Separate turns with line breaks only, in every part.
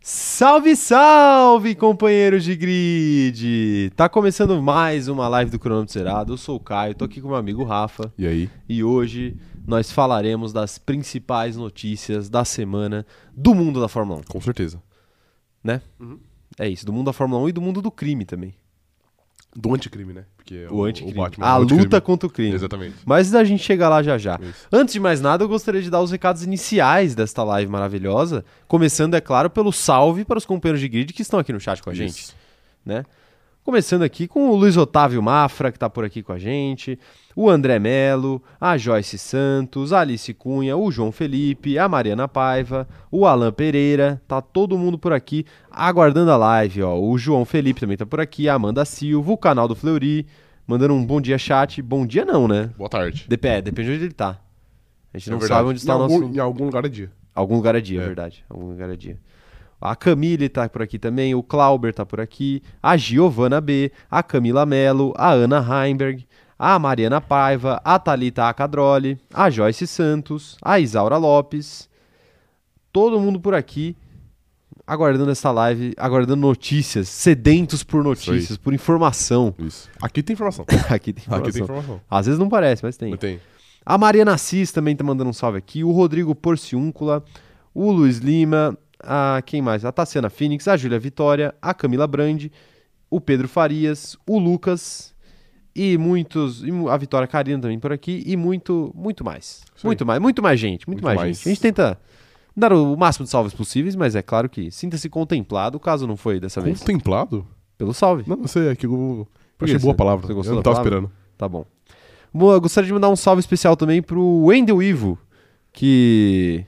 Salve, salve, companheiros de grid! Tá começando mais uma live do Cronômetro Zerado. Eu sou o Caio, tô aqui com meu amigo Rafa
E aí?
e hoje nós falaremos das principais notícias da semana do mundo da Fórmula 1,
Com certeza.
né? É isso, do mundo da Fórmula 1 e do mundo do crime também.
Do anticrime, né? Porque é
O anticrime.
é
a
o anticrime.
luta contra o crime.
Exatamente.
Mas a gente chega lá já já.
Isso.
Antes de mais nada, eu gostaria de dar os recados iniciais desta live maravilhosa. Começando, é claro, pelo salve para os companheiros de grid que estão aqui no chat com a gente.
Isso.
né? Começando aqui com o Luiz Otávio Mafra, que tá por aqui com a gente, o André Melo, a Joyce Santos, a Alice Cunha, o João Felipe, a Mariana Paiva, o Alan Pereira, tá todo mundo por aqui aguardando a live, ó. O João Felipe também tá por aqui, a Amanda Silva, o canal do Fleury, mandando um bom dia chat. Bom dia não, né?
Boa tarde.
Depende, depende de onde ele tá. A gente
É
não
verdade.
sabe onde está
em
o nosso...
algum, Em algum lugar é dia.
Algum lugar é dia, é
É.
verdade. Algum lugar é dia. A Camille tá por aqui também, o Clauber tá por aqui, a Giovana B, a Camila Mello, a Ana Heimberg, a Mariana Paiva, a Thalita Acadroli, a Joyce Santos, a Isaura Lopes. Todo mundo por aqui aguardando essa live, aguardando notícias, sedentos por
aí.
notícias, por informação.
Isso. Aqui tem informação.
Aqui tem informação.
Aqui tem informação.
Às vezes não parece, mas tem.
Não tem.
A Mariana Assis também tá mandando um salve aqui. O Rodrigo Porciúncula, o Luiz Lima, a quem mais? A Tassiana Phoenix, a Júlia Vitória, a Camila Brandi, o Pedro Farias, o Lucas e muitos. e mu- a Vitória Karina também por aqui e muito, muito mais.
aí.
Muito mais, muito mais gente, muito,
Muito
mais,
mais.
gente. A gente tenta dar o máximo de salves possíveis, mas é claro que sinta-se contemplado, caso não foi dessa vez,
Contemplado?
pelo salve.
Não, não sei. É que eu
Por
achei
que
boa
você-
a palavra.
você
Eu
gostou
não
da
tava
palavra?
esperando.
Tá bom. Mo- Eu gostaria de mandar um salve especial também pro Wendel Ivo, que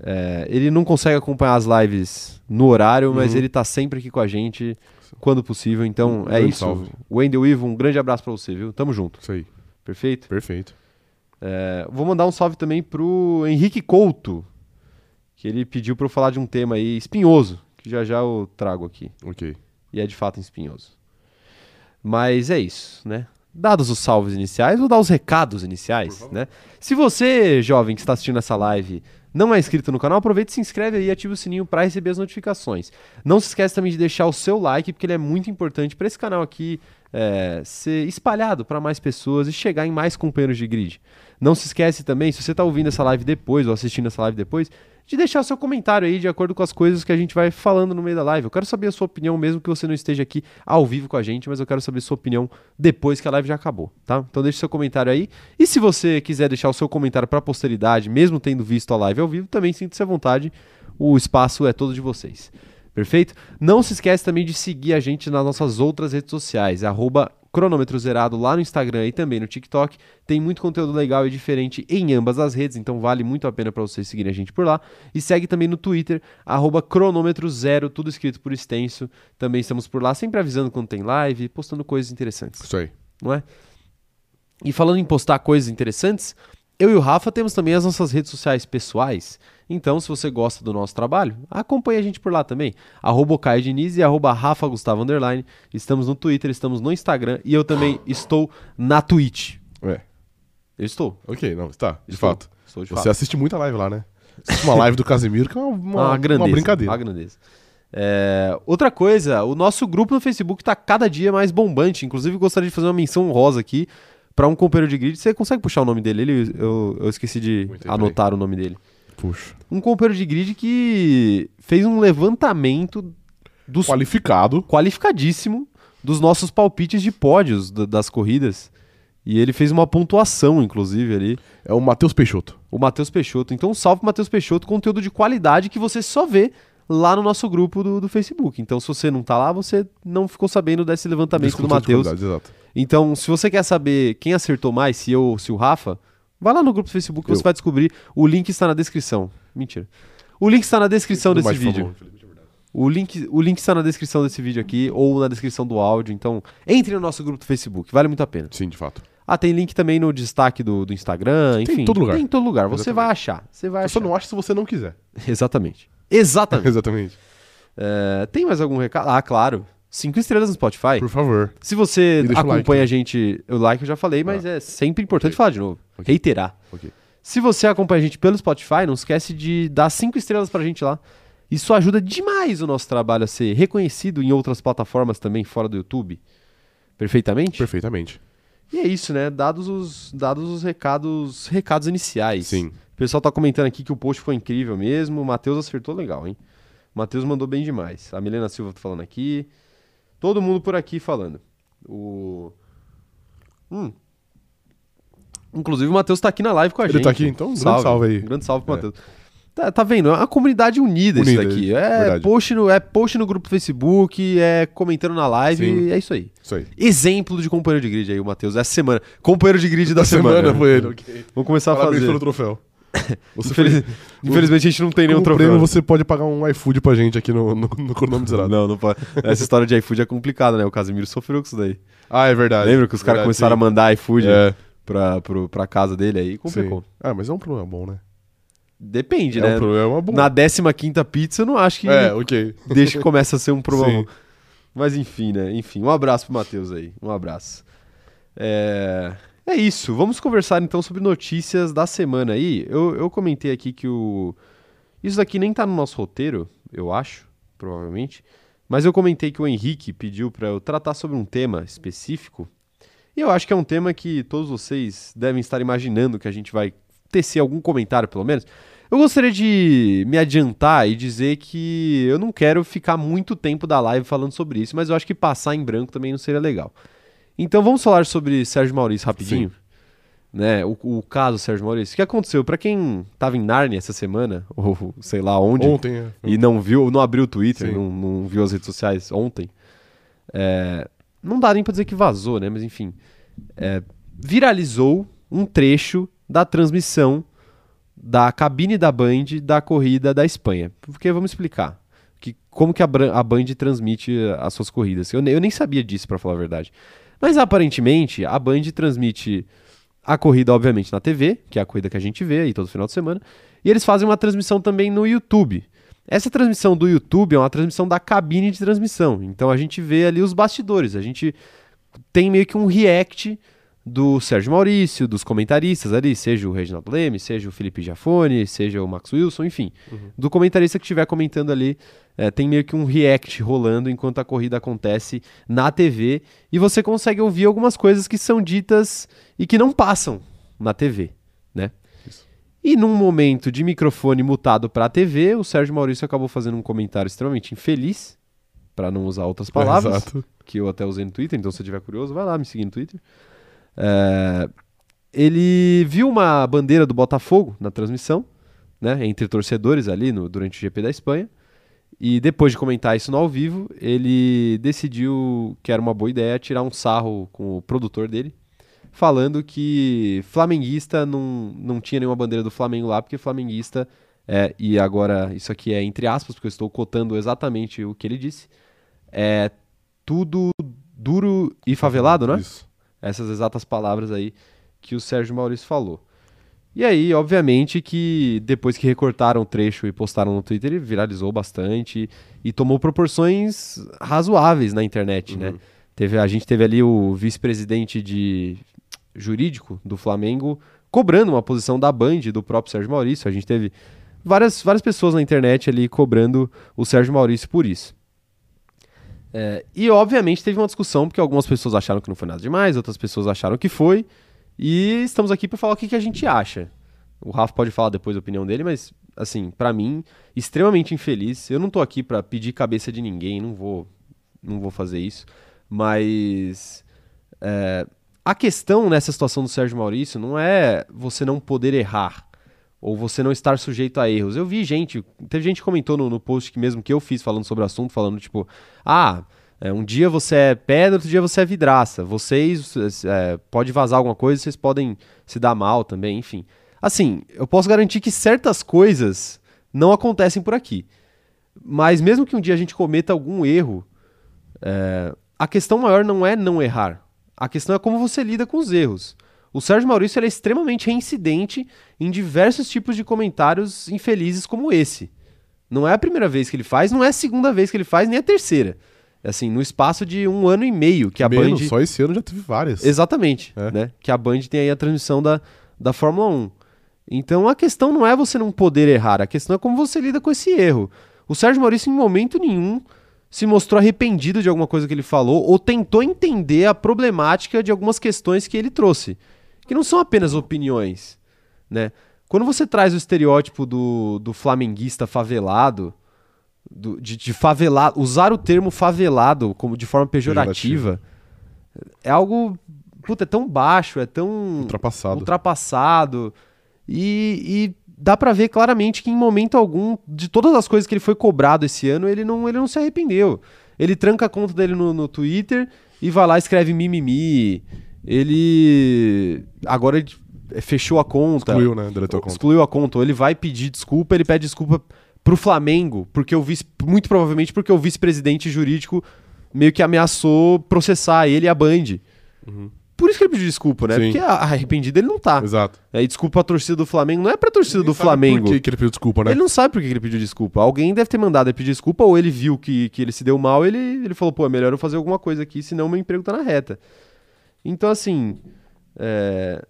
é, ele não consegue acompanhar as lives no horário, mas ele tá sempre aqui com a gente quando possível. Então
Uhum. Um
é
grande
isso.
salve.
Wendel Ivo, um grande abraço pra você, viu? Tamo junto.
Isso aí.
Perfeito?
Perfeito.
É, vou mandar um salve também pro Henrique Couto, que ele pediu pra eu falar de um tema aí espinhoso, que já já eu trago aqui.
Ok.
E é de fato espinhoso. Mas é isso, né? Dados os salvos iniciais, vou dar os recados iniciais, né? Se você, jovem que está assistindo essa live, não é inscrito no canal, aproveita e se inscreve aí e ativa o sininho para receber as notificações. Não se esquece também de deixar o seu like, porque ele é muito importante para esse canal aqui é, ser espalhado para mais pessoas e chegar em mais companheiros de grid. Não se esquece também, se você está ouvindo essa live depois ou assistindo essa live depois, de deixar seu comentário aí de acordo com as coisas que a gente vai falando no meio da live. Eu quero saber a sua opinião, mesmo que você não esteja aqui ao vivo com a gente, mas eu quero saber sua opinião depois que a live já acabou, tá? Então deixe seu comentário aí. E se você quiser deixar o seu comentário para a posteridade, mesmo tendo visto a live ao vivo, também sinta-se à vontade. O espaço é todo de vocês. Perfeito? Não se esquece também de seguir a gente nas nossas outras redes sociais, é arroba cronômetro zerado lá no Instagram e também no TikTok. Tem muito conteúdo legal e diferente em ambas as redes, então vale muito a pena para vocês seguirem a gente por lá. E segue também no Twitter, arroba cronômetro zero, tudo escrito por extenso. Também estamos por lá, sempre avisando quando tem live, postando coisas interessantes
Isso aí.
não é? E falando em postar coisas interessantes, eu e o Rafa temos também as nossas redes sociais pessoais. Então, se você gosta do nosso trabalho, acompanhe a gente por lá também. Arroba o Caio Diniz e arroba Rafa Gustavo Underline. Estamos no Twitter, estamos no Instagram e eu também estou na Twitch.
É. Eu
estou.
Ok, não. Está. De
Estou.
fato.
Estou de
Você
fato.
assiste muita live lá, né? Assiste uma live do Casemiro que é uma, uma,
uma Ah, grandeza.
uma brincadeira.
uma grandeza. É, outra coisa, o nosso grupo no Facebook tá cada dia mais bombante. Inclusive, eu gostaria de fazer uma menção honrosa aqui para um companheiro de grid. Você consegue puxar o nome dele? Ele, eu, eu esqueci de
Muito bem.
anotar o nome dele.
Puxa.
Um companheiro de grid que fez um levantamento dos
Qualificado.
qualificadíssimo dos nossos palpites de pódios da- das corridas. E ele fez uma pontuação, inclusive, ali.
É o Matheus Peixoto.
O Matheus Peixoto. Então, salve pro Matheus Peixoto, conteúdo de qualidade que você só vê lá no nosso grupo do, do Facebook. Então, se você não tá lá, você não ficou sabendo desse levantamento do
Desconto de
Matheus.
qualidade, Exato.
Então, se você quer saber quem acertou mais, se eu ou se o Rafa, vai lá no grupo do Facebook que
Eu.
você vai descobrir. O link está na descrição. Mentira. O link está na descrição
Do
desse
mais
vídeo.
famoso.
O link, o link está na descrição desse vídeo aqui ou na descrição do áudio. Então, entre no nosso grupo do Facebook, vale muito a pena.
Sim, de fato.
Ah, tem link também no destaque do, do Instagram, enfim.
Tem em todo lugar.
Tem em todo lugar. Você
Exatamente.
vai achar. Você vai
Você
achar.
não acha se você não quiser.
Exatamente. Exatamente.
Exatamente.
É, tem mais algum recado? Ah, claro. Cinco estrelas no Spotify.
Por favor.
Se você
E deixa o like, né? Ah.
acompanha a gente, o like eu já falei, mas é sempre importante
Ok.
falar de novo.
Ok.
Reiterar.
Ok.
Se você acompanha a gente pelo Spotify, não esquece de dar cinco estrelas pra gente lá. Isso ajuda demais o nosso trabalho a ser reconhecido em outras plataformas também fora do YouTube. Perfeitamente?
Perfeitamente.
E é isso, né? Dados os, dados os recados, recados iniciais.
Sim.
O pessoal tá comentando aqui que o post foi incrível mesmo. O Matheus acertou legal, hein? O Matheus mandou bem demais. A Milena Silva tá falando aqui. Todo mundo por aqui falando. O. Hum. Inclusive o Matheus tá aqui na live com a
Ele
gente.
tá aqui, então, um grande salve aí.
Um grande salve pro
É.
Matheus. Tá, tá vendo? É uma comunidade unida, isso
Unida,
daqui.
isso,
É
verdade.
post, no, é post no grupo do Facebook, é comentando na live,
Sim.
é isso aí.
Isso aí.
Exemplo de companheiro de grid aí, o Matheus. Essa semana. Companheiro de grid da, semana.
foi ele. ok.
Vamos começar a
Parabéns
fazer.
pelo troféu. né? Tá Você
Infeliz-
foi-
Infelizmente a gente não tem nenhum
Como
troféu.
prêmio, você pode pagar um iFood pra gente aqui no, no, no cronômetro zerado.
Não, não pode. Essa história de iFood é complicada, né? O Casimiro sofreu com isso daí.
Ah, é verdade.
Lembra que os caras
Verdade,
começaram a
sim.
mandar iFood
É.
pra, pro, pra casa dele aí? Complicou.
Sim. Ah, mas é um problema bom, né?
Depende,
É
né?
um problema bom.
Na 15 pizza, eu não acho que
É, ok.
deixa que começa a ser um problema.
Sim.
Mas enfim, né? Enfim, um abraço pro Matheus aí. Um abraço. É... é isso. Vamos conversar então sobre notícias da semana aí. Eu, eu comentei aqui que o. Isso daqui nem tá no nosso roteiro, eu acho, provavelmente. Mas eu comentei que o Henrique pediu pra eu tratar sobre um tema específico. E eu acho que é um tema que todos vocês devem estar imaginando que a gente vai tecer algum comentário, pelo menos. Eu gostaria de me adiantar e dizer que eu não quero ficar muito tempo da live falando sobre isso, mas eu acho que passar em branco também não seria legal. Então vamos falar sobre Sérgio Maurício rapidinho. Né, o, o caso Sérgio Maurício. O que aconteceu? Pra quem tava em Narnia essa semana, ou sei lá onde,
Ontem, é.
e não viu, não abriu o Twitter,
Sim.
não, não viu as redes sociais ontem, é, não dá nem pra dizer que vazou, né? Mas enfim, é, viralizou um trecho da transmissão da cabine da Band da corrida da Espanha. Porque vamos explicar que, como que a, Bran- a Band transmite as suas corridas. Eu, ne- eu nem sabia disso, pra falar a verdade. Mas aparentemente, a Band transmite a corrida, obviamente, na TV, que é a corrida que a gente vê aí todo final de semana. E eles fazem uma transmissão também no YouTube. Essa transmissão do YouTube é uma transmissão da cabine de transmissão. Então a gente vê ali os bastidores. A gente tem meio que um react do Sérgio Maurício, dos comentaristas ali, seja o Reginaldo Leme, seja o Felipe Jafone, seja o Max Wilson, enfim. Do comentarista que estiver comentando ali, eh, tem meio que um react rolando enquanto a corrida acontece na TV. E você consegue ouvir algumas coisas que são ditas e que não passam na TV, né? E num momento de microfone mutado para a TV, o Sérgio Maurício acabou fazendo um comentário extremamente infeliz, para não usar outras palavras
Exato.
que eu até usei no Twitter, então se você tiver curioso, vai lá me seguir no Twitter. É, ele viu uma bandeira do Botafogo na transmissão, né, entre torcedores ali no- durante o GP da Espanha, e depois de comentar isso no ao vivo, ele decidiu que era uma boa ideia tirar um sarro com o produtor dele, falando que flamenguista não, não tinha nenhuma bandeira do Flamengo lá, porque flamenguista, é, e agora isso aqui é entre aspas, porque eu estou cotando exatamente o que ele disse, é tudo duro e favelado, né?
Isso.
Essas exatas palavras aí que o Sérgio Maurício falou. E aí, obviamente, que depois que recortaram o trecho e postaram no Twitter, ele viralizou bastante e tomou proporções razoáveis na internet, né? Teve, a gente teve ali o vice-presidente de jurídico do Flamengo cobrando uma posição da Band e do próprio Sérgio Maurício. A gente teve várias, várias pessoas na internet ali cobrando o Sérgio Maurício por isso. É, e obviamente teve uma discussão, porque algumas pessoas acharam que não foi nada demais, outras pessoas acharam que foi. E estamos aqui para falar o que, que a gente acha. O Rafa pode falar depois a opinião dele, mas, assim, para mim, extremamente infeliz. Eu não tô aqui para pedir cabeça de ninguém, não vou, não vou fazer isso. Mas. é, a questão nessa situação do Sérgio Maurício não é você não poder errar ou você não estar sujeito a erros. Eu vi gente, teve gente que comentou no, no post que mesmo que eu fiz falando sobre o assunto, falando tipo, ah, é, um dia você é pedra, outro dia você é vidraça. Vocês é, pode vazar alguma coisa, vocês podem se dar mal também, enfim. Assim, eu posso garantir que certas coisas não acontecem por aqui. Mas mesmo que um dia a gente cometa algum erro, é, a questão maior não é não errar. A questão é como você lida com os erros. O Sérgio Maurício ele é extremamente reincidente em diversos tipos de comentários infelizes como esse. Não é a primeira vez que ele faz, não é a segunda vez que ele faz, nem a terceira. Assim, no espaço de um ano e meio que a
Menos,
Band...
só esse ano já teve várias.
Exatamente.
É.
Né? Que a Band tem aí a transmissão da, da um. Fórmula 1. Então a questão não é você não poder errar, a questão é como você lida com esse erro. O Sérgio Maurício, em momento nenhum, se mostrou arrependido de alguma coisa que ele falou ou tentou entender a problemática de algumas questões que ele trouxe, que não são apenas opiniões, né? Quando você traz o estereótipo do, do flamenguista favelado, do- de, de favelado, usar o termo favelado como de forma pejorativa, é algo, puta, é tão baixo, é tão
Ultrapassado.
ultrapassado. E, e dá pra ver claramente que em momento algum, de todas as coisas que ele foi cobrado esse ano, ele não, ele não se arrependeu. Ele tranca a conta dele no, no Twitter e vai lá e escreve mimimi. Ele. Agora ele fechou a conta.
Excluiu, né? Deletou a conta.
Excluiu a conta. Ou Ele vai pedir desculpa, ele pede desculpa pro Flamengo, porque o vice, muito provavelmente porque o vice-presidente jurídico meio que ameaçou processar ele e a Band. Por isso que ele pediu desculpa, né?
Uhum. Sim.
Porque a- arrependido ele não tá.
Exato.
Aí desculpa a torcida do Flamengo, não é pra torcida
Ninguém
do
sabe
Flamengo.
Por que, que ele pediu desculpa, né?
Ele não sabe por que que ele pediu desculpa. Alguém deve ter mandado ele pedir desculpa, ou ele viu que, que ele se deu mal, ele, ele falou, pô, é melhor eu fazer alguma coisa aqui, senão meu emprego tá na reta. Então, assim, é,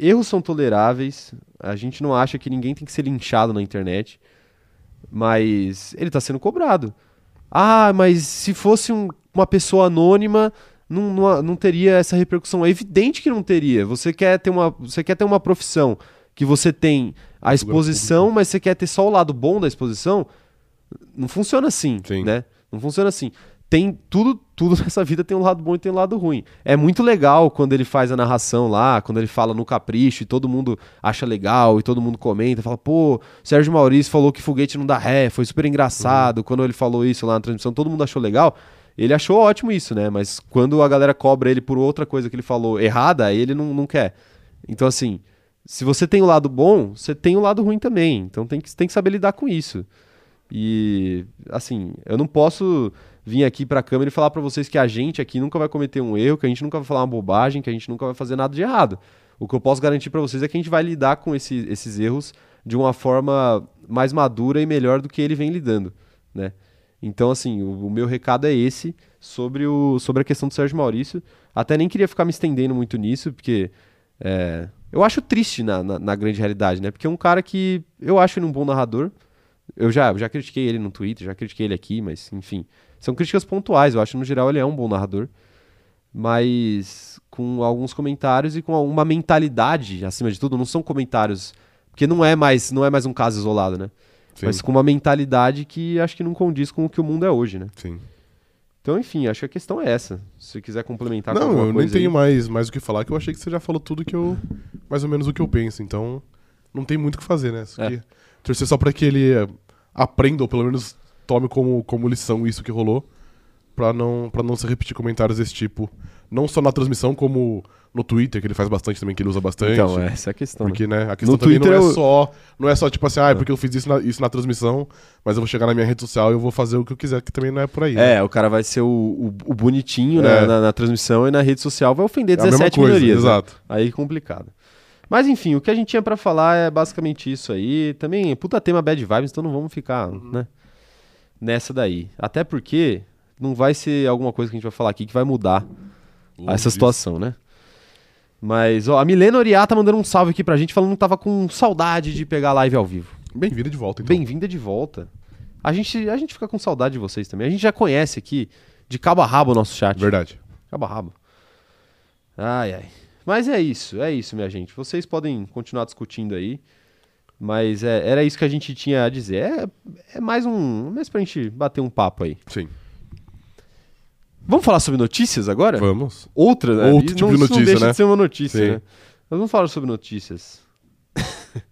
erros são toleráveis, a gente não acha que ninguém tem que ser linchado na internet, mas ele tá sendo cobrado. Ah, mas se fosse um- uma pessoa anônima, não, não, não teria essa repercussão. É evidente que não teria. Você quer ter uma, você quer ter uma profissão que você tem a exposição, mas você quer ter só o lado bom da exposição. Não funciona assim,
Sim.
né? Não funciona assim. Tem tudo, tudo nessa vida tem um lado bom e tem um lado ruim. É muito legal quando ele faz a narração lá, quando ele fala no capricho e todo mundo acha legal e todo mundo comenta, fala, pô, Sérgio Maurício falou que foguete não dá ré, foi super engraçado. Quando ele falou isso lá na transmissão, todo mundo achou legal. Ele achou ótimo isso, né? Mas quando a galera cobra ele por outra coisa que ele falou errada, aí ele não, não quer. Então, assim, se você tem o lado bom, você tem o lado ruim também. Então tem que, tem que saber lidar com isso. E, assim, eu não posso vir aqui pra câmera e falar pra vocês que a gente aqui nunca vai cometer um erro, que a gente nunca vai falar uma bobagem, que a gente nunca vai fazer nada de errado. O que eu posso garantir pra vocês é que a gente vai lidar com esse- esses erros de uma forma mais madura e melhor do que ele vem lidando, né? Então, assim, o, o meu recado é esse sobre, o, sobre a questão do Sérgio Maurício. Até nem queria ficar me estendendo muito nisso, porque é, eu acho triste na, na, na grande realidade, né? Porque é um cara que eu acho ele um bom narrador. Eu já, eu já critiquei ele no Twitter, já critiquei ele aqui, mas enfim. São críticas pontuais, eu acho no geral ele é um bom narrador. Mas com alguns comentários e com uma mentalidade, acima de tudo, não são comentários. Porque não é mais, não é mais um caso isolado, né?
Sim,
Mas com uma mentalidade que acho que não condiz com o que o mundo é hoje, né?
sim.
Então, enfim, acho que a questão é essa. Se você quiser complementar Tá com
não,
alguma
eu nem
coisa
tenho
aí.
mais, mais o que falar, que eu achei que você já falou tudo que eu. Mais ou menos o que eu penso. Então, não tem muito o que fazer, né? Só
É.
que torcer só pra que ele eh, aprenda, ou pelo menos tome como, como lição isso que rolou. Pra não, pra não se repetir comentários desse tipo. Não só na transmissão, como no Twitter, que ele faz bastante também, que ele usa bastante.
Então, essa é a questão. né?
Porque, né, a questão
No
também
Twitter
não é
eu-
só. Não é só, tipo assim, ah, é porque eu fiz isso na, isso na transmissão, mas eu vou chegar na minha rede social e eu vou fazer o que eu quiser, que também não é por aí. né?
É, o cara vai ser o, o- o bonitinho
É.
na, na- na transmissão e na rede social vai ofender
É a mesma
17
coisa,
minorias. né?
exato.
Aí é complicado. Mas enfim, o que a gente tinha pra falar é basicamente isso aí. Também, puta tema bad vibes, então não vamos ficar, né, nessa daí. Até porque não vai ser alguma coisa que a gente vai falar aqui que vai mudar
Longe
essa
disso.
situação, né? Mas, ó, a Milena Oriá tá mandando um salve aqui pra gente, falando que tava com saudade de pegar live ao vivo.
Bem-vindo de volta, então.
Bem-vinda de volta. A gente, a gente fica com saudade de vocês também. A gente já conhece aqui de cabo a rabo o nosso chat.
Verdade.
Cabo a rabo. Ai, ai. Mas é isso, é isso, minha gente. Vocês podem continuar discutindo aí. Mas é- era isso que a gente tinha a dizer. É, é mais um. Mais pra gente bater um papo aí.
Sim.
Vamos falar sobre notícias agora?
Vamos.
Outra, né?
Outro
E
tipo
não,
de
isso não
notícia,
deixa
né?
de ser uma notícia,
Sim.
né? Mas vamos falar sobre notícias.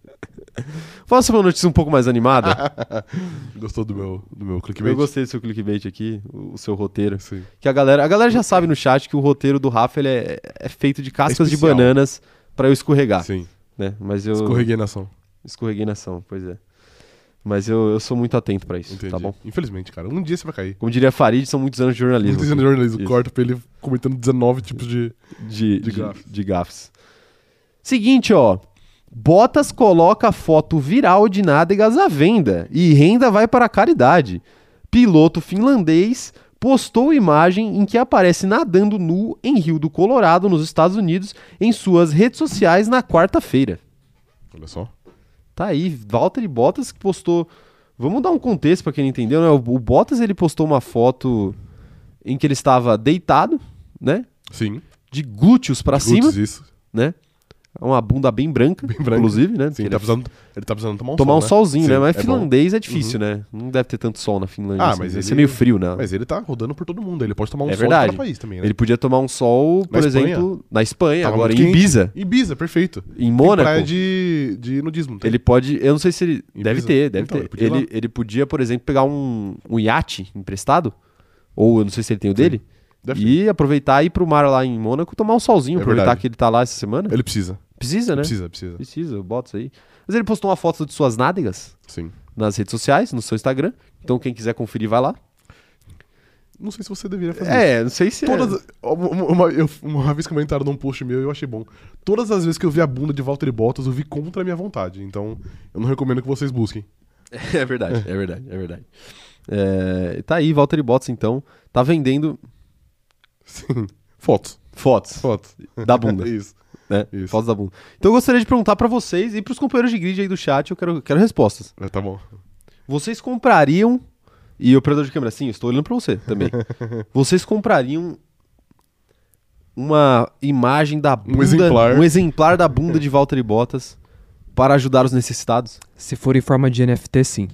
Fala sobre uma notícia um pouco mais animada.
Gostou do meu, do meu clickbait?
Eu gostei do seu clickbait aqui, o o seu roteiro.
Sim.
Que a galera, a galera já sabe no chat que o roteiro do Rafa ele é, é feito de cascas de
especial.
bananas pra eu escorregar,
Sim.
né? Mas eu Tá
Escorreguei na ação.
escorreguei na ação, pois é. Mas eu, eu sou muito atento pra isso,
Entendi.
tá bom?
Infelizmente, cara. Um dia você vai cair.
Como diria Farid, são muitos anos de jornalismo.
Muitos anos de jornalismo.
Isso.
Corta pra ele comentando 19 tipos de.
de,
De
de,
gafes.
de gafes. Seguinte, ó. Bottas coloca foto viral de nádegas à venda e renda vai para a caridade. Piloto finlandês postou imagem em que aparece nadando nu em Rio do Colorado, nos Estados Unidos, em suas redes sociais na quarta-feira.
Olha só.
Tá aí, Valtteri Bottas que postou Vamos dar um contexto para quem não entendeu, né? O, o Bottas ele postou uma foto em que ele estava deitado, né?
Sim.
De glúteos para cima,
Putz, isso.
né? Uma bunda bem branca,
Bem branca.
inclusive, né? Porque
Sim,
ele
tá precisando, ele tá precisando tomar um
tomar um
sol, né?
solzinho,
Sim,
né? Mas
é bom.
finlandês é difícil, né? Não deve ter tanto sol na Finlândia.
Ah,
assim,
mas
deve
ele-
ser meio frio, né?
Mas ele tá rodando por todo mundo. Ele pode tomar um
É
sol
verdade.
em cada país também, né?
Ele podia tomar um sol, por
Na Espanha?
exemplo, na Espanha,
Tava
agora em
muito quente.
Ibiza,
Ibiza, perfeito.
em
Mônaco.
Mônaco.
praia de, de nudismo. tá? não tem?
Ele pode, eu não sei se ele
Em
deve
Ibiza?
ter, deve
Então,
ter.
ele
Ele
podia ir
ele, podia, por exemplo, pegar um, um iate emprestado, ou eu não sei se ele tem o dele,
Deve ter.
e aproveitar e ir pro mar lá em Mônaco, tomar um solzinho,
É
aproveitar
verdade.
que ele tá lá essa semana.
Ele precisa.
Precisa, né?
Precisa, precisa.
Precisa, bota isso aí. Mas ele postou uma foto de suas nádegas
Sim.
nas redes sociais, no seu Instagram. Então quem quiser conferir vai lá.
Não sei se você deveria fazer isso.
É, não sei se é-
Todas, uma, uma- eu- uma vez comentaram num post meu e eu achei bom. Todas as vezes que eu vi a bunda de Walter Bottas, eu vi contra a minha vontade. Então, eu não recomendo que vocês busquem.
É verdade, é verdade, é verdade. É, tá aí, Valtteri Bottas, então, tá vendendo
Sim. Fotos.
fotos
Fotos.
da bunda,
Isso.
né?
isso.
Fotos da bunda. Então eu gostaria de perguntar pra vocês e pros companheiros de grid aí do chat, eu quero, quero respostas.
É, tá bom.
Vocês comprariam, e o operador de câmera, sim, eu estou olhando pra você também. vocês comprariam uma imagem da bunda,
exemplar.
um exemplar da bunda de Valtteri Bottas para ajudar os necessitados?
Se for em forma de NFT, sim.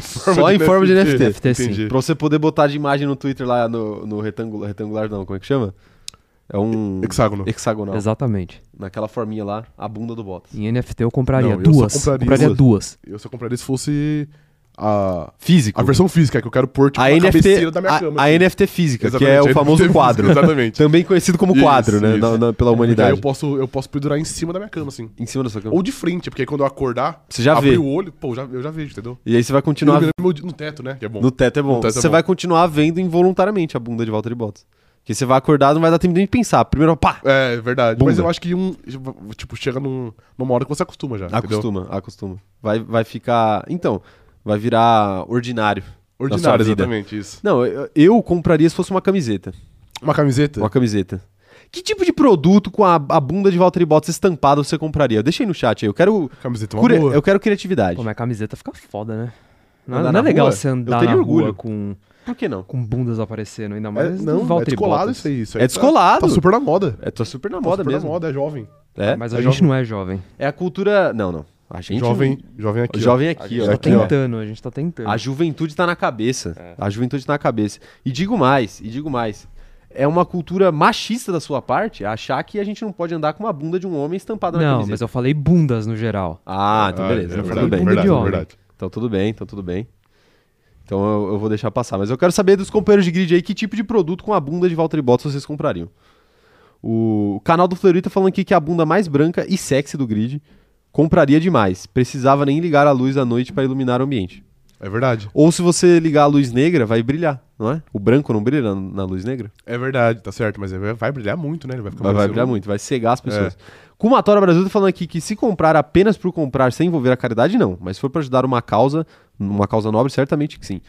Só em forma de NFT.
NFT, sim.
Entendi.
Pra você poder botar de imagem no Twitter lá no, no retângulo, retangular, não, como é que chama? É um
Hexágono.
hexagonal.
Exatamente.
Naquela forminha lá, a bunda do Bottas.
Em NFT eu compraria
Não, eu só
duas.
compraria
compraria duas.
Eu só compraria se fosse a,
Físico.
a versão física, que eu quero pôr tipo,
A
na
NFT,
cabeceira da minha
a-
cama.
a
assim.
NFT física,
Exatamente,
que é
a
o
NFT
famoso
física,
quadro.
exatamente.
Também conhecido como
Isso,
quadro, né?
isso.
na- na- pela
Porque aí
humanidade.
eu posso, eu posso pendurar em cima da minha cama, assim.
Em cima da sua cama.
Ou de frente, porque aí quando eu acordar,
Você já
abrir
vê.
o olho, pô, já, eu já vejo, entendeu?
E aí você vai continuar.
Iluminando meu di- no teto, né? Que é bom.
No teto é bom.
No teto é
você
bom.
vai continuar vendo involuntariamente a bunda de Valtteri Bottas. Porque você vai acordar, não vai dar tempo nem de pensar. Primeiro, pá!
É, verdade. Mas
Bunda.
eu acho que um. Tipo, chega num- numa hora que você acostuma já. Entendeu?
Acostuma, acostuma. Vai, vai ficar. Então, vai virar ordinário. da sua
Ordinário,
vida.
exatamente, isso.
Não, eu, eu compraria se fosse uma camiseta.
Uma camiseta?
Uma camiseta. Que tipo de produto com a, a bunda de Valtteri Bottas estampada você compraria? Deixa aí no chat aí. Eu quero.
Camiseta, uma
curi-
boa. é?
eu quero criatividade.
Pô, minha camiseta fica foda, né? Não,
Andar
não
na
é legal
rua?
você
Eu
andar
teria
na
orgulho.
rua com,
Por que não?
com bundas aparecendo, ainda
É,
mais
não,
do Valtteri
é descolado
Bottas.
isso aí. Isso aí
É descolado.
Tá, tá super na moda.
É, tá super na
Tá
moda
super
mesmo.
Na moda, é jovem.
É.
Mas a
É
gente
jovem.
não é jovem.
é a cultura. Não, não. A gente.
Jovem, jovem aqui. ó.
Jovem aqui,
É
ó.
Tá
aqui, ó.
tentando, a gente tá tentando.
A juventude tá na cabeça.
É.
A juventude tá na cabeça. E digo mais, e digo mais. É uma cultura machista da sua parte achar que a gente não pode andar com uma bunda de um homem estampada na
Não,
camiseta.
mas eu falei bundas no geral.
Ah, então
Ah,
beleza.
É
tudo
verdade,
bem.
é verdade, é
Jovem.
verdade.
Então tudo bem, então tudo bem. Então eu, eu vou deixar passar. Mas eu quero saber dos companheiros de grid aí que tipo de produto com a bunda de Valtteri Bottas vocês comprariam. O canal do Fleury tá falando aqui que a bunda mais branca e sexy do grid compraria demais. Precisava nem ligar a luz à noite para iluminar o ambiente.
É verdade.
Ou se você ligar a luz negra, vai brilhar, não é? O branco não brilha na, na luz negra?
É verdade, tá certo. Mas vai vai brilhar muito, É. né? Ele vai ficar
Vai, vai
parecendo-
brilhar muito, vai cegar as pessoas. Kumatora Brasil tá falando aqui que se comprar apenas por comprar sem envolver a caridade, não. Mas se for pra ajudar uma causa, uma causa nobre, certamente que sim.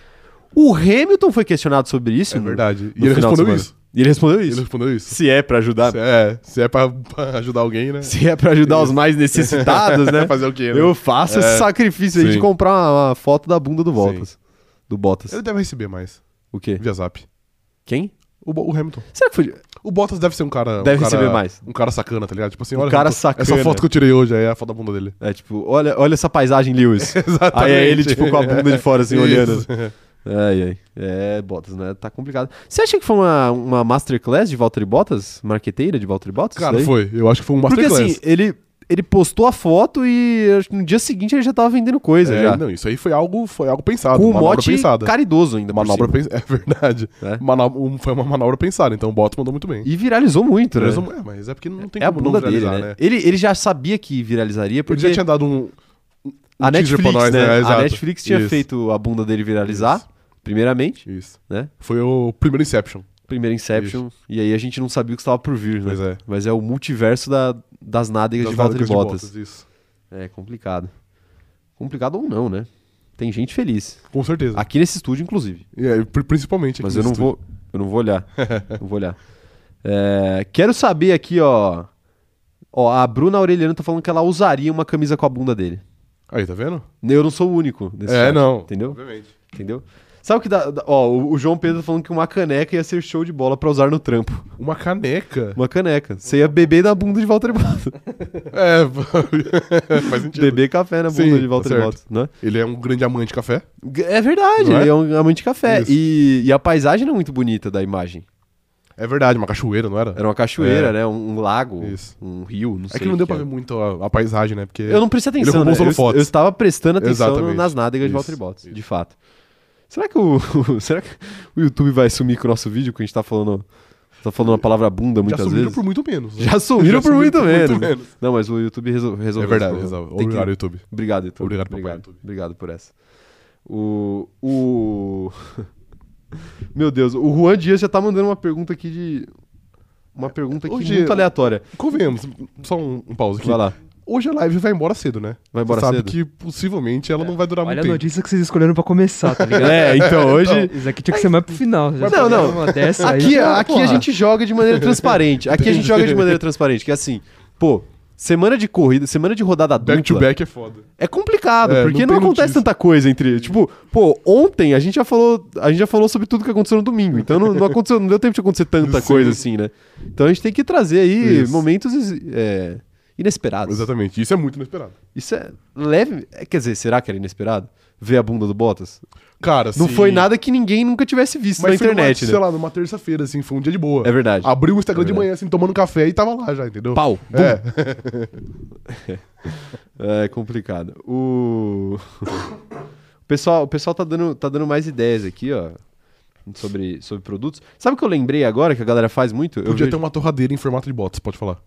O Hamilton foi questionado sobre isso.
É
no-
verdade.
no
E
final
ele
de
respondeu
semana.
isso.
E ele respondeu
Ele
isso.
respondeu isso.
Se é pra ajudar,
Se é, se é pra, pra ajudar alguém, né?
se é pra ajudar os mais necessitados, né?
Fazer o quê, né?
Eu faço esse
É,
sacrifício aí de
sim.
comprar uma, uma foto da bunda do Bottas. Do Bottas.
Ele deve receber mais.
O quê?
Via zap.
Quem?
O, Bo- o Hamilton.
Será que foi
O Bottas deve ser um cara. um
Deve
cara-
receber mais.
Um cara sacana, tá ligado? Tipo assim,
Um
olha.
cara
Hamilton,
sacana.
Essa foto que eu tirei hoje aí é a foto da bunda dele.
É tipo, olha, olha essa paisagem, Lewis. Aí é ele, tipo, com a bunda de fora, assim,
Isso.
olhando. Ai, ai. É, Bottas, né? Tá complicado. Você acha que foi uma, uma masterclass de Valtteri Bottas? Marqueteira de Valtteri Bottas?
Cara,
isso daí?
foi. Eu acho que foi um
Porque
masterclass.
assim, ele, ele postou a foto e acho que no dia seguinte ele já tava vendendo coisa
É,
já.
não, isso aí foi algo, foi algo pensado.
com um
manobra
mote
pensada.
caridoso ainda. por
Manobra
cima.
pensada. É verdade.
É.
Manobra- um- foi uma manobra pensada, então o Bottas mandou muito bem.
E viralizou muito, né?
Resumo- é, mas é porque não tem
É a
como
bunda
não
dele, né?
viralizar,
Ele, ele já sabia que viralizaria
Porque
porque
já tinha dado um. um
a
teaser
Netflix, né? a
Exato.
Netflix tinha
Isso,
feito a bunda dele viralizar,
Isso.
primeiramente,
Isso.
né?
Foi o primeiro Inception.
Primeiro Inception, e aí a gente não sabia o que estava por vir, né?
Pois é.
Mas é o multiverso da- das nádegas de
Das
Valtteri
nádegas de
Bottas.
Isso.
É complicado. Complicado ou não, né? Tem gente feliz.
Com certeza.
Aqui nesse estúdio, inclusive.
E aí, pri- principalmente aqui
Mas eu
nesse
não
estúdio.
vou. Eu não vou olhar. não vou olhar. É, quero saber aqui, ó. Ó, a Bruna Aureliano tá falando que ela usaria uma camisa com a bunda dele.
Aí, tá vendo?
Eu não sou o único nesse
é,
chat,
não.
Entendeu?
Obviamente.
Entendeu? Sabe o que dá. dá- Ó, o o João Pedro tá falando que uma caneca ia ser show de bola pra usar no trampo.
Uma caneca.
Uma caneca. Você ia beber da bunda de Walter Bottas.
é, faz sentido.
beber café na bunda
Tipo, Sim,
de Walter
tá
Bottas, né?
Ele é um grande amante de café.
É verdade,
Não é?
ele é um amante de café.
Isso.
E, e a paisagem não é muito bonita da imagem.
É verdade, uma cachoeira, não era?
Era uma cachoeira,
É.
né? Um, um lago,
Isso.
um rio, não sei.
É que não deu
o
pra ver muito a, a paisagem, né? Porque
Eu não prestei
Ele
atenção,
roubou
né?
só no
eu,
fotos.
eu estava prestando atenção
Exatamente.
nas nádegas de
Isso,
Walter Bottas, de fato. Será que, o, será que o YouTube vai sumir com o nosso vídeo que a gente tá falando, tá falando a palavra bunda
já
muitas
sumiram
vezes?
por muito menos. né?
Já sumiram por muito
por
menos.
muito
né?
menos.
Não, mas o YouTube resol- resolveu.
É verdade,
esse
exato.
problema. Tem que-
Obrigado, YouTube.
Obrigado, YouTube.
Obrigado, papai,
obrigado,
YouTube.
obrigado por essa. O. O. Meu Deus, o Juan Dias já tá mandando uma pergunta aqui de. Uma pergunta aqui
Hoje-
muito aleatória.
Convenhamos, só um, um pause aqui.
Vai lá.
Hoje a live vai embora cedo, né?
Vai embora
Você sabe
cedo?
que possivelmente ela não vai durar
É. Olha a
muito tempo.
notícia que vocês escolheram pra começar, tá ligado?
Tá É, então hoje.
Isso aqui tinha que ser mais pro final.
Mas não, não.
Uma dessa aí,
Então, Aqui,
tá,
aqui
porra.
a gente joga de maneira transparente. Aqui a gente joga de maneira transparente, que é assim, pô, semana de corrida, semana de rodada dupla.
Back to back é foda.
É complicado,
É,
porque
não
não,
tem
acontece
notícia.
tanta coisa entre. Tipo, pô, ontem a gente já falou, a gente já falou sobre tudo que aconteceu no domingo, então não, não aconteceu, não deu tempo de acontecer tanta
Sim.
coisa assim, né? Então a gente tem que trazer aí
Isso.
momentos é, inesperados.
Exatamente. Isso é muito inesperado.
Isso é leve. é, Quer dizer, será que era inesperado? Ver a bunda do Bottas?
Cara,
Não
assim,
foi nada que ninguém nunca tivesse visto
Mas
na
foi numa-
internet,
Sei
né?
lá, numa terça-feira, assim, foi um dia de boa.
É verdade.
Abriu o Instagram
É
de
verdade.
manhã, assim, tomando café e tava lá já, entendeu?
Pau.
É.
É complicado. O, o pessoal, o pessoal tá, dando, tá dando mais ideias aqui, ó. Sobre, sobre produtos. Sabe o que eu lembrei agora que a galera faz muito? Eu
Podia
vejo
ter uma torradeira em formato de botas, pode falar.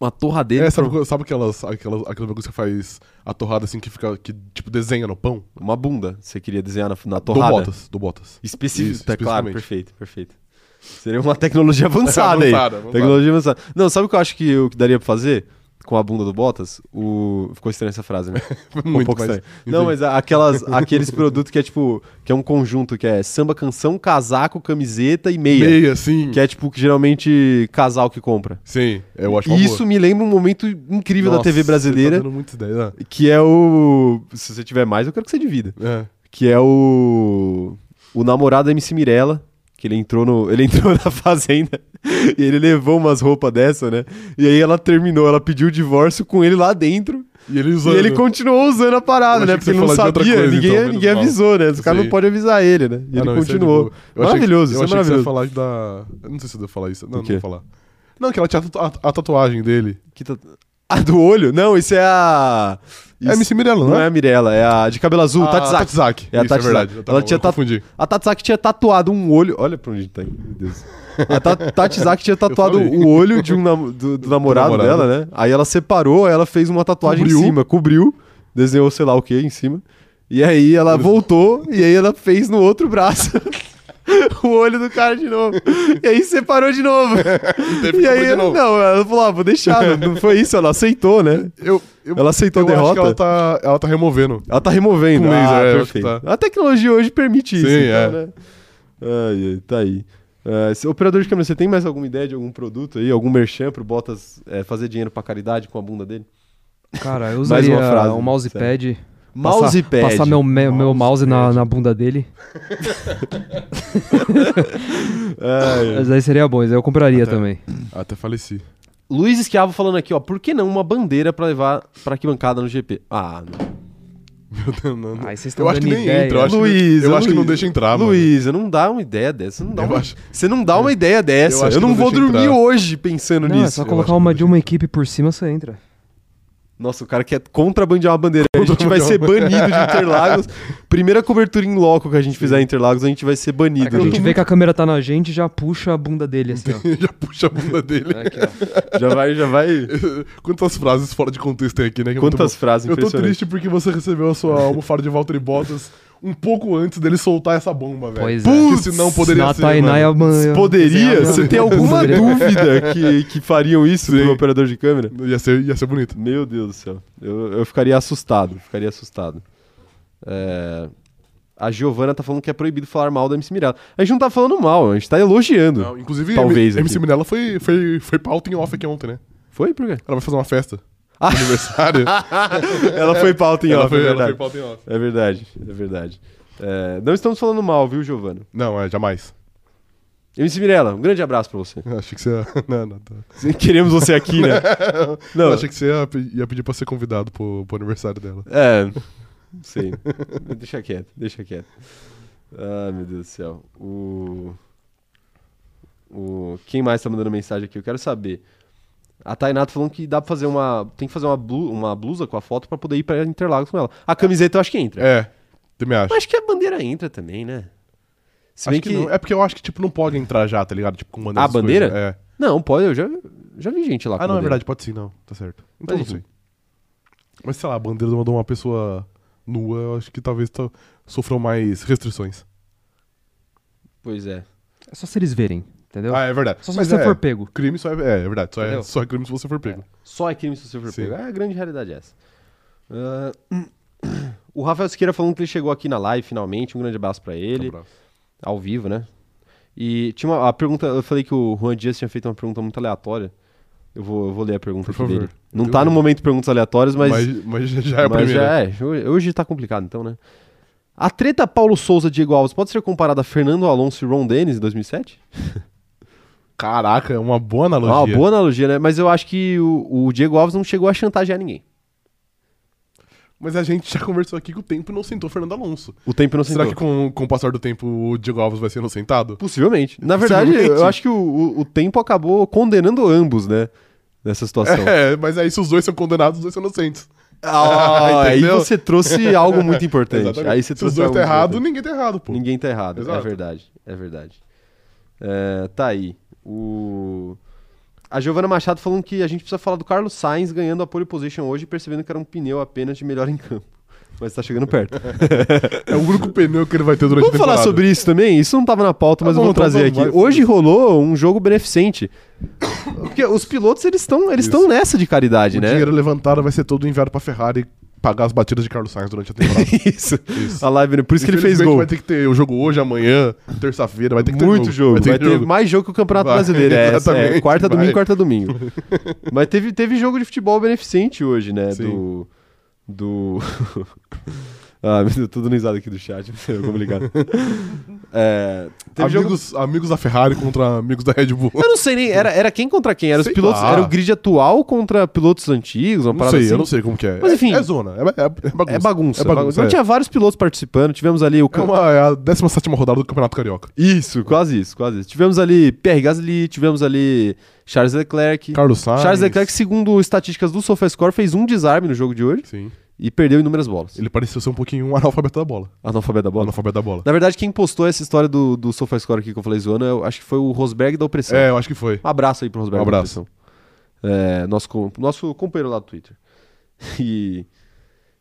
uma torradeira.
É, sabe,
com
co- sabe aquelas, aquelas, aquelas bagulhos que faz a torrada assim que fica, que tipo desenha no pão?
Uma bunda. Você queria desenhar na, na torrada?
Do Botas, do Botas.
Específico,
Isso,
tá claro,
especificamente.
perfeito, perfeito. Seria uma tecnologia avançada, aí.
Avançada, avançada.
Tecnologia avançada. Não, sabe o que eu acho que, o que daria pra fazer com a bunda do Bottas? O... Ficou estranha essa frase, né? Ficou um
Muito,
pouco
mas-
estranho. Não, mas aquelas, aqueles produtos que é tipo, que é um conjunto, que é samba, canção, casaco, camiseta e meia.
Meia, sim.
Que é tipo, que geralmente casal que compra.
Sim, eu acho uma
E isso
boa.
me lembra um momento incrível da
Nossa,
TV brasileira,
Tá dando muita ideia.
que é o... Se você tiver mais, eu quero que você divida
né?
que é o o namorado da MC Mirella, que ele entrou no ele entrou na fazenda e ele levou umas roupas dessa, né? E aí ela terminou, ela pediu o divórcio com ele lá dentro
É. E ele usando.
e ele continuou usando a parada,
Eu
né?
achei que
Porque ele
você
não
ia falar de
sabia,
outra coisa,
ninguém,
então, menos
ninguém
mal.
avisou, né? Os
Isso
caras não
aí.
podem avisar ele, né? E
Ah,
ele
não, isso é de
continuou.
boa. Eu achei que-
maravilhoso,
eu
isso é
achei que você ia
maravilhoso.
falar da. eu Não sei se eu devo falar isso. Não,
Do
não
quê?
vou falar. Não, que ela tinha a, tatu- a- a tatuagem dele.
Que tá- Ah, do olho? Não, isso é a
É
isso
MC Mirella,
Não é
né?
a Mirella, é a de cabelo azul, Tatsaki.
Tatsaki.
É a
Isso, é
Tatsaki.
verdade.
Ela tinha tatu-
tatuagem.
A Tatsaki tinha tatuado um olho. Olha pra onde tá. aí, Meu Deus. A Ta- Tatsaki tinha tatuado
falei.
o olho de um nam- do, do namorado
Do namorado.
dela, né? Aí ela separou, aí ela fez uma tatuagem em
Cobriu.
cima, cobriu, desenhou sei lá o que em cima. E aí ela voltou e aí ela fez no outro braço. O olho do cara de novo. E aí separou de novo. E aí, não, ela falou: ah, vou deixar. Não, não foi isso, ela aceitou, né?
Eu, eu,
Ela aceitou
eu
a derrota.
acho que ela tá, ela tá removendo.
Ela tá removendo.
Com laser,
ah,
é, eu acho que
perfeito. A tecnologia hoje permite isso.
Sim,
então,
é.
né? Ai, ai, tá aí. Ah, se- operador de câmera, você tem mais alguma ideia de algum produto aí? Algum merchan pro Bottas eh, fazer dinheiro pra caridade com a bunda dele?
Cara, eu
Mais
usaria
uma frase,
um mousepad. passar-
Mousepad.
Passar meu, me- meu mouse na,
Mousepad.
na bunda dele.
Ai, ai.
Mas aí seria bom, isso aí eu compraria
Até-
também.
Ah, Até faleci.
Luiz Esquiavo falando aqui, ó. Por que não uma bandeira pra levar pra que bancada no GP? Ah, não.
Meu Deus, não. não.
Aí Ah, vocês
Eu acho que nem
né?
entra, eu acho,
Luiz,
que, eu
ô,
acho que não
Luiz.
deixa entrar, mano.
Luiz, eu não dá uma ideia dessa. Não dá
Eu
uma-
acho-
Você não dá uma ideia dessa.
acho
Eu,
que
não,
não
vou
deixa
dormir
entrar.
hoje pensando
Não, é
nisso.
só
eu
colocar
acho
uma
que
de uma equipe por cima, você entra.
Nossa, o cara quer contrabandear uma bandeira. A gente vai ser banido de Interlagos. Primeira cobertura em loco que a gente fizer em Interlagos, a gente vai ser banido.
a
né?
gente vê que a câmera tá na gente e já puxa a bunda dele, assim, ó.
já puxa a bunda dele.
É.
Aqui, ó.
Já vai, já vai.
Quantas frases fora de contexto tem aqui, né? que é muito
Quantas
bom.
frases
Eu tô
impressionantes.
triste porque você recebeu a sua almofada de Walter Bottas um pouco antes dele soltar essa bomba, velho.
Pois é.
Putz, senão poderia
Na
ser,
Tainai
mano.
amanhã.
é.
Poderia? Você tem alguma
Poderia.
dúvida que, que fariam isso
Sim.
pro operador de câmera?
Ia ser, ia ser bonito.
Meu Deus do céu. Eu, eu ficaria assustado. Ficaria assustado. É, A Giovana tá falando que é proibido falar mal da MC Mirella. A gente não tá falando mal, a gente tá elogiando.
Não, inclusive,
Talvez
M- MC
aqui.
Minella foi, foi, foi pauta em off aqui ontem, né?
Foi? Por quê?
Ela vai fazer uma festa. aniversário.
ela foi pauta em
ela
off,
foi,
é
ela foi
verdade.
pauta em off.
É verdade, é verdade. É, não estamos falando mal, viu, Giovana?
Não, é, jamais.
MC Mirella, um grande abraço pra você.
Achei que você ia... Não, não, tá.
Queremos você aqui, né? Não,
Eu achei que você ia, pe- ia pedir pra ser convidado pro, pro aniversário dela.
É, não sei. deixa quieto, deixa quieto. Ah, meu Deus do céu. O... O... Quem mais tá mandando mensagem aqui? Eu quero saber. A Tainato falando que dá pra fazer uma... Tem que fazer uma, blu- uma blusa com a foto pra poder ir pra Interlagos com ela. A camiseta eu acho que entra.
É, também acho.
Eu acho que a bandeira entra também, né? Se bem
Acho que não. É porque eu acho que, tipo, não pode entrar já, tá ligado? Tipo, com bandeira.
A
essas
bandeira?
coisas. É.
Não, pode, eu já, já vi gente lá com
Ah, não, é
bandeira.
verdade, pode sim, não. Tá certo. Então
Mas
não
enfim.
sei. Mas sei lá, a bandeira mandou uma pessoa nua, eu acho que talvez to- sofram mais restrições.
Pois é.
É só se eles verem, entendeu?
Ah, é verdade.
Só se
Mas
você
é,
for pego.
Crime só é. É, é verdade. Só é,
Entendeu?
só é crime se você for pego.
Só é crime se você for
Sim.
pego. É a grande realidade é essa. Ah, o Rafael Siqueira falando que ele chegou aqui na live finalmente. Um grande abraço pra ele.
Tá bravo.
ao vivo, né? E tinha uma a pergunta. Eu falei que o Juan Dias tinha feito uma pergunta muito aleatória. Eu vou, eu vou ler a pergunta
Por
aqui
favor.
dele. Não
Deus
tá no
livre.
momento perguntas aleatórias, mas.
Mas, mas já é a
mas
primeira.
já é. Hoje, hoje tá complicado, então, né? A treta Paulo Souza Diego Alves pode ser comparada a Fernando Alonso e Ron Dennis em 2007?
Caraca, é uma boa
É
analogia.
uma boa analogia, né? Mas eu acho que o, o Diego Alves não chegou a chantagear ninguém.
Mas a gente já conversou aqui que o tempo não sentou Fernando Alonso.
O tempo não
Será
sentou.
que com, com o passar do tempo o Diego Alves vai ser inocentado?
Possivelmente. Na verdade,
Possivelmente.
eu acho que o, o- o tempo acabou condenando ambos, né? Nessa situação.
É, mas aí se os dois são condenados, os dois são inocentes.
Ah, aí
Entendeu?
você trouxe algo muito importante. Aí você
se os
trouxe
dois
algo muito
tá errado,
importante.
ninguém tá errado, pô.
ninguém tá errado. É
Exato.
verdade, é verdade. É, tá aí. O... A Giovana Machado falando que a gente precisa falar do Carlos Sainz ganhando a pole position hoje, percebendo que era um pneu apenas de melhor em campo. Mas tá chegando perto.
É o único pneu que ele vai ter durante
Vamos
a temporada.
falar sobre isso também? Isso não tava na pauta,
Tá
mas
bom,
eu vou
então
trazer
vamos,
aqui.
vai,
Hoje rolou um jogo beneficente. Porque os pilotos, eles estão eles
Isso.
tão nessa de caridade,
O
né?
dinheiro levantado vai ser todo enviado pra Ferrari pagar as batidas de Carlos Sainz durante a temporada.
isso.
Isso.
A live, né? por isso que ele fez
Infelizmente,
gol.
vai ter que ter o jogo hoje, amanhã, terça-feira, vai ter que ter
Muito jogo. Vai ter,
jogo.
mais jogo que o Campeonato
Vai,
Brasileiro. É,
exatamente,
é, quarta,
vai.
domingo, quarta, domingo. Mas teve, teve jogo de futebol beneficente hoje, né?
Sim.
Do. Do. ah, meu Deus, tô dando risada aqui do chat. É complicado. É, teve jogo.
Amigos, amigos da Ferrari contra amigos da Red Bull.
Eu não sei nem. Era, era quem contra quem? Era os
Sei
pilotos.
lá.
Era o grid atual contra pilotos antigos, uma
Não
parada
sei,
assim.
eu não sei como que é.
Mas, enfim.
É, é zona, é, é, é
É
bagunça.
bagunça.
É
É
bagunça, é.
Então tinha vários pilotos participando. Tivemos ali o.
É,
Ca-
uma, é a 17 rodada do Campeonato Carioca.
Isso, quase isso, quase isso. Tivemos ali Pierre Gasly, tivemos ali Charles Leclerc.
Carlos Sainz.
Charles Leclerc, segundo estatísticas do SofaScore, fez um desarme no jogo de hoje
Sim.
e perdeu inúmeras bolas.
Ele pareceu ser um pouquinho um analfabeto da bola.
Analfabeto da bola?
Analfabeto da bola.
Na verdade, quem postou essa história do, do SofaScore aqui que eu falei zoando, eu acho que foi o Rosberg da Opressão.
É, eu acho que foi.
Um abraço aí pro Rosberg
Um
da
abraço.
Opressão. É, nosso, com- nosso companheiro lá do Twitter. E...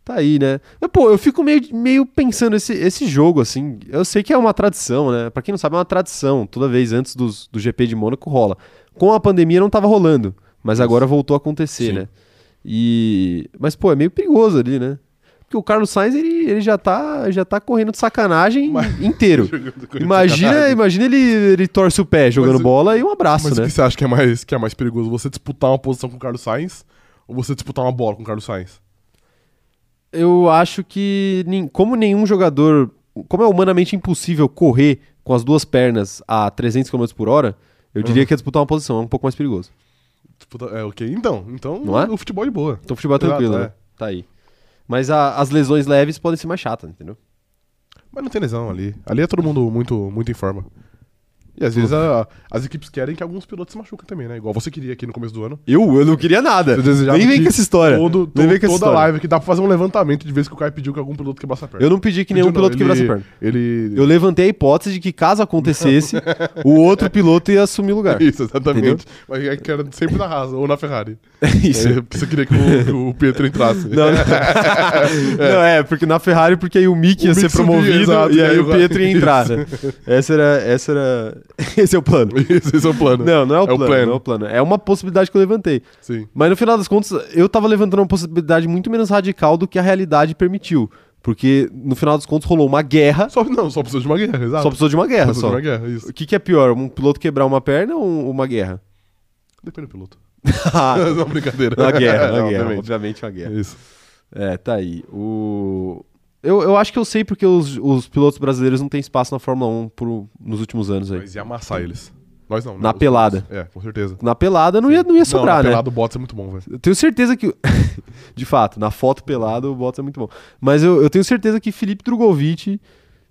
Tá aí, né? Mas, pô, eu fico meio, meio pensando esse, esse jogo, assim. Eu sei que é uma tradição, né? Pra quem não sabe, é uma tradição. Toda vez antes dos, do GP de Mônaco rola. Com a pandemia não tava rolando, mas agora voltou a acontecer,
Sim.
né? E. Mas, pô, é meio perigoso ali, né? Porque o Carlos Sainz, ele, ele já, tá, já tá correndo de sacanagem inteiro. Imagina, imagina ele, ele torce o pé jogando
Mas-
bola e um abraço,
Mas o
né?
que você acha que é, mais, que é mais perigoso? Você disputar uma posição com o Carlos Sainz ou você disputar uma bola com o Carlos Sainz?
Eu acho que, nin- como nenhum jogador. Como é humanamente impossível correr com as duas pernas a 300 km por hora, eu
Uhum.
diria que é disputar uma posição, é um pouco mais perigoso.
Disputa- é, ok. Então, então
Não é?
o futebol é de boa.
Então, futebol é
Exato,
tranquilo,
é.
né? Tá aí. Mas a- as lesões leves podem ser mais chatas, entendeu?
Mas não tem lesão ali. Ali é todo mundo muito, muito em forma. E às vezes a- as equipes querem que alguns pilotos se machuquem também, né? Igual você queria aqui no começo do ano.
Eu, eu não queria nada.
Eu desejava
É. Nem vem
que
com essa história.
Todo,
Nem vem com essa
toda
história.
live que dá pra fazer um levantamento de vez que o cara pediu que algum piloto quebrasse a perna.
Eu não pedi que nenhum
Pediu não,
piloto quebrasse a perna.
ele- Ele.
Eu levantei a hipótese de que, caso acontecesse, o outro piloto ia assumir o lugar.
Isso, exatamente. Mas é que era sempre na Haas ou na Ferrari.
Isso.
É, porque você queria que o, que o Pietro entrasse.
Não, não. Não, é, porque na Ferrari, porque aí o Mick
O
ia
Mick
ser
subia,
promovido
exato,
e aí o Pietro ia
Isso.
entrar. né? Essa era, essa era. Esse é o plano.
Esse, esse é o plano.
Não, não é o,
É o
plano,
plano.
Não é o plano. É uma possibilidade que eu levantei.
Sim.
Mas no final das contas, eu tava levantando uma possibilidade muito menos radical do que a realidade permitiu. Porque no final das contas rolou uma guerra,
Só, não, só precisou de uma guerra, exato.
só precisou de uma guerra.
Precisou
Só.
de uma guerra, isso.
O que, que é pior, um piloto quebrar uma perna ou uma guerra?
Depende do piloto. não, brincadeira.
Uma Ah. guerra, uma
Não,
guerra.
É, obviamente.
Obviamente uma guerra.
É isso.
É, tá aí. O... Eu, eu acho que eu sei porque os, os pilotos brasileiros não têm espaço na Fórmula 1 por- nos últimos anos aí.
Mas ia amassar eles. Nós não. né?
Na
Os-
pelada.
É, com certeza.
Na pelada não ia, não ia sobrar,
não, na
né?
pelada o Bottas é muito bom, velho.
Eu tenho certeza que. de fato, na foto pelado o Bottas é muito bom. Mas eu, eu tenho certeza que Felipe Drogovic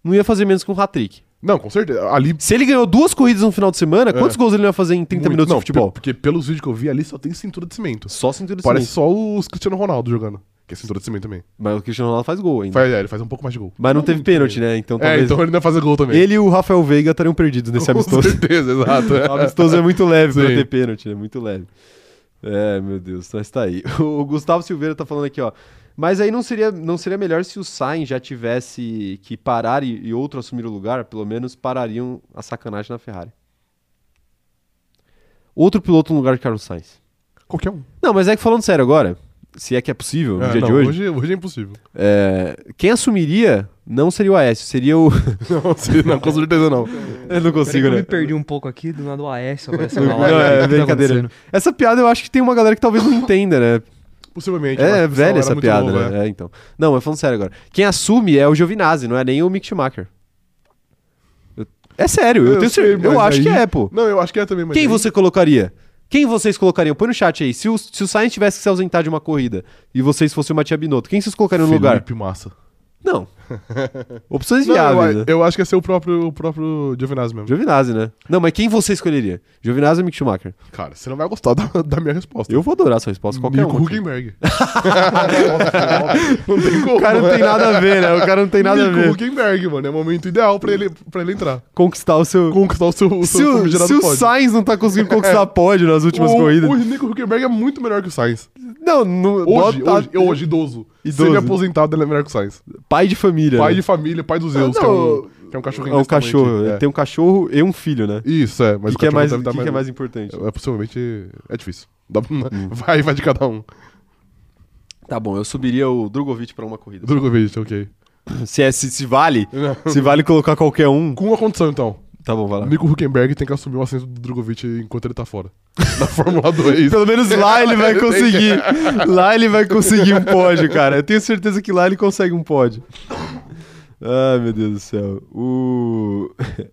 não ia fazer menos que um hat-trick.
Não, com certeza. Ali...
Se ele ganhou duas corridas no final de semana, quantos gols ele não ia fazer em 30
É. muito-
minutos
não,
de futebol?
pe- Porque pelos vídeos que eu vi, ali só tem cintura de cimento.
Só cintura de
Parece
cimento.
só os Cristiano Ronaldo jogando. Que é cintura de cimento também.
Mas o Cristiano Ronaldo faz gol ainda.
Faz, é, ele faz um pouco mais de gol.
Mas não teve
muito
pênalti,
bem.
né? Então
É,
talvez.
então ele não ia fazer gol também.
Ele e o Rafael Veiga estariam perdidos nesse
com
amistoso.
certeza, exato.
O amistoso é muito leve pra
Sim.
ter pênalti, é muito leve. É, meu Deus, mas tá aí. O Gustavo Silveira tá falando aqui, ó. Mas aí não seria, não seria melhor se o Sainz já tivesse que parar e, e outro assumir o lugar? Pelo menos parariam a sacanagem na Ferrari. Outro piloto no lugar de Carlos Sainz.
Qualquer um.
Não, mas é que falando sério agora, se é que é possível no
É,
dia
não,
de hoje,
hoje. hoje é impossível.
é, quem assumiria não seria o Aécio, seria o...
Não, se- não, com certeza não.
Eu não
Peraí que
consigo,
Eu
né?
me perdi um pouco aqui, do nada o Aécio apareceu na
Não,
hora.
é
O que tá
brincadeira.
acontecendo?
Essa piada eu acho que tem uma galera que talvez não entenda, né?
Possivelmente. mas
É,
essa hora
velha essa
muito
piada,
nova, é.
né? É, então. Não, mas falando sério agora. Quem assume é o Giovinazzi, não é nem o Mick Schumacher. Eu- É sério, eu,
Eu
tenho
sei,
certeza. Eu
mas
acho que
aí-
é, pô.
Não, eu acho que é também, mas.
Quem
aí-
você colocaria? Quem vocês colocariam? Põe no chat aí. Se o, se o Sainz tivesse que se ausentar de uma corrida e vocês fossem o Matia Binotto, quem vocês colocariam no lugar?
Felipe Massa.
Não. Opções
Não, eu,
viáveis, né?
a- eu acho que ia ser o próprio, o próprio Giovinazzi mesmo.
Giovinazzi, né? Não, mas quem você escolheria? Giovinazzi ou Mick Schumacher?
Cara, você não vai gostar da, da minha resposta.
Eu vou adorar essa resposta, qualquer
Nico
um. aqui.
Huckenberg. não tem como.
O cara não tem nada a ver, né? O cara não tem nada a
Nico
ver.
Huckenberg, mano. É o momento ideal pra ele, pra ele entrar.
Conquistar o seu,
Conquistar o seu, o
Se
seu
o,
famigerado
se o
pódio.
Sainz não tá conseguindo conquistar pódio nas últimas
o,
corridas.
O Nico Huckenberg é muito melhor que o Sainz.
não, não
Hoje,
bota-
hoje, hoje idoso. Se
Idoso.
ele é aposentado, ele é melhor que o Sainz.
pai de família.
Pai
né?
de família, pai dos Zeus,
Não,
que é um, que é um cachorrinho
É um
desse tamanho
cachorro.
aqui.
Tem um cachorro e um filho, né?
É. Isso, é.
O
Mas
que, que é
cachorro
mais,
deve dar
que que é mais Hum. importante?
É, possivelmente é difícil. Dá- Vai, vai de cada um.
Tá bom, eu subiria o Drogovic pra uma corrida.
Drogovic, ok.
Se, é- se, se vale, se vale colocar qualquer um.
Com uma condição, então.
Tá bom, vai lá.
Nico Huckenberg tem que assumir o assento do Drogovic enquanto ele tá fora. Na Fórmula 2.
Pelo menos lá ele vai conseguir. Lá ele vai conseguir um pódio, cara. Eu tenho certeza que lá ele consegue um pódio. Ai, meu Deus do céu. O.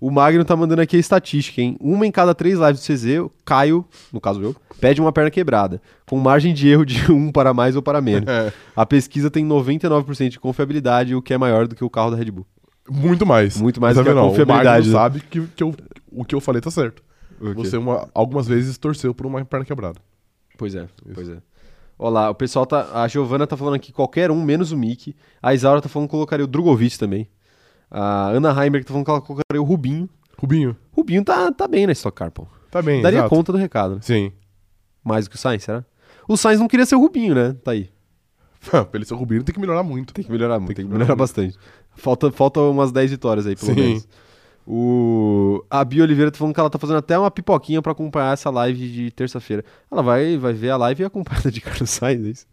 O Magno tá mandando aqui a estatística, hein? Uma em cada três lives do CZ, o Caio, no caso eu, pede uma perna quebrada, com margem de erro de um para mais ou para menos.
É.
A pesquisa tem 99% de confiabilidade, o que é maior do que o carro da Red Bull.
Muito mais.
Muito mais
Tá
do que a
vendo?
confiabilidade,
O Magno
né?
sabe que, que eu- o que eu falei tá certo.
O quê?
Você uma- algumas vezes torceu por uma perna quebrada.
Pois é, pois é. Olá, o pessoal tá. A Giovana tá falando aqui qualquer um, menos o Mickey. A Isaura tá falando que colocaria o Drogovic também. A Ana Heimberg tá falando que ela colocaria o Rubinho.
Rubinho,
Rubinho tá, tá bem na Stock Car, pô.
tá bem.
Daria
exato.
conta do recado, né?
Sim.
Mais do que o Sainz, será? O Sainz não queria ser o Rubinho, né? Tá aí.
pra ele ser o Rubinho, ele tem que melhorar muito.
Tem que melhorar muito, tem que melhorar bastante. Falta, falta umas 10 vitórias aí, pelo
Sim.
menos. O... A Bia Oliveira tá falando que ela tá fazendo até uma pipoquinha pra acompanhar essa live de terça-feira. Ela vai, vai ver a live e acompanha a de Carlos Sainz, é isso?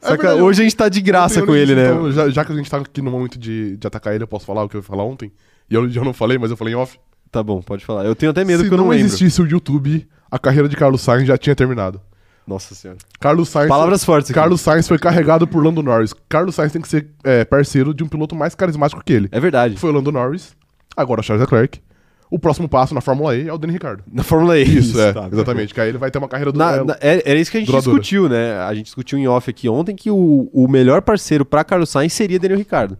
Saca,
É verdade,
hoje a gente tá de graça
Então,
com ele, né?
então, já, já que a gente tá aqui no momento de, de atacar ele, eu posso falar o que eu ia falar ontem. E eu, eu não falei, mas eu falei em off.
Tá bom, pode falar. Eu tenho até medo
Se
que eu não,
não
lembro.
existisse o YouTube, a carreira de Carlos Sainz já tinha terminado.
Nossa senhora.
Carlos Sainz.
Palavras fortes aqui.
Carlos Sainz foi carregado por Lando Norris. Carlos Sainz tem que ser é, parceiro de um piloto mais carismático que ele.
É verdade.
Foi o Lando Norris, agora o Charles Leclerc. O próximo passo na Fórmula E é o Dani Ricardo.
Na Fórmula E.
Isso, é,
tá, tá.
exatamente. Que aí ele vai ter uma carreira do
Na- na- é- era isso que a gente
Duradoura.
discutiu, né? A gente discutiu em off aqui ontem que o, o melhor parceiro pra Carlos Sainz seria Daniel Ricardo.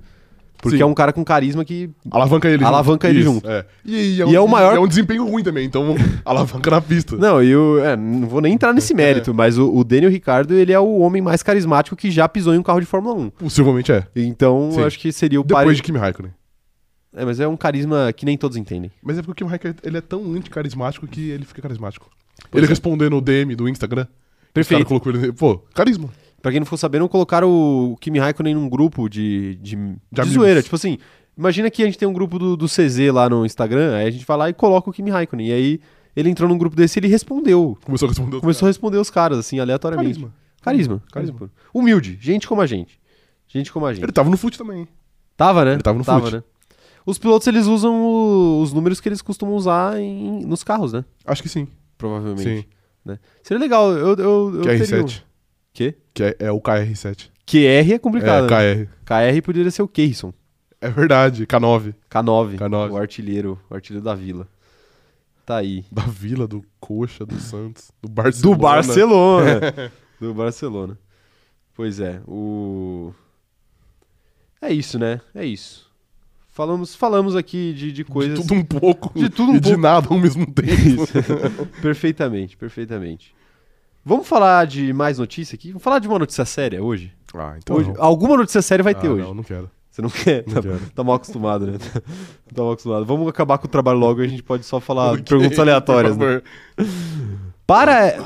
Porque
Sim.
é um cara com carisma que.
Alavanca ele
Alavanca ele junto.
É. E,
E é o maior-
É um desempenho ruim também, então alavanca na pista.
Não, eu é, não vou nem entrar nesse mérito, mas o, o Daniel Ricardo ele é o homem mais carismático que já pisou em um carro de Fórmula 1.
Possivelmente é.
Então,
Sim.
eu acho que seria o
Depois
pare...
de Kimi Raikkonen.
É, mas é um carisma que nem todos entendem.
Mas é porque o Kim Raikkonen ele é tão anticarismático que ele fica carismático.
Pois
ele
é.
respondendo o DM do Instagram.
Perfeito.
O cara colocou ele. Pô, carisma.
Pra quem não ficou sabendo, colocaram o Kimi Raikkonen num grupo de, de, de
amigos.
zoeira. Tipo assim, imagina que a gente tem um grupo do, do CZ lá no Instagram, aí a gente vai lá e coloca o Kimi Raikkonen. E aí ele entrou num grupo desse e ele respondeu.
Começou a responder. os
Começou a responder os caras, assim, aleatoriamente.
Carisma.
Carisma.
Carisma.
Carisma. Humilde. Gente como a gente. Gente como a gente.
Ele tava no fute também. hein?
Tava, né?
Ele tava no fute.
né? Os pilotos, eles usam o- os números que eles costumam usar em- nos carros, né?
Acho que sim.
provavelmente.
Sim.
né? Seria legal, eu, eu, eu
Que é
teria um.
R7.
Quê?
Que é, é o KR7.
QR é
É,
complicado, né?
KR.
KR poderia ser o Keyson.
É verdade, K9.
K9,
K9.
o artilheiro, o artilheiro da vila. Tá aí.
Da Vila, do Coxa, do Santos, do
Do
Barcelona.
Barcelona. do Barcelona. Pois é, o. É isso, né? É isso. Falamos, falamos aqui de, de coisas.
De tudo um pouco.
De tudo um
e de
pouco.
nada ao mesmo tempo.
Isso. perfeitamente, perfeitamente. Vamos falar de mais notícia aqui? Vamos falar de uma notícia séria hoje?
Ah, então.
hoje
não.
alguma notícia séria vai
Ah,
ter hoje.
Não, não quero.
Você não quer?
Não
tá,
quero.
tá mal acostumado, né? tá mal acostumado. Vamos acabar com o trabalho logo e a gente pode só falar
Ok,
Ah, perguntas aleatórias.
por
Né?
favor.
Para.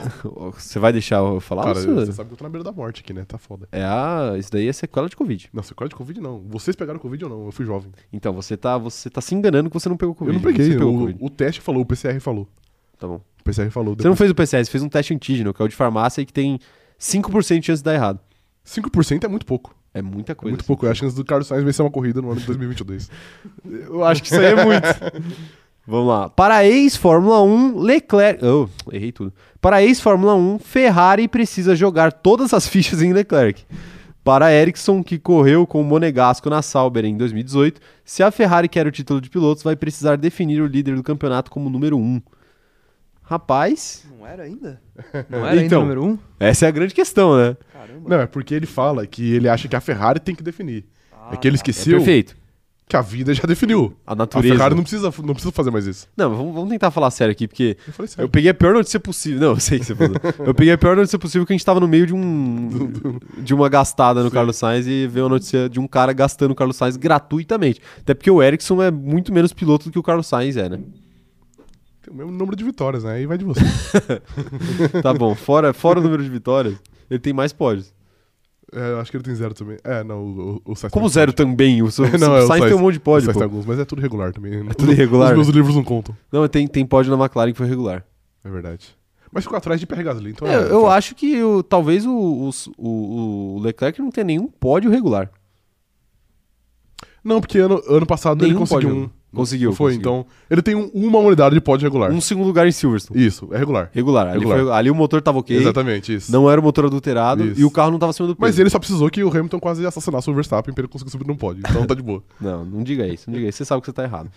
Você vai deixar eu falar?
Cara,
isso?
você sabe que eu tô na beira da morte aqui, né? Tá foda.
É a... Isso daí é sequela de Covid.
Não, você corre de Covid não. Vocês pegaram Covid ou não? Eu fui jovem.
Então, você tá, você tá se enganando que você não pegou
Eu
Covid.
não peguei.
Você pegou Covid.
o, o teste falou, o PCR falou.
Tá bom.
O PCR falou.
Você não fez o PCR, você fez um teste antígeno, que é o de farmácia e que tem 5% de chance de dar errado.
depois. 5% é muito pouco.
É muita
É
coisa.
muito pouco. É a chance do Carlos Sainz vencer uma corrida no ano de 2022.
Eu acho que isso aí é muito. Vamos lá. Para ex-Fórmula 1, Leclerc. Oh, errei tudo. Para ex-Fórmula 1, Ferrari precisa jogar todas as fichas em Leclerc. Para Ericsson, que correu com o Monegasco na Sauber em 2018, se a Ferrari quer o título de pilotos, vai precisar definir o líder do campeonato como número 1. Rapaz,
Não era ainda? Não era
Então.
ainda o número um?
essa é a grande questão, né?
Caramba.
não, é porque ele fala que ele acha que a Ferrari tem que definir. é que ele
É
esqueceu
perfeito.
que a vida já definiu.
A
A
natureza.
Ferrari não precisa, não precisa fazer mais isso.
Não, mas vamos, vamos tentar falar sério aqui, porque
Eu falei
eu
sério.
peguei a pior notícia possível. Não, eu sei que você falou. Eu peguei a pior notícia possível que a gente tava no meio de um. de uma gastada no Carlos Sainz e veio a notícia de um cara gastando o Carlos Sainz gratuitamente. Até porque o Ericsson é muito menos piloto do que o Carlos Sainz é, né?
Tem o mesmo número de vitórias, né? Aí vai de você.
Tá bom, fora, fora o número de vitórias, ele tem mais pódios.
É, eu acho que ele tem zero também. É, não, o, o, o Sainz
Como
tem-
zero também? O, seu-
Não,
seu
é,
Sainz
o
tem um
Sainz-
monte de
o
pódio.
Sainz tá-
pô.
tem alguns, mas é tudo regular também. É
tudo irregular, né?
Os meus livros não contam.
Não, tem, tem pódio na McLaren que foi regular.
É verdade. Mas ficou atrás de Pierre Gasly, então
É,
é,
eu acho que o- talvez o, o, o- o Leclerc não tenha nenhum pódio regular.
Não, porque ano, ano passado ele
Nenhum
conseguiu
pódio.
um.
Conseguiu,
Não foi,
conseguiu.
então. Ele tem um- uma unidade de pódio regular.
Um segundo lugar em Silverstone.
Isso, é regular.
Regular. Ali,
Regular.
foi- ali o motor tava ok.
Exatamente, isso.
Não era o motor adulterado
Isso.
e o carro não tava acima do peso.
Mas ele só precisou que o Hamilton quase assassinasse o Verstappen pra ele conseguir subir num pódio. Então tá de boa.
Não, não diga isso, não diga isso. Você sabe que você tá errado.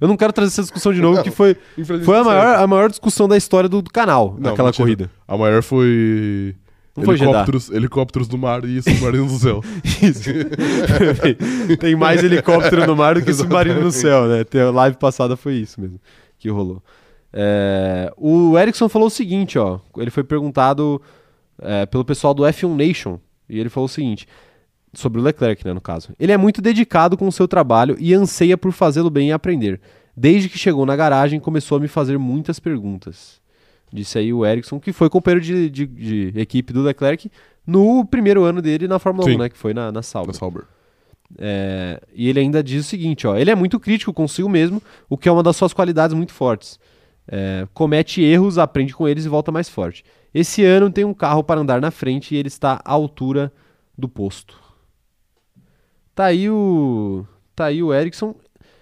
Eu não quero trazer essa discussão de novo, que foi,
Infelizmente,
foi a,
tá
maior,
certo.
a maior discussão da história do, do canal,
Não,
aquela
mentira.
corrida.
A maior foi.
Não foi Jeddah.
helicópteros, helicópteros do mar e submarinos do céu.
Isso. Tem mais helicóptero no mar do que submarino no céu, né? Tem- A live passada foi isso mesmo que rolou. É, o Erickson falou o seguinte, ó. Ele foi perguntado é, pelo pessoal do F1 Nation e ele falou o seguinte sobre o Leclerc, né, no caso. Ele é muito dedicado com o seu trabalho e anseia por fazê-lo bem e aprender. Desde que chegou na garagem, começou a me fazer muitas perguntas. Disse aí o Ericsson, que foi companheiro de, de- de equipe do Leclerc no primeiro ano dele na Fórmula
Sim.
1, né? Que foi na, na Sauber.
Mas Sauber.
É, e ele ainda diz o seguinte, ó. Ele é muito crítico consigo mesmo, o que é uma das suas qualidades muito fortes. É, comete erros, aprende com eles e volta mais forte. Esse ano tem um carro para andar na frente e ele está à altura do posto. Tá aí o. Tá aí o Ericsson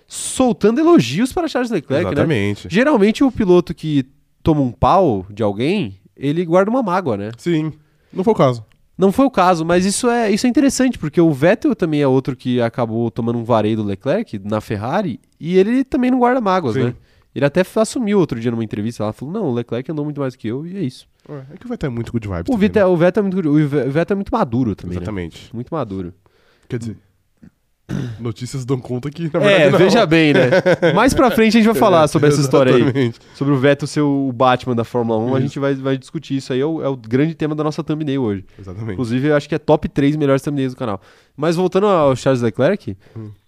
soltando elogios para Charles Leclerc, né?
Exatamente.
Geralmente o piloto que toma um pau de alguém, ele guarda uma mágoa, né?
Sim. Não foi o caso.
Não foi o caso, mas isso é, isso é interessante, porque o Vettel também é outro que acabou tomando um vareio do Leclerc na Ferrari, e ele também não guarda mágoas,
Sim.
né? Ele até f- assumiu outro dia numa entrevista, ela falou, não, o Leclerc andou muito mais que eu, e é isso.
É que vai ter muito good vibes.
O
também, né?
Vettel, o Vettel é muito, o Ve- o Vettel é muito maduro também, né?
Exatamente.
Muito maduro.
Quer dizer, notícias dão conta que, na verdade,
É,
não. É,
veja bem, né? Mais pra frente a gente vai falar sobre essa história aí.
Exatamente.
Sobre o Vettel ser o Batman da Fórmula 1, a gente vai, vai discutir isso aí, é o, é o grande tema da nossa thumbnail hoje.
Exatamente.
Inclusive, eu acho que é top 3 melhores thumbnails do canal. Mas voltando ao Charles Leclerc,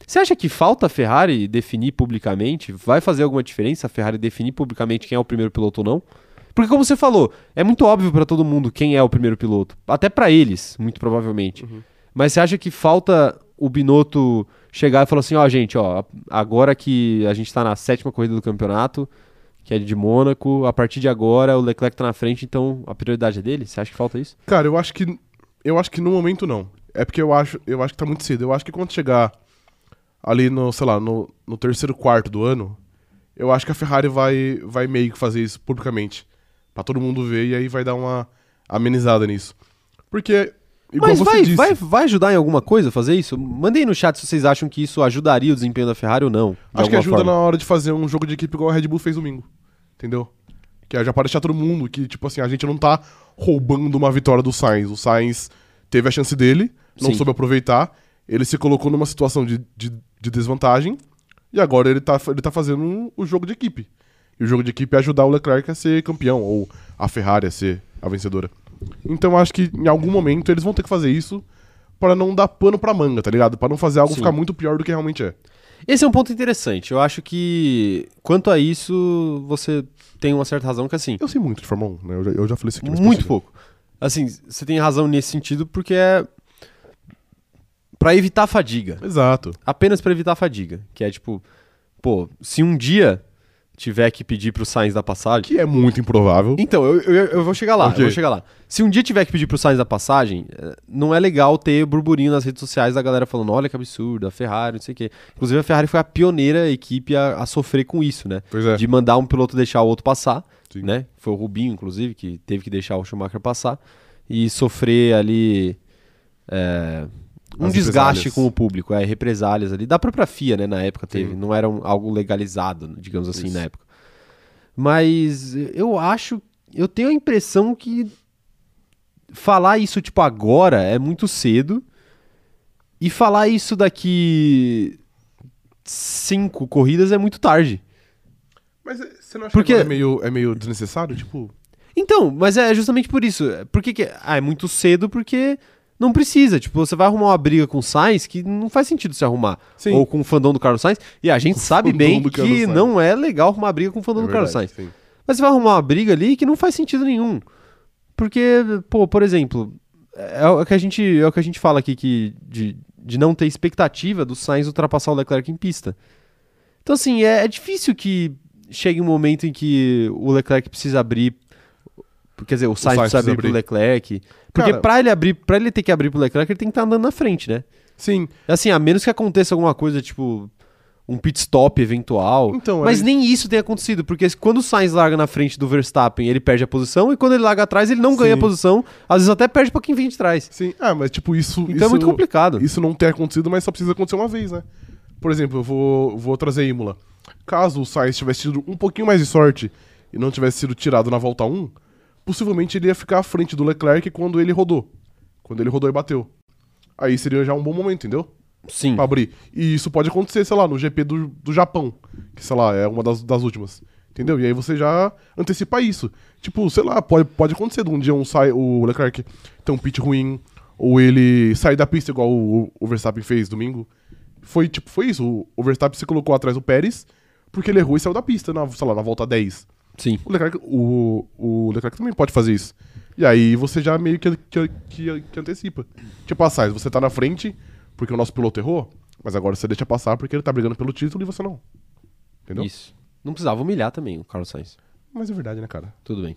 você acha que falta a Ferrari definir publicamente? Vai fazer alguma diferença a Ferrari definir publicamente quem é o primeiro piloto ou não? Porque, como você falou, é muito óbvio pra todo mundo quem é o primeiro piloto. Até pra eles, muito provavelmente. Mas você acha que falta o Binotto chegar e falar assim: ó, gente, ó, agora que a gente tá na sétima corrida do campeonato, que é de Mônaco, a partir de agora o Leclerc tá na frente, então a prioridade é dele? Você acha que falta isso?
Cara, eu acho que. Eu acho que no momento não. É porque eu acho, eu acho que tá muito cedo. Eu acho que quando chegar ali no, sei lá, no, no terceiro quarto do ano, eu acho que a Ferrari vai, vai meio que fazer isso publicamente. Pra todo mundo ver e aí vai dar uma amenizada nisso. Porque, igual
Mas
você
vai,
disse,
vai, vai ajudar em alguma coisa fazer isso? Mandei no chat se vocês acham que isso ajudaria o desempenho da Ferrari ou não. de
acho que
alguma
ajuda
forma.
na hora de fazer um jogo de equipe igual a Red Bull fez domingo. Entendeu? Que é já pra deixar todo mundo que, tipo assim, a gente não tá roubando uma vitória do Sainz. O Sainz teve a chance dele, não
Sim.
soube aproveitar. Ele se colocou numa situação de, de, de desvantagem. E agora ele tá, ele tá fazendo um- o jogo de equipe. E o jogo de equipe é ajudar o Leclerc a ser campeão, ou a Ferrari a ser a vencedora. Então eu acho que em algum momento eles vão ter que fazer isso pra não dar pano pra manga, tá ligado? Pra não fazer algo
Sim.
ficar muito pior do que realmente é.
Esse é um ponto interessante. Eu acho que, quanto a isso, você tem uma certa razão que, assim,
Eu sei muito de Fórmula 1, né? Eu já, eu já falei isso aqui. mas
muito
prossiga.
pouco. Assim, você tem razão nesse sentido, porque é pra evitar a fadiga.
Exato.
Apenas pra evitar a fadiga. Que é tipo, pô, se um dia tiver que pedir pro Sainz da passagem,
Que é muito improvável.
Então, eu, eu, eu vou chegar lá,
Ok.
eu vou chegar lá. Se um dia tiver que pedir pro Sainz a passagem, eh, não é legal ter burburinho nas redes sociais da galera falando, olha que absurdo, a Ferrari, não sei o quê. Inclusive, a Ferrari foi a pioneira equipe a, a sofrer com isso, né?
Pois é.
De mandar um piloto deixar o outro passar,
Sim.
né? Foi o Rubinho, inclusive, que teve que deixar o Schumacher passar e sofrer ali eh, um
As
desgaste
represálias.
com o público, é, represálias ali. Da própria FIA, né, na época teve, não era um- algo legalizado, digamos assim,
Isso.
na época. Mas eu acho, eu tenho a impressão que falar isso tipo agora é muito cedo e falar isso daqui cinco corridas é muito tarde.
Mas é- você não acha
Porque-
que agora é meio, é meio desnecessário? Tipo,
Então, mas é justamente por isso. Por que, que ah, é muito cedo porque não precisa, tipo, você vai arrumar uma briga com o Sainz que não faz sentido se arrumar
Sim.
ou com o fandom do Carlos Sainz, e a gente sabe
fandom
bem
do Carlos
que
Sainz.
não é legal arrumar briga com o fandom
é
do Carlos
verdade,
Sainz.
sim.
Mas você vai arrumar uma briga ali que não faz sentido nenhum. Porque, pô, por exemplo, é o que a gente, é o que a gente fala aqui que de, de não ter expectativa do Sainz ultrapassar o Leclerc em pista. Então, assim, é, é difícil que chegue um momento em que o Leclerc precisa abrir. Quer dizer, o Sainz, precisa
Sainz precisa
abrir, pro
abrir.
Leclerc. Porque
Cara-
pra ele abrir, para ele ter que abrir pro Leclerc, ele tem que estar andando na frente, né?
Sim,
Assim, a menos que aconteça alguma coisa, tipo um pit stop eventual.
Então,
Mas
aí-
nem isso tem acontecido, porque quando o Sainz larga na frente do Verstappen, ele perde a posição, e quando ele larga atrás, ele não ganha a
Sim.
posição, às vezes até perde pra quem vem de trás.
sim. Ah, mas tipo, isso.
Então
isso,
é muito complicado.
Isso não ter acontecido, mas só precisa acontecer uma vez, né? Por exemplo, eu vou, vou trazer a Imola. Caso o Sainz tivesse tido um pouquinho mais de sorte e não tivesse sido tirado na volta 1, possivelmente ele ia ficar à frente do Leclerc quando ele rodou. Quando ele rodou e bateu. Aí seria já um bom momento, entendeu?
Sim.
pra abrir. E isso pode acontecer, sei lá, no GP do, do Japão, que, sei lá, é uma das, das últimas. Entendeu? E aí você já antecipa isso. Tipo, sei lá, pode, pode acontecer de um dia um sai, o Leclerc tem um pit ruim, ou ele sai da pista igual o, o Verstappen fez domingo. Foi tipo, foi isso. O, o Verstappen se colocou atrás do Pérez porque ele errou e saiu da pista, na, sei lá, na volta 10.
Sim.
O Leclerc, o, o Leclerc também pode fazer isso. E aí você já meio que, que, que, que antecipa. Tipo, a Sainz, você tá na frente porque o nosso piloto errou, mas agora você deixa passar porque ele tá brigando pelo título e você não. Entendeu?
Isso. Não precisava humilhar também o Carlos Sainz.
Mas é verdade, né, cara?
Tudo bem.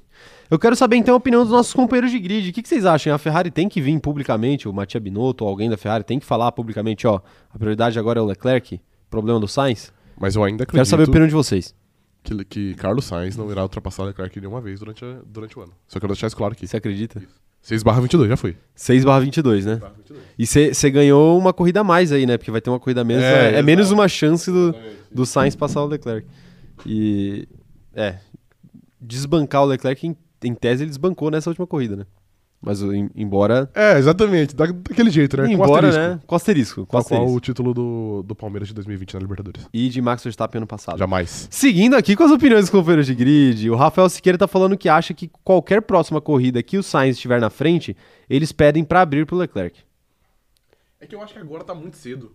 Eu quero saber então a opinião dos nossos companheiros de grid. O que, que vocês acham? A Ferrari tem que vir publicamente, o Mattia Binotto ou alguém da Ferrari tem que falar publicamente, ó, a prioridade agora é o Leclerc, problema do Sainz?
Mas eu ainda acredito
Quero saber a opinião de vocês.
que, que Carlos Sainz não irá ultrapassar o Leclerc nenhuma vez durante, a- durante o ano. Só quero deixar isso claro aqui.
Você acredita?
6 barra 22, já foi.
6 barra 22, né? E você ganhou uma corrida a mais aí, né? Porque vai ter uma corrida a menos.
É,
É, é
exato.
menos uma chance do,
Exatamente.
do Sainz passar o Leclerc. E. É. Desbancar o Leclerc, em, em tese, ele desbancou nessa última corrida, né? Mas o- em- embora.
É, exatamente. Da, daquele jeito, né? Com
embora,
asterisco.
né? Com asterisco. Com
Tal qual
asterisco.
o título do, do Palmeiras de 2020 na Libertadores.
E de Max Verstappen ano passado.
Jamais.
Seguindo aqui com as opiniões dos companheiros de grid, o Rafael Siqueira tá falando que acha que qualquer próxima corrida que o Sainz estiver na frente, eles pedem pra abrir pro Leclerc.
É que eu acho que agora tá muito cedo.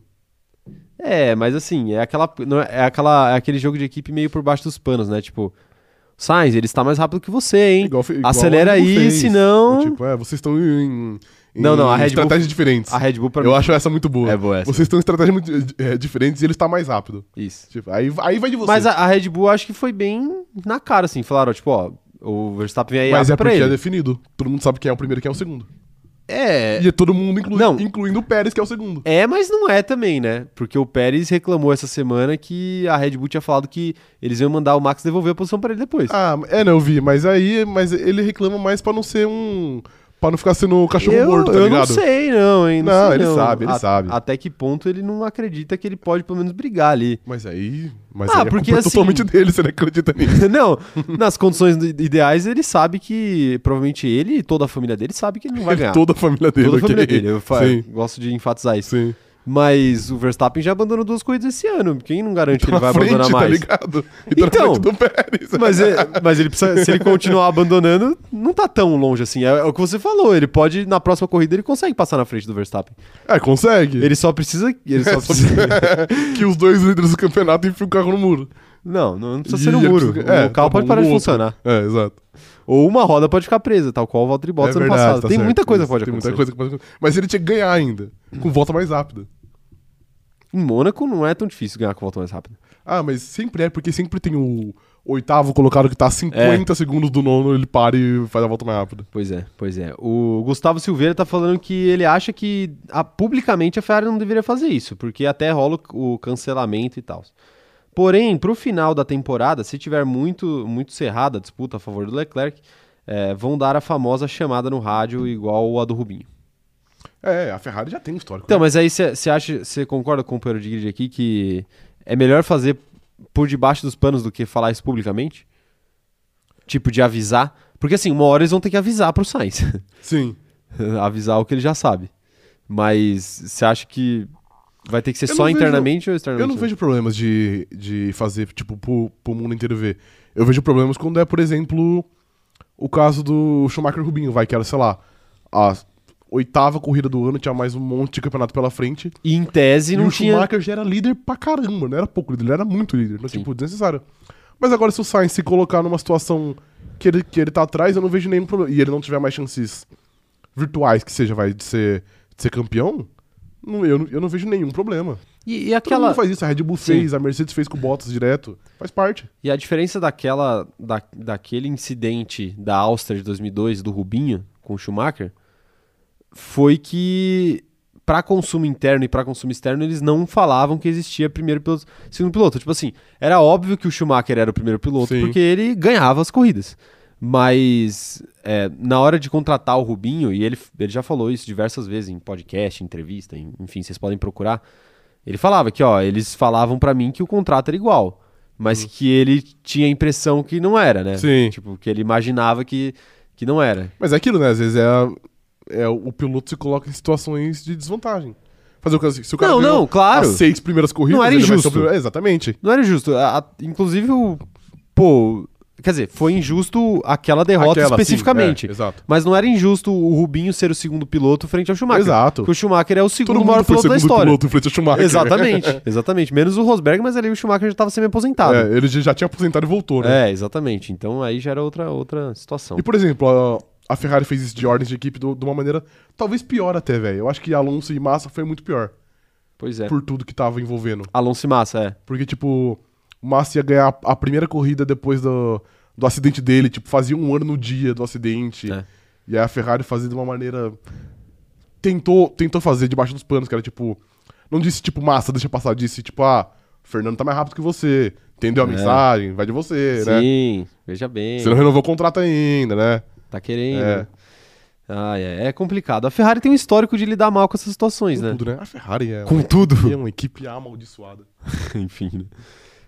É, mas assim, é aquela, não é, é aquela, é aquele jogo de equipe meio por baixo dos panos, né? Tipo, Sainz, ele está mais rápido que você, hein?
Igual fe- igual
Acelera
a Red Bull
aí,
fez.
senão-
Tipo, é, vocês estão em, em
Não, não, a Red Bull-
estratégias diferentes.
A Red Bull pra
Eu
mim.
acho essa muito boa.
É boa essa.
Vocês estão em estratégias muito eh, diferentes e ele está mais rápido.
Isso.
Tipo, aí, aí vai de vocês.
Mas a, a Red Bull acho que foi bem na cara, assim. Falaram, tipo, ó, o Verstappen vem aí
Mas
abre
é
pra
porque é
ele.
definido. Todo mundo sabe quem é o primeiro e quem é o segundo.
É.
E é todo mundo, inclui-
Não.
incluindo o Pérez, que é o segundo.
É, mas não é também, né? Porque o Pérez reclamou essa semana que a Red Bull tinha falado que eles iam mandar o Max devolver a posição pra ele depois.
Ah, é, né, eu vi, mas aí mas ele reclama mais pra não ser um. pra não ficar sendo um cachorro
eu,
morto, tá
eu
ligado?
não sei, não, hein?
Não,
sei
ele sabe, ele sabe.
Até que ponto ele não acredita que ele pode pelo menos brigar ali.
Mas aí. Mas
Ah,
aí
porque
é culpa
assim-
totalmente dele, você não acredita nisso.
não, nas condições i- ideais ele sabe que provavelmente ele e toda a família dele sabe que ele não vai ganhar.
Toda a família dele.
Toda a família
ok?
dele, eu fa-
Sim,
gosto de enfatizar isso.
sim.
Mas o Verstappen já abandonou duas corridas esse ano. Quem não garante que
Tá
ele vai
na frente,
abandonar
tá
mais?
ligado? E tá na
Então,
frente do Pérez.
Mas, é- mas ele precisa, se ele continuar abandonando, não tá tão longe assim. É, é o que você falou. Ele pode, na próxima corrida, ele consegue passar na frente do Verstappen.
É, consegue.
Ele só precisa. Ele
É,
só precisa
que os dois líderes do campeonato enfiam o carro no muro.
não, não precisa ser
E
no
ele
muro.
precisa- é,
o carro
tá
pode
bom,
parar
no
de
outro.
funcionar.
É, exato.
Ou uma roda pode ficar presa, tal qual o Valtteri Bottas
é
ano
verdade,
passado.
tá
Tem
certo,
muita coisa que
isso,
pode
Tem
acontecer.
muita coisa que pode acontecer. Mas ele tinha que ganhar ainda, com volta mais rápida.
Em Mônaco não é tão difícil ganhar com volta mais rápida.
Ah, mas sempre é, porque sempre tem o oitavo colocado que tá a
É.
50 segundos do nono, ele para e faz a volta mais rápida.
Pois é, pois é. O Gustavo Silveira tá falando que ele acha que a- publicamente a Ferrari não deveria fazer isso, porque até rola o o cancelamento e tal. Porém, pro final da temporada, se tiver muito muito cerrada a disputa a favor do Leclerc, eh, vão dar a famosa chamada no rádio igual a do Rubinho.
É, a Ferrari já tem um histórico.
Então, mas aí você acha, você concorda com o companheiro de grid aqui que é melhor fazer por debaixo dos panos do que falar isso publicamente? Tipo de avisar? Porque assim, uma hora eles vão ter que avisar pro Sainz.
Sim.
avisar o que ele já sabe. Mas você acha que vai ter que ser
Eu
só
não vejo-
internamente ou externamente?
Eu não vejo problemas de, de fazer, tipo, pro, pro mundo inteiro ver. Eu vejo problemas quando é, por exemplo, o caso do Schumacher e Rubinho, vai, que era, sei lá, a oitava corrida do ano, tinha mais um monte de campeonato pela frente.
E em tese
E
não
o
tinha.
Schumacher já era líder pra caramba, não era pouco líder, ele era muito líder, então,
Sim.
tipo, desnecessário. Mas agora, se o Sainz se colocar numa situação que ele, que ele tá atrás, eu não vejo nenhum problema. E ele não tiver mais chances virtuais, que seja, vai, de ser, de ser campeão, não, eu, não- eu não vejo nenhum problema.
E, e
Todo
aquela.
mundo faz isso, a Red Bull
Sim.
fez, a Mercedes fez com o Bottas direto. Faz parte.
E a diferença daquela, da, daquele incidente da Áustria de 2002 do Rubinho com o Schumacher foi que para consumo interno e para consumo externo eles não falavam que existia primeiro piloto, segundo piloto. Tipo assim, era óbvio que o Schumacher era o primeiro piloto
Sim.
porque ele ganhava as corridas. Mas é, na hora de contratar o Rubinho, e ele, ele já falou isso diversas vezes em podcast, em entrevista, em- enfim, vocês podem procurar. Ele falava que, ó, eles falavam pra mim que o contrato era igual, mas que ele tinha a impressão que não era, né?
Uhum. Sim.
Tipo, que ele imaginava que, que não era.
Mas é aquilo, né? Às vezes é, a- é o o piloto se coloca em situações de desvantagem. Fazer o caso se o cara
Não,
ganhou
não, claro.
as seis primeiras corridas,
Não era
ele vai ser o
injusto.
primeiro- É, exatamente.
Não era justo. A- a- inclusive, o, pô, quer dizer, foi injusto aquela derrota
Aquela, sim,
especificamente.
é, exato.
Mas não era injusto o Rubinho ser o segundo piloto frente ao Schumacher.
Exato.
Porque o Schumacher é o segundo
Todo
maior
mundo foi
piloto da
segundo
história.
piloto em frente ao Schumacher.
Exatamente, exatamente. Menos o Rosberg, mas ali o Schumacher já estava semi-aposentado.
É, ele já tinha aposentado e voltou, né?
É, exatamente. Então aí já era outra, outra situação.
E, por exemplo, a, a Ferrari fez isso de ordens de equipe do- de uma maneira talvez pior até, velho. Eu acho que Alonso e Massa foi muito pior
Pois é.
por tudo que tava envolvendo.
Alonso e Massa, é.
Porque, tipo, o Massa ia ganhar a primeira corrida depois do, do acidente dele. Tipo, fazia um ano no dia do acidente.
É.
E aí a Ferrari fazia de uma maneira. Tentou, tentou fazer debaixo dos panos, que era tipo. Não disse, tipo, Massa, deixa passar. Disse, tipo, ah, o Fernando tá mais rápido que você. Entendeu a
É.
mensagem? Vai de você, né?
Sim, veja bem.
Você não renovou o contrato ainda, né?
Tá querendo.
É.
Ah, é, é complicado. A Ferrari tem um histórico de lidar mal com essas situações,
Com
né?
tudo, né? A Ferrari é,
Com tudo.
é uma equipe amaldiçoada.
Enfim, né?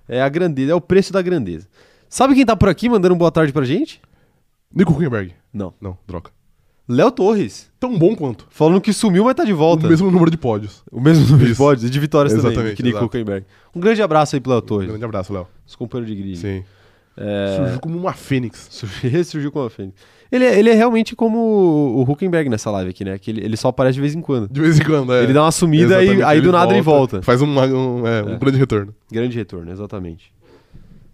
É a grandeza, é o preço da grandeza. Sabe quem tá por aqui mandando um boa tarde pra gente?
Nico Huckenberg.
Não.
Não, droga.
Léo Torres.
Tão bom quanto.
Falando que sumiu, mas tá de volta.
O mesmo número de pódios.
o mesmo número de
Isso.
pódios e de vitórias também,
Exatamente,
que Nico
exato.
Huckenberg. Um grande abraço aí pro Léo Torres,
Grande abraço, Léo.
os companheiros de grid. É.
Sim. Surgiu como uma fênix.
Surgiu- Ressurgiu com a Fênix. Ele é, ele é realmente como o Huckenberg nessa live aqui, né? Que ele, ele só aparece de vez em quando.
De vez em quando, é.
Ele dá uma sumida
Exatamente,
e aí
ele
do nada ele volta.
Faz um, um, é, um
É.
grande retorno.
Grande retorno, exatamente.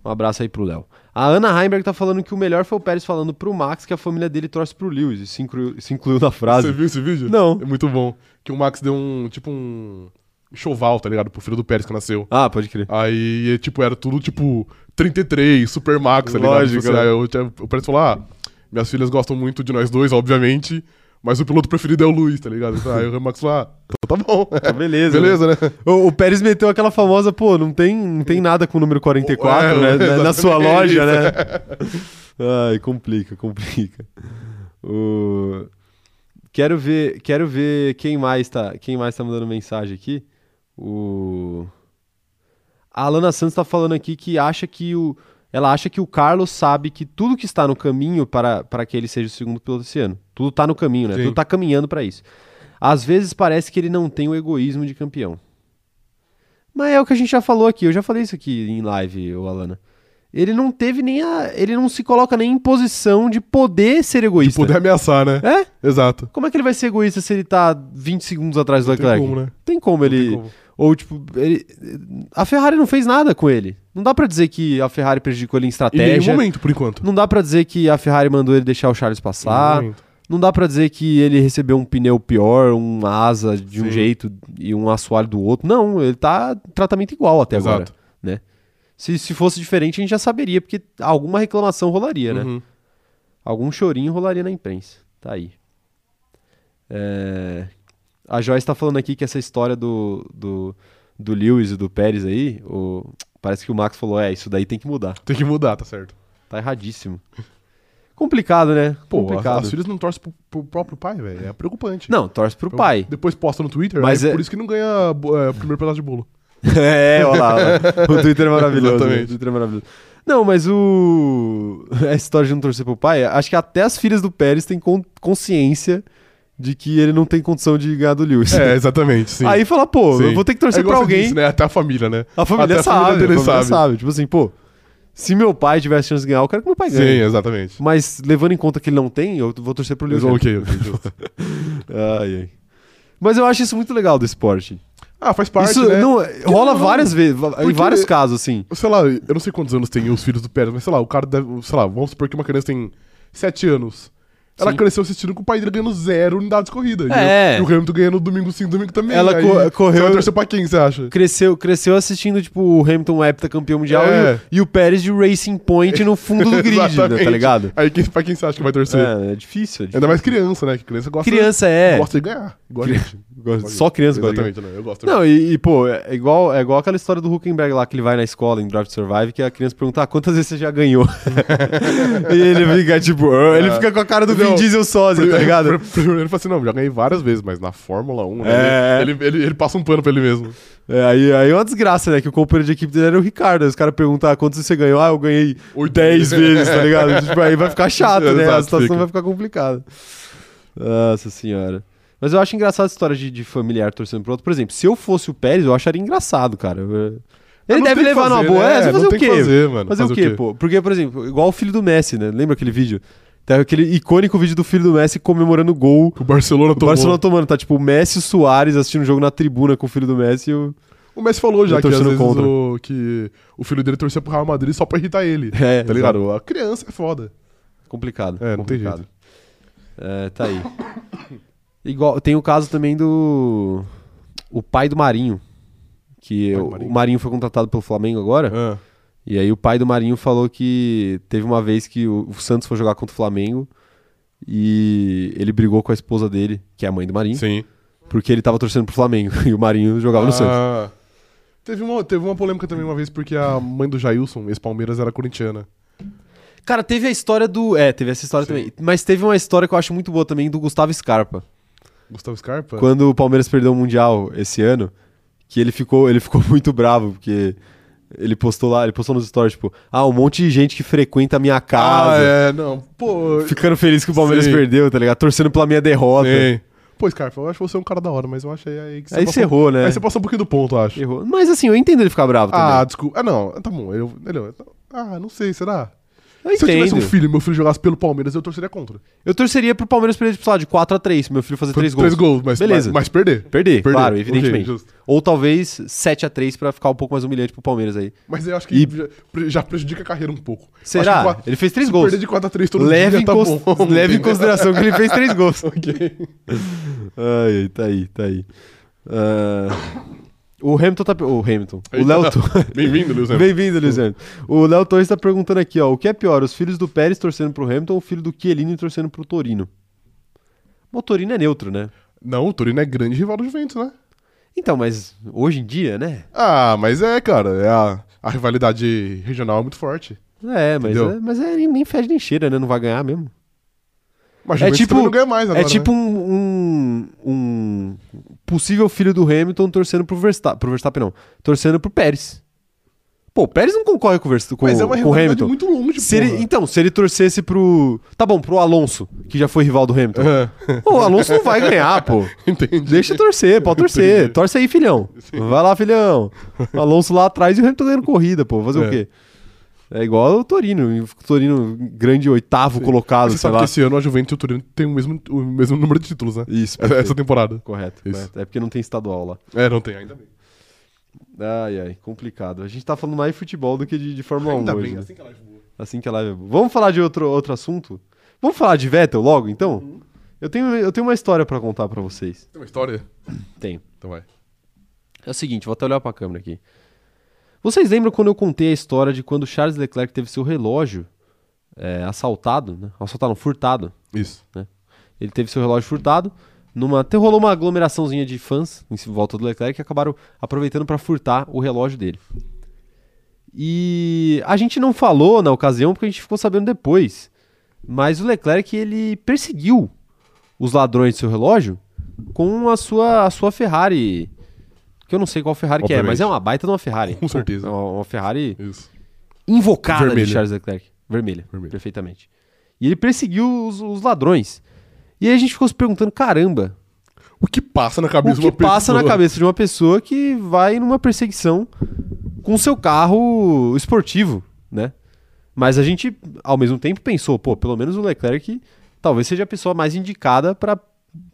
Um abraço aí pro Léo. A Ana Heimberg tá falando que o melhor foi o Pérez falando pro Max que a família dele torce pro Lewis. E se incluiu, se incluiu na
Você
frase.
viu esse vídeo?
Não.
É muito bom. Que o Max deu um, tipo um enxoval, tá ligado? Pro filho do Pérez que nasceu.
Ah, pode crer.
Aí, é, tipo, era tudo, tipo, 33, Super Max, tá ligado?
Lógico,
Tipo
né?
assim, aí o- o Pérez falou, ah, minhas filhas gostam muito de nós dois, obviamente, Mas o piloto preferido é o Luiz, tá ligado? Então, Aí o Max falou, ah, então tá bom.
beleza.
Beleza, né?
O, o Pérez meteu aquela famosa, pô, não tem, não tem nada com o número 44,
É,
né? na- Na
exatamente
sua loja,
isso.
né? Ai, complica, complica. O- Quero ver, quero ver quem mais tá, quem mais tá mandando mensagem aqui. O A Alana Santos tá falando aqui que acha que o ela acha que o Carlos sabe que tudo que está no caminho para, para que ele seja o segundo piloto esse ano. Tudo tá no caminho, né?
Sim.
Tudo tá caminhando para isso. Às vezes parece que ele não tem o egoísmo de campeão. Mas é o que a gente já falou aqui, eu já falei isso aqui em live, ô Alana. Ele não teve nem a. Ele não se coloca nem em posição de poder ser
De
egoísta.
poder ameaçar, né?
É?
Exato.
Como é que ele vai ser egoísta se ele tá 20 segundos atrás do
Não tem
Leclerc?
como, né?
Tem como ele.
Não tem como.
Ou, tipo, ele. A Ferrari não fez nada com ele. Não dá pra dizer que a Ferrari prejudicou ele em
Em nenhum
estratégia.
momento, por enquanto.
Não dá pra dizer que a Ferrari mandou ele deixar o Charles
Em
passar.
nenhum momento.
Não dá pra dizer que ele recebeu um pneu pior, uma asa de um
Sim.
jeito e um assoalho do outro. Não, ele tá em tratamento igual até agora. né?
Exato.
Se, se fosse diferente, a gente já saberia, porque alguma reclamação rolaria, né?
Uhum.
Algum chorinho rolaria na imprensa. Tá aí. É, A Joyce tá falando aqui que essa história do, do, do Lewis e do Pérez aí, o- parece que o Max falou, é, isso daí tem que mudar.
Tem que mudar, tá certo.
Tá erradíssimo. Complicado, né?
Pô, as,
Complicado.
as filhas não torcem pro, pro próprio pai, velho. É preocupante.
Não, torce pro pai.
Depois posta no Twitter,
Mas
mas
é-
por isso que não ganha bo- é, o primeiro pedaço de bolo.
é, olha lá, olha lá. O Twitter é maravilhoso.
Exatamente.
O Twitter é maravilhoso. Não, mas o. A história de não torcer pro pai, acho que até as filhas do Pérez têm con- consciência de que ele não tem condição de ganhar do Lewis.
É, exatamente, sim.
Aí fala, pô, eu
Sim.
vou ter que
É
torcer
igual
pra
você
alguém.
disse, né? Até a família, né?
A família
Até a
sabe,
família dele
a família sabe.
sabe.
Tipo assim, pô, se meu pai tivesse chance de ganhar, eu quero que meu pai
Sim, é.
ganhe.
exatamente.
Mas levando em conta que ele não tem, eu vou torcer pro Lewis.
Ok, ok. justo.
Ai, ai. Mas eu acho isso muito legal do esporte.
ah, faz parte,
isso
né?
não, rola
não?
várias vezes, em
Porque-
vários casos, assim.
Sei lá, eu não sei quantos anos tem os filhos do Pérez, mas sei lá, o cara deve. Sei lá, vamos supor que uma criança tem 7 anos. Ela
Sim.
cresceu assistindo com o pai dele ganhando zero unidades de corrida. E
É.
o- E o Hamilton ganhando domingo sim, domingo também.
Ela
Aí
co-
Você
correu-
vai torcer pra quem, você acha?
Cresceu, cresceu assistindo, tipo, o Hamilton heptacampeão mundial
É.
e, o- e o Pérez de Racing Point no fundo do grid, né, tá
Exatamente.
ligado?
Aí quem, pra quem você acha que vai torcer?
É, é difícil. É difícil.
Ainda mais criança, né? Que criança gosta,
Criança é.
gosta de ganhar. Igual a
Cri-
gente.
gosta- Só criança gosta de
Exatamente, né? Eu gosto.
Não, e, e, pô, é igual, é igual aquela história do Huckenberg lá que ele vai na escola em Drive to Survive, que a criança pergunta "Ah, quantas vezes você já ganhou. e ele fica, tipo, "Ah", ele
É.
fica com a cara do Vin
Não,
Diesel sósia, tá ligado?
Primeiro ele fala assim, não, já ganhei várias vezes, mas na Fórmula 1,
É.
né? Ele, ele, ele- ele passa um pano pra ele mesmo.
É, aí, aí é uma desgraça, né? Que o companheiro de equipe dele era o Ricardo. Aí os caras perguntam "Ah, quantas você ganhou. Ah, eu ganhei
Oito.
10 vezes, tá ligado? Tipo, aí vai ficar chato, né? a
Exato,
situação
fica.
vai ficar complicada. Nossa senhora. Mas eu acho engraçado a história de, de familiar torcendo pro outro. Por exemplo, se eu fosse o Pérez, eu acharia engraçado, cara. Eu- Ele
Mas Ah, não
deve
tem que
levar
fazer,
numa boa.
né?
É, você
Não
fazer o
tem que
quê?
fazer, mano.
Fazer, o quê, pô? Porque, por exemplo, igual o filho do Messi, né? Lembra aquele vídeo? Tem aquele icônico vídeo do filho do Messi comemorando o gol.
O Barcelona
O
tomou.
Barcelona tomando, tá tipo o Messi e o Soares assistindo o jogo na tribuna com o filho do Messi e o.
O Messi falou já
Ele
que às
tá torcendo
vezes
contra.
o, que o filho dele torcia pro Real Madrid só pra irritar ele.
É,
tá ligado? A criança é foda.
Complicado.
É, não tem
complicado.
jeito.
É, tá aí. Igual, tem o caso também do. O pai do Marinho. Que
Pai do
o-
Marinho.
o Marinho foi contratado pelo Flamengo agora.
Ah,
E aí o pai do Marinho falou que teve uma vez que o, o Santos foi jogar contra o Flamengo e ele brigou com a esposa dele, que é a mãe do Marinho,
sim.
porque ele tava torcendo pro Flamengo e o Marinho jogava no Santos.
Ah, teve, uma, teve uma polêmica também uma vez porque a mãe do Jailson, ex-Palmeiras, era corintiana.
Cara, teve a história do. É, teve essa história
Sim.
também. Mas teve uma história que eu acho muito boa também do Gustavo Scarpa.
Gustavo Scarpa?
Quando o Palmeiras perdeu o Mundial esse ano, que ele ficou, ele ficou muito bravo, porque ele postou lá, ele postou nos stories, tipo, ah, um monte de gente que frequenta a minha
Ah,
casa,
é, não. Pô,
ficando feliz que o Palmeiras
Sim.
perdeu, tá ligado? Torcendo pela minha derrota.
Sim. Pô, Scarpa, eu acho você um cara da hora, mas eu achei aí que
Aí você
passou-
errou, né?
Aí você passou um pouquinho do ponto, eu acho.
Errou. Mas assim, eu entendo ele ficar bravo
Ah,
também.
desculpa. Ah, não, tá bom. Eu, ele- ah, não sei, será?
Eu
Se eu
entendo.
tivesse um filho e meu filho jogasse pelo Palmeiras, eu torceria contra.
Eu torceria pro Palmeiras perder, tipo, sei lá, de 4x3, meu filho fazer 3 gols.
Três gols, mas,
Beleza.
mas, mas perder.
Perder,
Perder.
claro,
Ok,
evidentemente.
justo.
Ou talvez 7x3 pra ficar um pouco mais humilhante pro Palmeiras aí.
Mas eu acho que
E-
já- pre- já prejudica a carreira um pouco.
Será?
Acho que quatro-
Ele fez três
se
gols.
Perder de 4 a 3 todo
Leve,
dia,
em
tá
cons-
bom.
leve em consideração que ele fez 3 gols.
ok.
Ai, ai, tá aí, tá aí. Ah, o Hamilton tá. pe- O Hamilton. O
Eita.
Léo Torres.
Bem-vindo, Luiz Hamilton.
Bem-vindo, Luiz Hamilton. O Léo Torres tá perguntando aqui, ó. O que é pior, os filhos do Pérez torcendo pro Hamilton ou o filho do Chiellini torcendo pro Torino? Motorino é neutro, né?
Não, o Torino é grande rival do Juventus, né?
Então, mas hoje em dia, né?
Ah, mas é, cara. É a, a rivalidade regional é muito forte.
É, mas,
Entendeu?
é, mas é, nem fede nem cheira, né? Não vai ganhar mesmo.
Mas
É
Juventus
tipo-
também não ganha mais agora, né?
é tipo um, um, um possível filho do Hamilton torcendo pro Verstappen, pro Verstappen não, torcendo pro Pérez. Pô, o Pérez não concorre com, o Verst- com,
Mas é uma
com o
rivalidade
Hamilton.
muito longe,
Se ele-
porra.
então, se ele torcesse pro. Tá bom, pro Alonso, que já foi rival do Hamilton.
É.
Pô, o Alonso não vai ganhar, pô.
Entendi.
Deixa torcer, pode torcer.
Entendi.
Torce aí, filhão. Vai lá, filhão. O Alonso lá atrás e o Hamilton ganhando corrida, pô. Fazer
É.
o quê? É igual o Torino. O Torino, grande oitavo colocado,
Você
sei
sabe
lá.
que esse ano a Juventus e o Torino tem o mesmo, o mesmo número de títulos, né?
Isso,
Essa-
perfeito.
Essa temporada.
Correto,
Isso.
correto. É porque não tem estadual lá.
É, não tem, ainda bem.
Ai, ai, complicado. A gente tá falando mais de futebol do que de, de Fórmula 1
ainda
hoje.
bem,
né?
assim que ela voa.
Assim que a live é boa. Vamos falar de outro, outro assunto? Vamos falar de Vettel logo, então?
Uhum.
Eu, tenho, eu tenho uma história pra contar pra vocês.
Tem uma história?
Tenho.
Então vai.
É o seguinte, vou até olhar pra câmera aqui. Vocês lembram quando eu contei a história de quando Charles Leclerc teve seu relógio é, assaltado, né? Assaltado, não, furtado.
Isso.
Ele teve seu relógio furtado. Numa, até rolou uma aglomeraçãozinha de fãs em volta do Leclerc que acabaram aproveitando para furtar o relógio dele. E a gente não falou na ocasião porque a gente ficou sabendo depois. Mas o Leclerc ele perseguiu os ladrões do seu relógio com a sua, a sua Ferrari. Que eu não sei qual Ferrari que é,
Obviamente.
mas é uma baita de uma Ferrari.
Com certeza.
É uma, uma Ferrari
Isso.
invocada
Vermelha.
de Charles Leclerc. Vermelha,
Vermelha.
perfeitamente. E ele perseguiu os, os ladrões. E aí a gente ficou se perguntando, caramba,
O que passa na
o
cabeça de
que
uma
passa na
pessoa?
cabeça de uma pessoa que vai numa perseguição com seu carro esportivo, né? Mas a gente, ao mesmo tempo, pensou, pô, pelo menos o Leclerc talvez seja a pessoa mais indicada pra-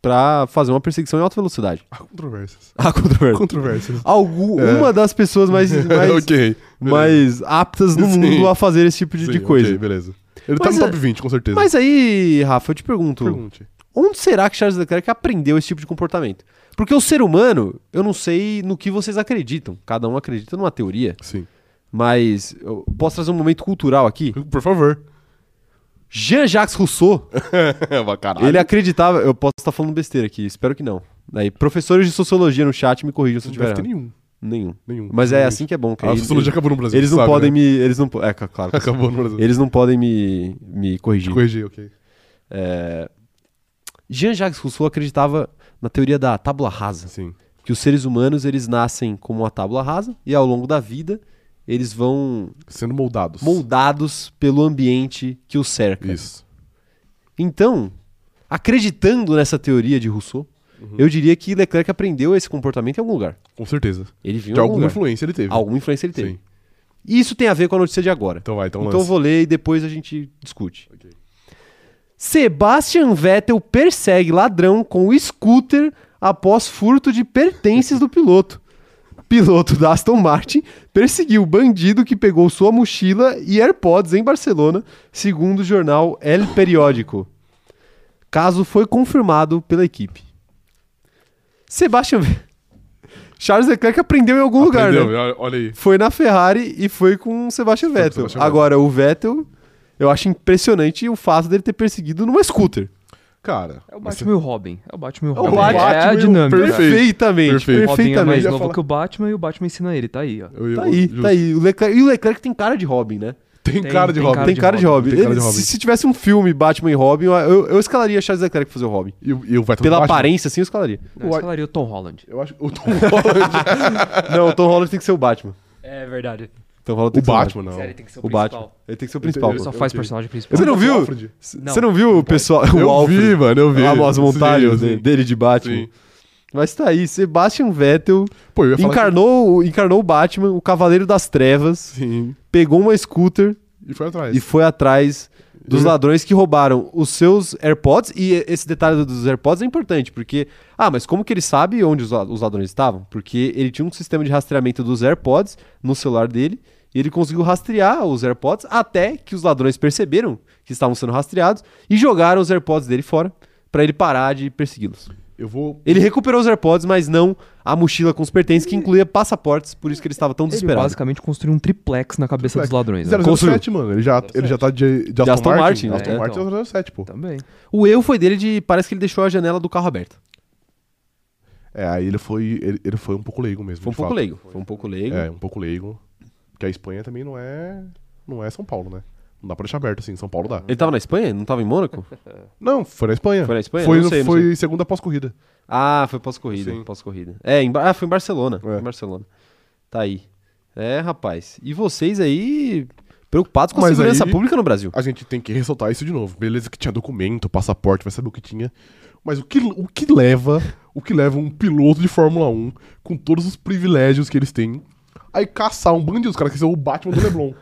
pra fazer uma perseguição em alta velocidade.
Há controvérsias.
A controvérsia.
Controvérsias.
Algum, Uma das pessoas mais, mais,
É. ok.
mais aptas no
Sim.
mundo a fazer esse tipo de, de
Sim,
coisa.
ok, beleza. Ele
Mas
tá
é-
no top 20, com certeza.
Mas aí, Rafa, eu te pergunto,
Pergunte.
onde será que Charles Leclerc aprendeu esse tipo de comportamento? Porque o ser humano, eu não sei no que vocês acreditam. Cada um acredita numa teoria,
Sim.
mas eu posso trazer um momento cultural aqui.
Por favor.
Jean-Jacques Rousseau,
Mas Caralho.
ele é acreditava, eu posso estar falando besteira aqui, espero que não. Aí, professores de sociologia no chat me corrijam se eu
não
tiver
deve ter
errado.
nenhum.
nenhum.
Nenhum.
Mas é
realmente.
assim que é bom,
A
cara. Eles,
sociologia acabou no Brasil.
eles
você
não
sabe,
podem
né?
me, eles não, po- é claro. que sim.
Acabou no Brasil.
Eles não podem me me corrigir.
Corrigir, ok.
Jean-Jacques Rousseau acreditava na teoria da tábula rasa,
Sim.
que os seres humanos eles nascem como uma tábula rasa e ao longo da vida eles vão
Sendo moldados.
moldados pelo ambiente que os cerca.
Isso.
Então, acreditando nessa teoria de Rousseau,
Uhum.
eu diria que Leclerc aprendeu esse comportamento em algum lugar.
Com certeza.
Ele viu em
De
algum
alguma
lugar.
influência ele teve.
Alguma influência ele teve.
Sim.
E isso tem a ver com a notícia de agora.
Então vai, então
Então eu
lança.
vou ler e depois a gente discute.
Ok.
Sebastian Vettel persegue ladrão com o scooter após furto de pertences do piloto. Piloto da Aston Martin perseguiu o bandido que pegou sua mochila e AirPods em Barcelona, segundo o jornal El Periódico. Caso foi confirmado pela equipe. Sebastian Ve- Charles Leclerc aprendeu em algum lugar, né?
Aprendeu, olha- Olha aí.
foi na Ferrari e foi com o Sebastian
Foi com o
Vettel.
Sebastian
Agora, o Vettel, eu acho impressionante o fato dele ter perseguido numa scooter.
Cara.
É o
mas
Batman e o Robin. É o Batman e o
É o
Robin.
Batman
é a
e o
dinâmica.
Perfeito.
Perfeitamente,
perfeito.
O Robin é mais
perfeitamente.
ia
novo
falar-
que o Batman e o Batman ensina ele. Tá aí, ó.
eu- eu-
Tá aí,
justo.
tá aí. O Leclerc, e o Leclerc tem cara de Robin, né?
Tem
Tem-
cara de
tem
Robin.
cara
tem
de
cara de Robin.
Tem cara de
Ele-
Robin.
Se, se tivesse um filme Batman e Robin, eu, eu, eu escalaria Charles Leclerc pra fazer o Robin.
E o- e o Vettel
Pela
no Batman?
aparência, assim, eu escalaria.
Não, eu escalaria o Tom Holland.
Eu acho. O Tom Holland.
Não, o Tom Holland tem que ser o Batman.
É verdade.
Tom Holland
o
tem que ser
Batman, não.
tem que ser
O Batman. Ele tem que ser o principal.
Eu-
Ele
pô.
só
eu-
faz
ok.
personagem principal.
Você não viu?
Alfred.
Você não viu o pessoal?
Eu
o Alfred?
vi, mano, eu vi.
Ah, as montagens
Sim,
dele,
sim.
dele de Batman.
Sim.
Mas tá aí, Sebastian Vettel
Pô, eu ia falar.
encarnou, o- encarnou o Batman, o Cavaleiro das
que-
Trevas,
Sim.
pegou uma scooter
E foi atrás.
e foi atrás dos
E-
ladrões que roubaram os seus AirPods. E esse detalhe dos AirPods é importante, porque. Ah, mas como que ele sabe onde os la- os ladrões estavam? Porque ele tinha um sistema de rastreamento dos AirPods no celular dele. E ele conseguiu rastrear os AirPods até que os ladrões perceberam que estavam sendo rastreados e jogaram os AirPods dele fora pra ele parar de persegui-los.
Eu vou.
Ele recuperou os AirPods, mas não a mochila com os pertences, que incluía passaportes, por isso que ele estava tão
Ele
desesperado.
basicamente construiu um triplex na cabeça dos ladrões. Né?
007, mano. Ele já, ele já tá de, de, Aston,
Aston Martin,
Martin. Aston
né?
Martin é 007, pô.
Também.
O erro foi dele de. Parece que ele deixou a janela do carro aberta.
É, aí ele foi, ele, ele foi um pouco leigo mesmo.
Foi um
de
pouco
fato.
leigo. Foi um pouco leigo.
É, um pouco leigo. Porque a Espanha também não é. Não é São Paulo, né? Não dá pra deixar aberto assim. São Paulo dá.
Ele tava na Espanha? Não tava em Mônaco?
Não, foi na Espanha.
Foi na Espanha?
Foi,
Não sei, não
foi segunda pós-corrida.
Ah, foi pós-corrida.
Sim.
Pós-corrida. É, em Ba- ah, foi em Barcelona. Foi
É.
em Barcelona. Tá aí. É, rapaz. E vocês aí preocupados com a
Mas
segurança
aí-
pública no Brasil?
A gente tem que ressaltar isso de novo. Beleza que tinha documento, passaporte, vai saber o que tinha. Mas o que, o que leva o que leva um piloto de Fórmula 1 com todos os privilégios que eles têm aí caçar um bandido? Os caras que são o Batman do Leblon.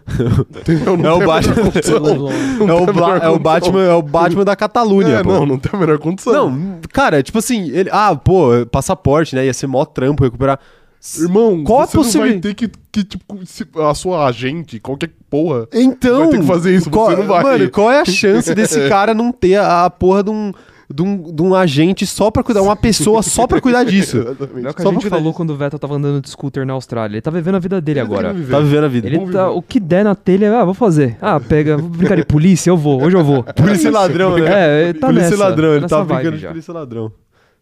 Entendeu? Não
É o
tem a menor
Batman.
condição. Não
É
tem a
o, Bla-
menor
é o
condição.
Batman, é o Batman da Catalunha,
É,
pô.
não, não tem a menor condição.
Não, cara, tipo assim, ele. Ah, pô, passaporte, né? Ia ser mó trampo recuperar. S-
Irmão,
Qual a
você não vai
possibil-
ter que, que tipo, se- a sua agente, qualquer porra.
Então.
Vai ter que fazer isso, você não vai.
Mano, qual é a chance desse cara não ter a, a porra de um, de, um, de um agente só pra cuidar, uma pessoa só pra cuidar disso?
Exatamente.
É o que a
Só pra
gente
cuidar
falou quando o Vettel tava andando de scooter na Austrália. Ele tá vivendo a vida dele agora.
Ele
Tá vivendo a vida.
Ele
Vamos
tá.
viver.
O que der na telha, ah, vou fazer. Ah, pega, vou brincar de polícia, eu vou, hoje eu vou.
Polícia e ladrão,
É,
né?
ele tá
polícia e
nessa,
ladrão, ele
nessa
tá
vibe
brincando de
já.
polícia e ladrão.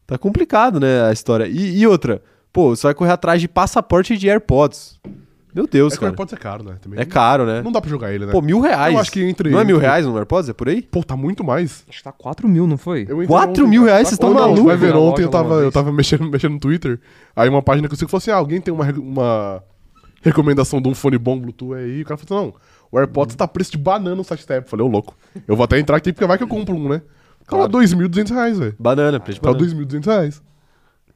Tá complicado, né, a história. E, e outra, pô, você vai correr atrás de passaporte e de AirPods. Meu Deus,
É que o
cara.
AirPods é caro, né? Também
É caro, né?
Não dá pra jogar ele, né?
Pô, mil reais.
Eu acho que entre-
Não é mil
entre-
reais no AirPods? É por aí?
Pô, tá muito mais.
Acho que tá 4 mil, não foi?
Eu entrei
Quatro
ontem,
mil
cara.
reais, tá vocês tão
Ontem,
malucos?
Vai ver,
Na
ontem
loja
eu
lá uma
tava, eu
vez.
tava mexendo, mexendo no Twitter, aí uma página que eu sigo falou assim, ah, alguém tem uma, re- uma recomendação de um fone bom Bluetooth aí? E o cara falou assim, não, o
Uhum.
AirPods tá preço de banana no site Eu Falei, ô louco, eu vou até entrar aqui porque vai que eu compro um, né? Tava
Claro.
2.200 reais, velho. Tá
Banana, preço de
Tava
banana.
2.200 reais.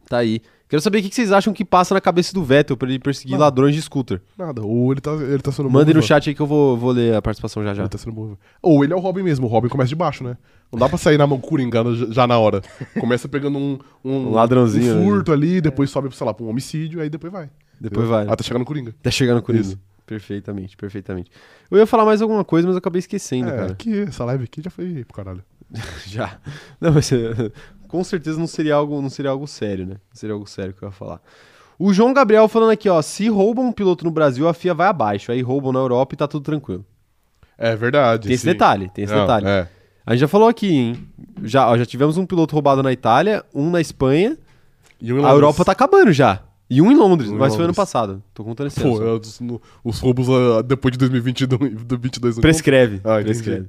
Tá aí. Quero saber o que que vocês acham que passa na cabeça do Vettel pra ele perseguir
Mano.
ladrões de scooter.
Nada, ou ele tá, ele tá sendo
Mandem
bom,
no
velho.
chat aí que eu vou, vou ler a participação já já.
Ele tá sendo bom. Ou ele é o Robin mesmo, o Robin começa de baixo, né? Não dá pra sair na mão coringando j- já na hora. Começa pegando um, um,
Um ladrãozinho,
um
né?
furto ali, depois sobe, sei lá, pra um homicídio, aí depois vai.
Depois vai, né?
Ah, tá chegando Coringa.
Até chegar no Coringa.
Isso.
Perfeitamente, perfeitamente. Eu ia falar mais alguma coisa, mas eu acabei esquecendo,
é,
cara.
que essa live aqui já foi pro caralho.
Já. Não, mas eh, com certeza não seria algo, não seria algo sério, né? Não seria algo sério que eu ia falar. O João Gabriel falando aqui, ó, se roubam um piloto no Brasil, a FIA vai abaixo. Aí roubam na Europa e tá tudo tranquilo.
É verdade.
Tem esse detalhe, tem esse detalhe.
É.
A gente já falou aqui, hein? Já, ó, já tivemos um piloto roubado na Itália, um na Espanha.
E um
A Europa tá acabando já. E um em Londres,
Um em
mas foi ano
Londres.
passado. Tô contando esse ano.
Pô,
só.
é, os, no- os roubos ah, depois de 2022, do 22 não
Prescreve.
Ah, entendi.
prescreve.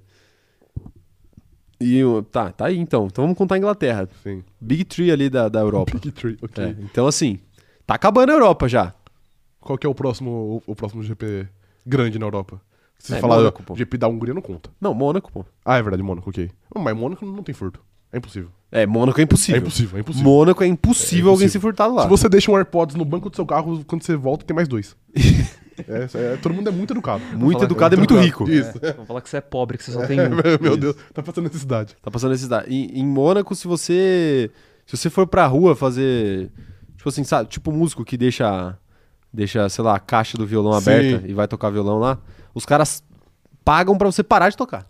E o- tá, tá aí então. Então vamos contar a Inglaterra.
conta? Sim.
Big Tree ali da, da Europa.
Big Tree, ok.
É, então assim, tá acabando a Europa já.
Qual que é o próximo, o, o próximo GP grande na Europa? Se
É,
falar
Mônaco, pô.
GP da Hungria, não conta.
Não, Mônaco, pô.
Ah, é verdade, Mônaco, ok. Oh, Mas Mônaco não tem furto. É impossível.
É, Mônaco é impossível.
É impossível, é impossível.
Mônaco é impossível
É
alguém
impossível.
se furtar lá.
Se você deixa um AirPods no banco do seu carro, quando você volta, tem mais dois. é, é- todo mundo é muito educado.
Muito
falar
educado é
que-
muito rico.
educado. Isso.
É, vão falar que você é pobre, que você só tem um.
Meu Deus, tá passando necessidade.
Tá passando necessidade. Em, em Mônaco, se você. Se você for pra rua fazer. Tipo assim, sabe? Tipo músico que deixa. Deixa, sei lá, a caixa do violão
Sim.
aberta e vai tocar violão lá. Os caras pagam pra você parar de tocar.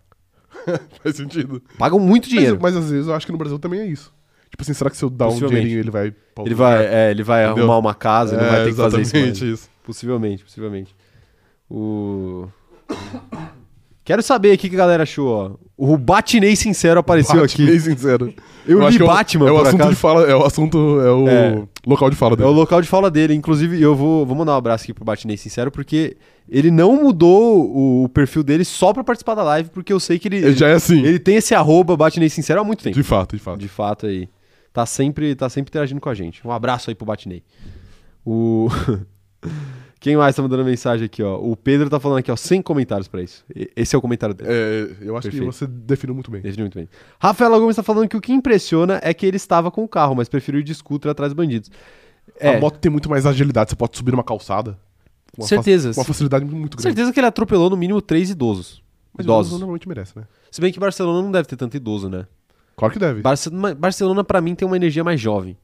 Faz sentido.
Pagam muito
Mas,
dinheiro.
mas às vezes eu acho que no Brasil também é isso. Tipo assim, será que se eu dar um
Possivelmente.
dinheirinho ele vai. pra
Ele
algum
vai,
lugar?
é, ele vai
Entendeu?
arrumar uma casa, ele
É,
vai ter que fazer isso.
exatamente
mais.
isso.
Possivelmente, possivelmente. O. Quero saber aqui o que a galera achou, ó. O Batinei Sincero apareceu
Batman,
aqui.
sincero.
Eu li
acho que é o-
Batman,
é o
por
assunto
acaso.
de fala, é o assunto, é o
É.
local de fala
É o
dele.
local de fala dele. Inclusive, eu vou, vou mandar um abraço aqui pro Batinei Sincero, porque ele não mudou o, o perfil dele só pra participar da live, porque eu sei que ele,
Ele já é assim,
ele tem esse arroba Batinei Sincero há muito tempo.
de fato, de fato.
De fato aí. Tá sempre, tá sempre interagindo com a gente. Um abraço aí pro Batinei. O. Quem mais tá mandando mensagem aqui, ó? O Pedro tá falando aqui, ó, sem comentários pra isso. E- Esse é o comentário dele.
É, eu acho que
Perfeito.
você definiu muito bem.
Definiu muito bem. Rafael Gomes tá falando que o que impressiona é que ele estava com o carro, mas preferiu ir de scooter atrás dos bandidos. É,
A moto tem muito mais agilidade, você pode subir numa calçada. Com uma
Certeza.
faci- com uma facilidade muito, muito grande.
certeza que ele atropelou no mínimo três idosos.
Mas o Brasil
idosos.
normalmente merece, né?
Se bem que Barcelona não deve ter tanto idoso, né?
Claro que deve.
Barce- Barcelona, pra mim, tem uma energia mais jovem.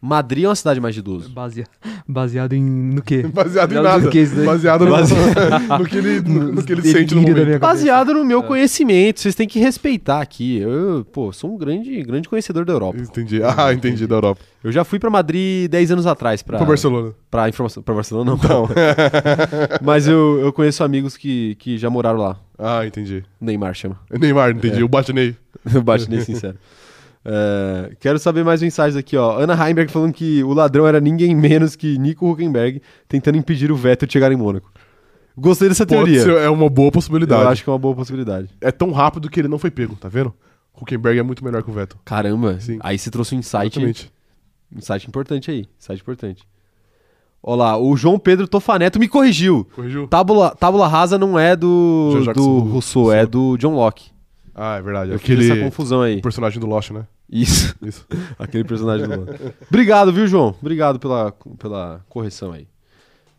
Madrid é uma cidade mais de idoso.
Basea- Baseado em. no quê?
Baseado em
Não,
nada.
do que
né?
isso daí?
Baseado no,
Baseado-
no que ele, no, no que ele
Delírio
sente no
da
momento.
minha cabeça.
Baseado no
É.
meu conhecimento, vocês têm que respeitar aqui. Eu, pô, sou um grande, grande conhecedor da Europa.
Entendi. Ah, entendi, da Europa.
Eu já fui pra Madrid 10 anos atrás pra,
Pra Barcelona.
pra informação, pra Barcelona não. Mas eu, eu conheço amigos que, que já moraram lá.
Ah, entendi.
Neymar chama.
Neymar,
É.
entendi. Eu bati Ney.
Eu baixo nem sincero. É, quero saber mais mensagens aqui, ó. Ana Heimberg falando que o ladrão era ninguém menos que Nico Huckenberg tentando impedir o Vettel de chegar em Mônaco. Gostei dessa
Pode
teoria.
ser- é uma boa possibilidade.
Eu acho que é uma boa possibilidade.
É tão rápido que ele não foi pego, tá vendo? Huckenberg é muito melhor que o Vettel.
Caramba,
Sim.
aí você trouxe um insight,
Exatamente.
um insight importante aí, insight importante. Olha lá, o João Pedro Tofaneto me corrigiu.
Corrigiu?
Tábula, tábula rasa não é do,
Jean-Jacques
do
Rousseau.
Rousseau, é do John Locke.
Ah, é verdade.
Eu fiz essa
Aquele
confusão aí.
personagem do Lost, né?
Isso.
Isso.
Aquele personagem do Loki. Obrigado, viu, João? Obrigado pela, pela correção aí.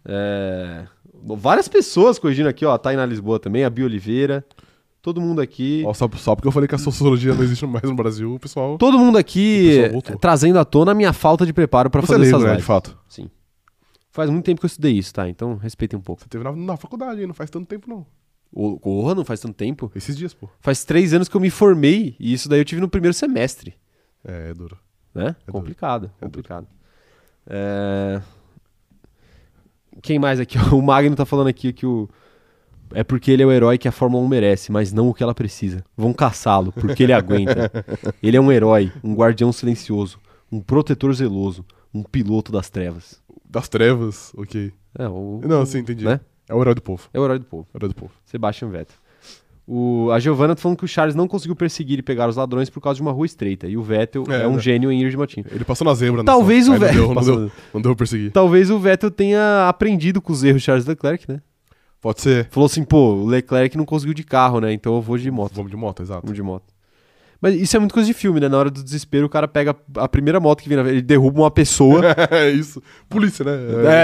É, Várias pessoas corrigindo aqui, ó. Tá aí na Lisboa também, a Bia Oliveira. Todo mundo aqui.
Ó, só, só porque eu falei que a sociologia não existe mais no Brasil, o pessoal.
Todo mundo
O
aqui
pessoal voltou.
trazendo à tona a minha falta de preparo pra
Você
fazer
é
essas
leigo, né, de
lives.
fato.
Sim. Faz muito tempo que eu estudei isso, tá? Então respeitem um pouco.
Você teve na, na faculdade, hein? não faz tanto tempo, não.
Ô, Porra, não faz tanto tempo.
Esses dias, pô.
Faz três anos que eu me formei e isso daí eu tive no primeiro semestre.
É, é duro.
né?
É
complicado,
É
complicado. É... Quem mais aqui? O Magno tá falando aqui que o é porque ele é o herói que a Fórmula 1 merece, mas não o que ela precisa. Vão caçá-lo, porque ele aguenta. Ele é um herói, um guardião silencioso, um protetor zeloso, um piloto das trevas.
Das trevas, ok.
É o,
Não, sim, entendi.
né?
É o herói do povo.
é o herói do povo.
Herói do povo.
Sebastian Vettel. O, a Giovanna tá falando que o Charles não conseguiu perseguir e pegar os ladrões por causa de uma rua estreita. E o Vettel
É,
é, um
né?
gênio em ir de motinho.
Ele passou na zebra, né?
Talvez
só.
o
Aí não
velho-
deu- Não
passou
deu, não deu pra perseguir.
Talvez o Vettel tenha aprendido com os erros de Charles Leclerc, né?
Pode ser.
Falou assim, pô, o Leclerc não conseguiu de carro, né? Então eu vou de moto.
Vamos de moto, exato.
Vou de moto. Mas isso é muito coisa de filme, né? Na hora do desespero, o cara pega a primeira moto que vem na ele derruba uma pessoa
é isso. Polícia, né?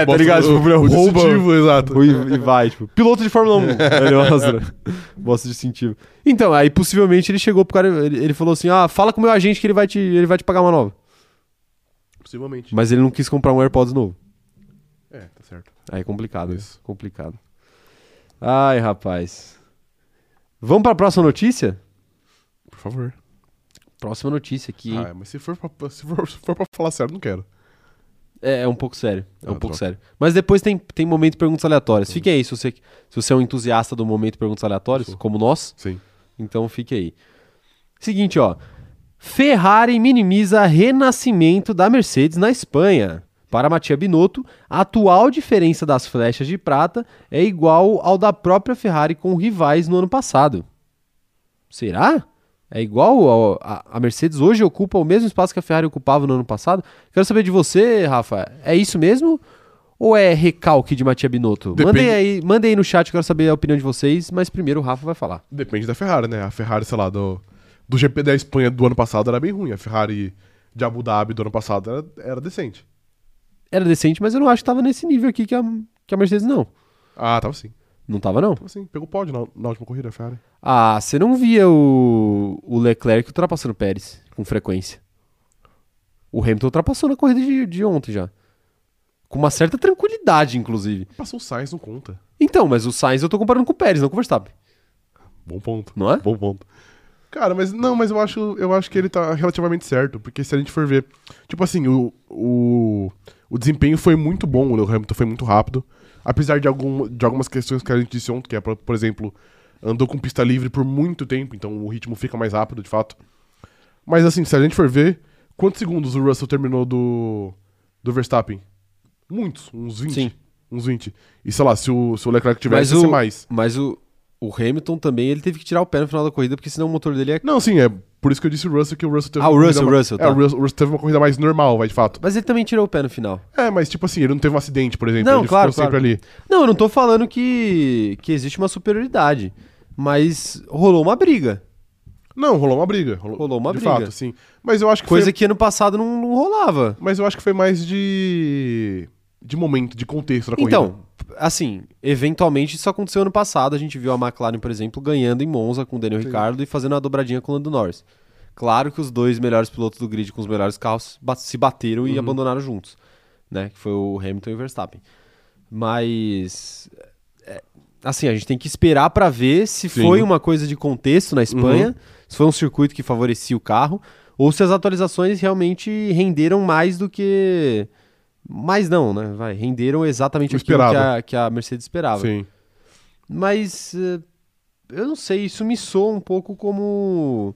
É, tá
bota
ligado?
O,
Tipo,
o,
rouba-
distintivo, exato.
e, e vai, tipo, piloto de Fórmula 1. Aí ele mostra, mostra de sentido. Então, aí possivelmente ele chegou pro cara, ele, ele falou assim: ah, fala com o meu agente que ele vai, te, ele vai te pagar uma nova.
Possivelmente.
Mas ele não quis comprar um AirPods novo.
É, tá certo.
Aí é complicado, isso.
Isso.
Complicado. Ai, rapaz. Vamos pra próxima notícia?
Por favor.
Próxima notícia aqui, hein?
Ah, mas se for, pra, se, for, se for pra falar sério, não quero.
É, é um pouco sério. É um
Ah,
pouco
droga.
sério. Mas depois tem, tem momento de perguntas aleatórias. Fiquem aí se você, se você é um entusiasta do momento de perguntas aleatórias,
Sou.
como nós.
Sim.
Então fique aí. Seguinte, ó. Ferrari minimiza renascimento da Mercedes na Espanha. Para Mattia Binotto, a atual diferença das flechas de prata é igual ao da própria Ferrari com rivais no ano passado. Será? É igual ao- a, a Mercedes hoje ocupa o mesmo espaço que a Ferrari ocupava no ano passado? Quero saber de você, Rafa. É isso mesmo? Ou é recalque de Mattia Binotto?
Depende-
Mandem aí, mandem aí no chat, eu quero saber a opinião de vocês, mas primeiro o Rafa vai falar.
Depende da Ferrari, né? A Ferrari, sei lá, do, do GP da Espanha do ano passado era bem ruim. A Ferrari de Abu Dhabi do ano passado era, era decente.
era decente, mas eu não acho que tava nesse nível aqui que a, que a Mercedes não.
Ah, tava sim.
Não tava, não.
Tava sim. Pegou pódio na, na última corrida, a Ferrari.
Ah, você não via o, o Leclerc ultrapassando o Pérez com frequência. O Hamilton ultrapassou na corrida de, de ontem já. Com uma certa tranquilidade, inclusive.
Passou o Sainz, não conta.
Então, mas o Sainz eu tô comparando com o Pérez, não com o Verstappen.
Bom ponto.
Não é?
Bom ponto. Cara, mas não, mas eu acho, eu acho que ele tá relativamente certo, porque se a gente for ver, tipo assim, o, o, o desempenho foi muito bom, o Hamilton foi muito rápido, apesar de, algum, de algumas questões que a gente disse ontem, que é, por por exemplo, andou com pista livre por muito tempo, então o ritmo fica mais rápido, de fato. Mas assim, se a gente for ver, quantos segundos o Russell terminou do, do Verstappen? Muitos, uns 20.
Sim.
Uns 20. E sei lá, se o, se o Leclerc tivesse, ia
mas
ser
o,
mais.
Mas o, o Hamilton também, ele teve que tirar o pé no final da corrida, porque senão o motor dele é...
Não, sim, é por isso que eu disse o Russell que o Russell teve
Ah, o
corrida
Russell,
ma-
o Russell,
É,
tá.
o Russell, o Russell teve uma corrida mais normal, vai, de fato.
Mas ele também tirou o pé no final.
É, mas tipo assim, ele não teve um acidente, por exemplo.
Não,
ele
claro,
ficou
claro.
sempre ali.
Não, eu não tô falando que, que existe uma superioridade, mas rolou uma briga.
Não, rolou uma briga. Rolou,
Rolou uma
de
briga.
fato, sim. Mas eu acho que
Coisa
foi,
que ano passado não, não rolava.
Mas eu acho que foi mais de. de momento, de contexto da corrida.
Então, assim, eventualmente isso aconteceu ano passado. A gente viu a McLaren, por exemplo, ganhando em Monza com o Daniel Ricciardo e fazendo a dobradinha com o Lando Norris. Claro que os dois melhores pilotos do grid com os melhores carros ba- se bateram
Uhum.
e abandonaram juntos, né? Que foi o Hamilton e o Verstappen. Mas é, assim, a gente tem que esperar para ver se
Sim. Uhum.
foi uma coisa de contexto na Espanha, se foi um circuito que favorecia o carro ou se as atualizações realmente renderam mais do que mais não, né? Vai, renderam exatamente
O
aquilo que
esperado.
a, que a Mercedes esperava.
Sim.
Mas eh, eu não sei, isso me soa um pouco como.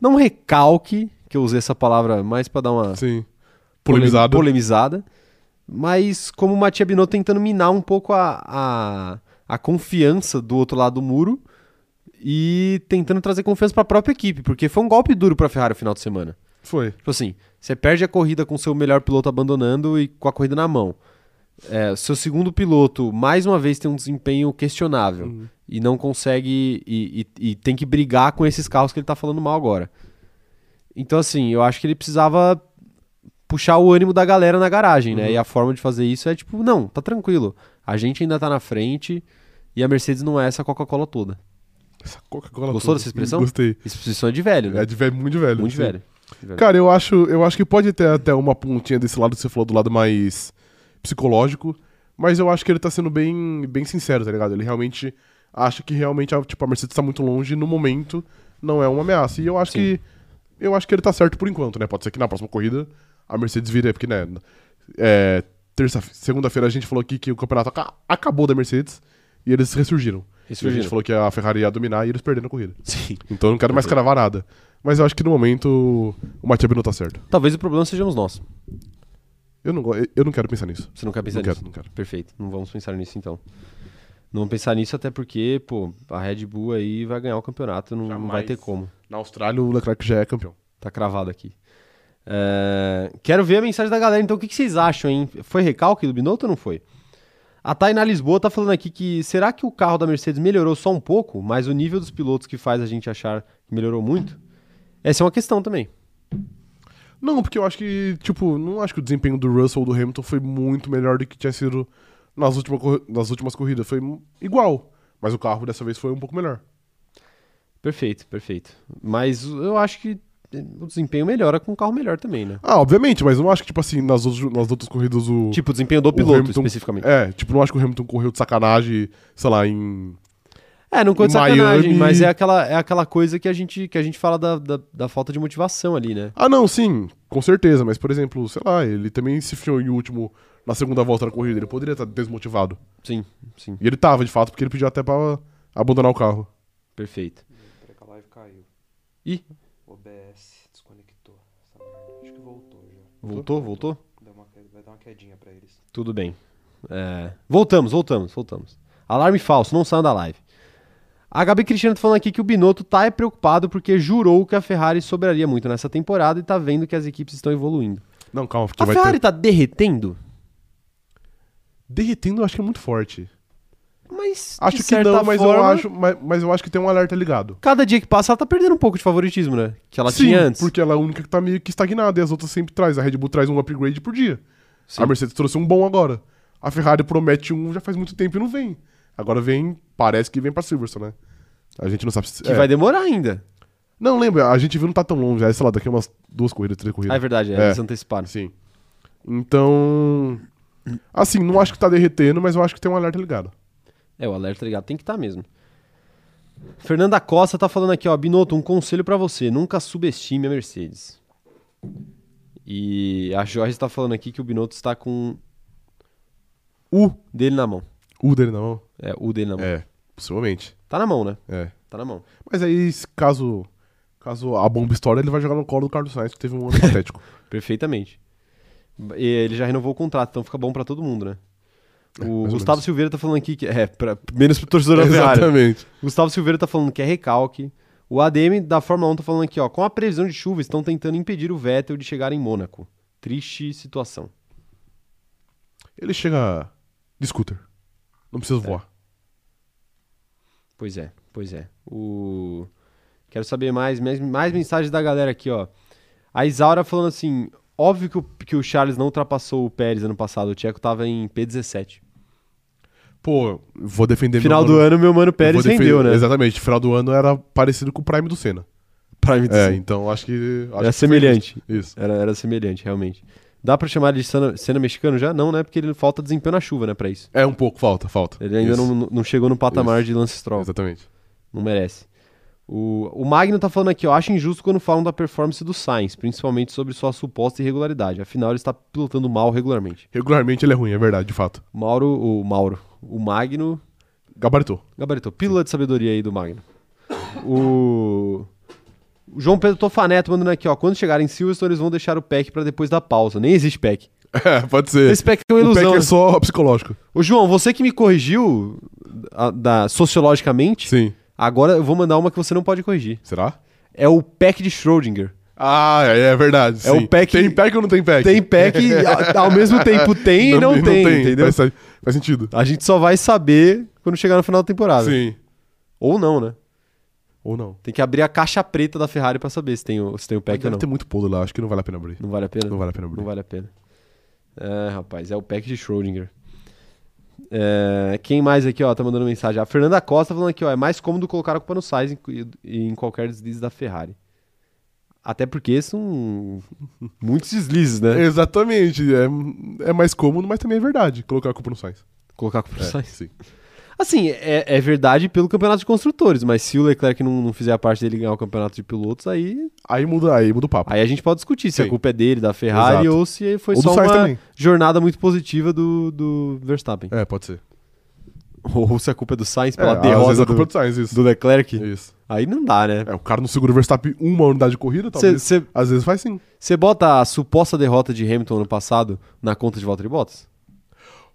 Não recalque, que eu usei essa palavra mais para dar uma
Sim. Polemizado.
tá. pole- polemizada, mas como o Matia Binotto tentando minar um pouco a, a, a confiança do outro lado do muro e tentando trazer confiança para a própria equipe, porque foi um golpe duro para a Ferrari no final de semana.
Foi.
Tipo assim, você perde a corrida com seu melhor piloto abandonando e com a corrida na mão. É, seu segundo piloto, mais uma vez, tem um desempenho questionável
Uhum.
e não consegue. E, e- e tem que brigar com esses carros que ele tá falando mal agora. Então, assim, eu acho que ele precisava puxar o ânimo da galera na garagem,
Uhum.
né? E a forma de fazer isso é tipo, não, tá tranquilo. A gente ainda tá na frente e a Mercedes não é essa Coca-Cola toda.
Essa Coca-Cola.
Gostou
toda.
dessa expressão?
Gostei.
Isso é de velho, né?
É de velho, muito de velho.
Muito de
sim.
velho. De velho.
Cara, eu acho, eu acho que pode ter até uma pontinha desse lado que você falou, do lado mais psicológico, mas eu acho que ele tá sendo bem, bem sincero, tá ligado? Ele realmente acha que realmente a, tipo, a Mercedes tá muito longe no momento, não é uma ameaça. E eu acho
Sim.
que eu acho que ele tá certo por enquanto, né? Pode ser que na próxima corrida a Mercedes vire, porque, né, é, terça, segunda-feira a gente falou aqui que o campeonato aca- acabou da Mercedes e eles ressurgiram. E a
Ressurgiram.
gente falou que a Ferrari ia dominar e eles perderam a corrida.
Sim.
Então eu não quero mais cravar nada. Mas eu acho que no momento o Matias não tá certo.
Talvez o problema sejamos nós.
Eu não, go- eu não quero pensar nisso.
Você não quer pensar
Não
nisso?
quero, não quero.
Perfeito. Não vamos pensar nisso então. Não vamos pensar nisso até porque, pô, a Red Bull aí vai ganhar o campeonato, não, não vai
Jamais.
ter como.
Na Austrália, o Leclerc já é campeão.
Tá cravado aqui. É, Quero ver a mensagem da galera, então o que, que vocês acham, hein? Foi recalque do Binotto ou não foi? A Tainá Lisboa tá falando aqui que será que o carro da Mercedes melhorou só um pouco, mas o nível dos pilotos que faz a gente achar que melhorou muito? Essa é uma questão também.
Não, porque eu acho que, tipo, não acho que o desempenho do Russell ou do Hamilton foi muito melhor do que tinha sido nas, última, cor- nas últimas corridas. Foi igual. Mas o carro dessa vez foi um pouco melhor.
Perfeito, perfeito. Mas eu acho que o desempenho melhora com um carro melhor também, né?
Ah, obviamente, mas eu não acho que, tipo assim, nas, outros- nas outras corridas o.
Tipo, o desempenho do
o
piloto,
Hamilton-
especificamente.
É, tipo, não acho que o Hamilton correu de sacanagem, sei lá, em.
É, não conta de
Miami-
sacanagem, mas é aquela, é aquela coisa que a gente, que a gente fala da, da, da falta de motivação ali, né?
Ah, não, sim, com certeza. Mas, por exemplo, sei lá, ele também se fiou em último na segunda volta da corrida. Ele poderia estar desmotivado.
Sim, sim,
E ele tava, de fato, porque ele pediu até pra abandonar o carro.
perfeito.
Peraí que a live caiu.
Ih.
O OBS desconectou essa merda. Acho que voltou já.
Voltou, voltou?
Deu uma queda- vai dar uma quedinha pra eles.
Tudo bem. É, Voltamos, voltamos, voltamos. Alarme falso, não saiam da live. A Gabi Cristiano tá falando aqui que o Binotto tá é preocupado porque jurou que a Ferrari sobraria muito nessa temporada e tá vendo que as equipes estão evoluindo.
Não, calma, porque
A
vai
Ferrari
ter...
tá derretendo?
Derretendo eu acho que é muito forte.
Mas, de
Acho que
certa
não, mas eu,
forma,
acho, mas, mas eu acho que tem um alerta ligado.
Cada dia que passa, ela tá perdendo um pouco de favoritismo, né? Que ela
Sim,
tinha antes.
porque ela é a única que tá meio que estagnada e as outras sempre traz. A Red Bull traz um upgrade por dia.
Sim.
A Mercedes trouxe um bom agora. A Ferrari promete um já faz muito tempo e não vem. Agora vem, parece que vem pra Silverstone, né? A gente não sabe se...
Que
é.
vai demorar ainda.
Não, lembra, a gente viu não tá tão longe, aí, sei lá, daqui umas duas corridas, três
Ah, é
corridas.
verdade, é,
É.
eles anteciparam.
Sim. Então. Assim, não acho que tá derretendo, mas eu acho que tem um alerta ligado.
É, o alerta ligado tem que estar mesmo. Fernanda Costa tá falando aqui, ó, Binotto, um conselho pra você, nunca subestime a Mercedes. E a Jorge tá falando aqui que o Binotto está com o dele na mão.
O dele não.
É, o dele na mão.
É, possivelmente.
Tá na mão, né?
É.
Tá na mão.
Mas aí, se- caso. Caso a bomba estoura, ele vai jogar no colo do Carlos Sainz, que teve um ano patético.
Perfeitamente. E ele já renovou o contrato, então fica bom pra todo mundo, né?
É, mais
O
ou
Gustavo
menos.
Silveira tá falando aqui que é pra, menos pro torcedor da Ferrari.
Exatamente.
Gustavo Silveira tá falando que é recalque. O ADM da Fórmula 1 tá falando aqui, ó. Com a previsão de chuva, estão tentando impedir o Vettel de chegar em Mônaco. Triste situação.
Ele chega de scooter. Não
É.
precisa voar.
Pois é, pois é. O... Quero saber mais, mais, mais mensagens da galera aqui, ó. A Isaura falando assim: óbvio que o, que o Charles não ultrapassou o Pérez ano passado, o Tcheco tava em P17.
Pô, vou defender
Final
meu
do ano, meu mano
eu vou
Pérez
defender-
vendeu, né?
Exatamente. Final do ano era parecido com o Prime do Senna.
Prime
É,
Video.
então acho que. Acho
era
que foi
É semelhante.
justo. Isso.
Era, era semelhante, realmente. Dá pra chamar ele de cena, cena mexicano já? Não, né? Porque ele falta desempenho na chuva, né? Pra isso.
É um pouco, falta, falta.
Ele ainda
Isso.
não, não chegou no patamar de Lance Stroll.
Exatamente.
Não merece. O, o Magno tá falando aqui, ó. Acho injusto quando falam da performance do Sainz, principalmente sobre sua suposta irregularidade. Afinal, ele está pilotando mal regularmente.
Regularmente ele é ruim, é verdade, de fato.
Mauro, o Mauro, o Magno.
Gabaritou.
Gabaritou, pílula de sabedoria aí do Magno. O. o João Pedro Tofaneto mandando aqui, ó. Quando chegarem em Silverstone, eles vão deixar o pack pra depois da pausa. Nem existe pack.
É, pode ser.
Esse pack é uma
o
ilusão.
pack é
né?
só psicológico.
Ô, João, você que me corrigiu da, da- sociologicamente,
Sim.
agora eu vou mandar uma que você não pode corrigir.
Será?
É o pack de Schrödinger.
Ah, é, é verdade.
É
sim.
o pack-
Tem pack ou não tem pack?
Tem pack, a- ao mesmo tempo tem e não, tem, entendeu?
Faz, faz sentido.
A gente só vai saber quando chegar no final da temporada.
Sim.
Ou não, né?
Ou não.
Tem que abrir a caixa preta da Ferrari pra saber se tem o, se tem o pack
Deve
ou não.
ter muito podre lá, acho que não vale a pena abrir.
Não vale a pena?
Não vale a pena abrir.
Não vale a pena. É, rapaz, é o pack de Schrödinger. É, quem mais aqui, ó, tá mandando mensagem? A Fernanda Costa falando aqui, ó, é mais cômodo colocar a culpa no Sainz em, em qualquer deslize da Ferrari. Até porque são muitos deslizes, né?
Exatamente. É, é mais cômodo, mas também é verdade colocar a culpa no Sainz.
Colocar a culpa no
É,
Sainz.
Sim.
Assim, é, é verdade pelo campeonato de construtores, mas se o Leclerc não, não fizer a parte dele ganhar o campeonato de pilotos, aí,
Aí muda, aí muda o papo.
aí a gente pode discutir se a
Sim.
culpa é dele, da Ferrari,
Exato.
ou se foi
Ou do
só uma
Sainz também.
jornada muito positiva do, do Verstappen.
É, pode ser.
Ou se a culpa é do Sainz
é,
pela
às vezes
derrota
a culpa é
do,
do Sainz, isso.
do Leclerc,
Isso.
aí não dá, né?
É, o cara não segura o Verstappen uma unidade de corrida, talvez.
Você
Às vezes faz sim.
bota a suposta derrota de Hamilton ano passado na conta de Valtteri Bottas?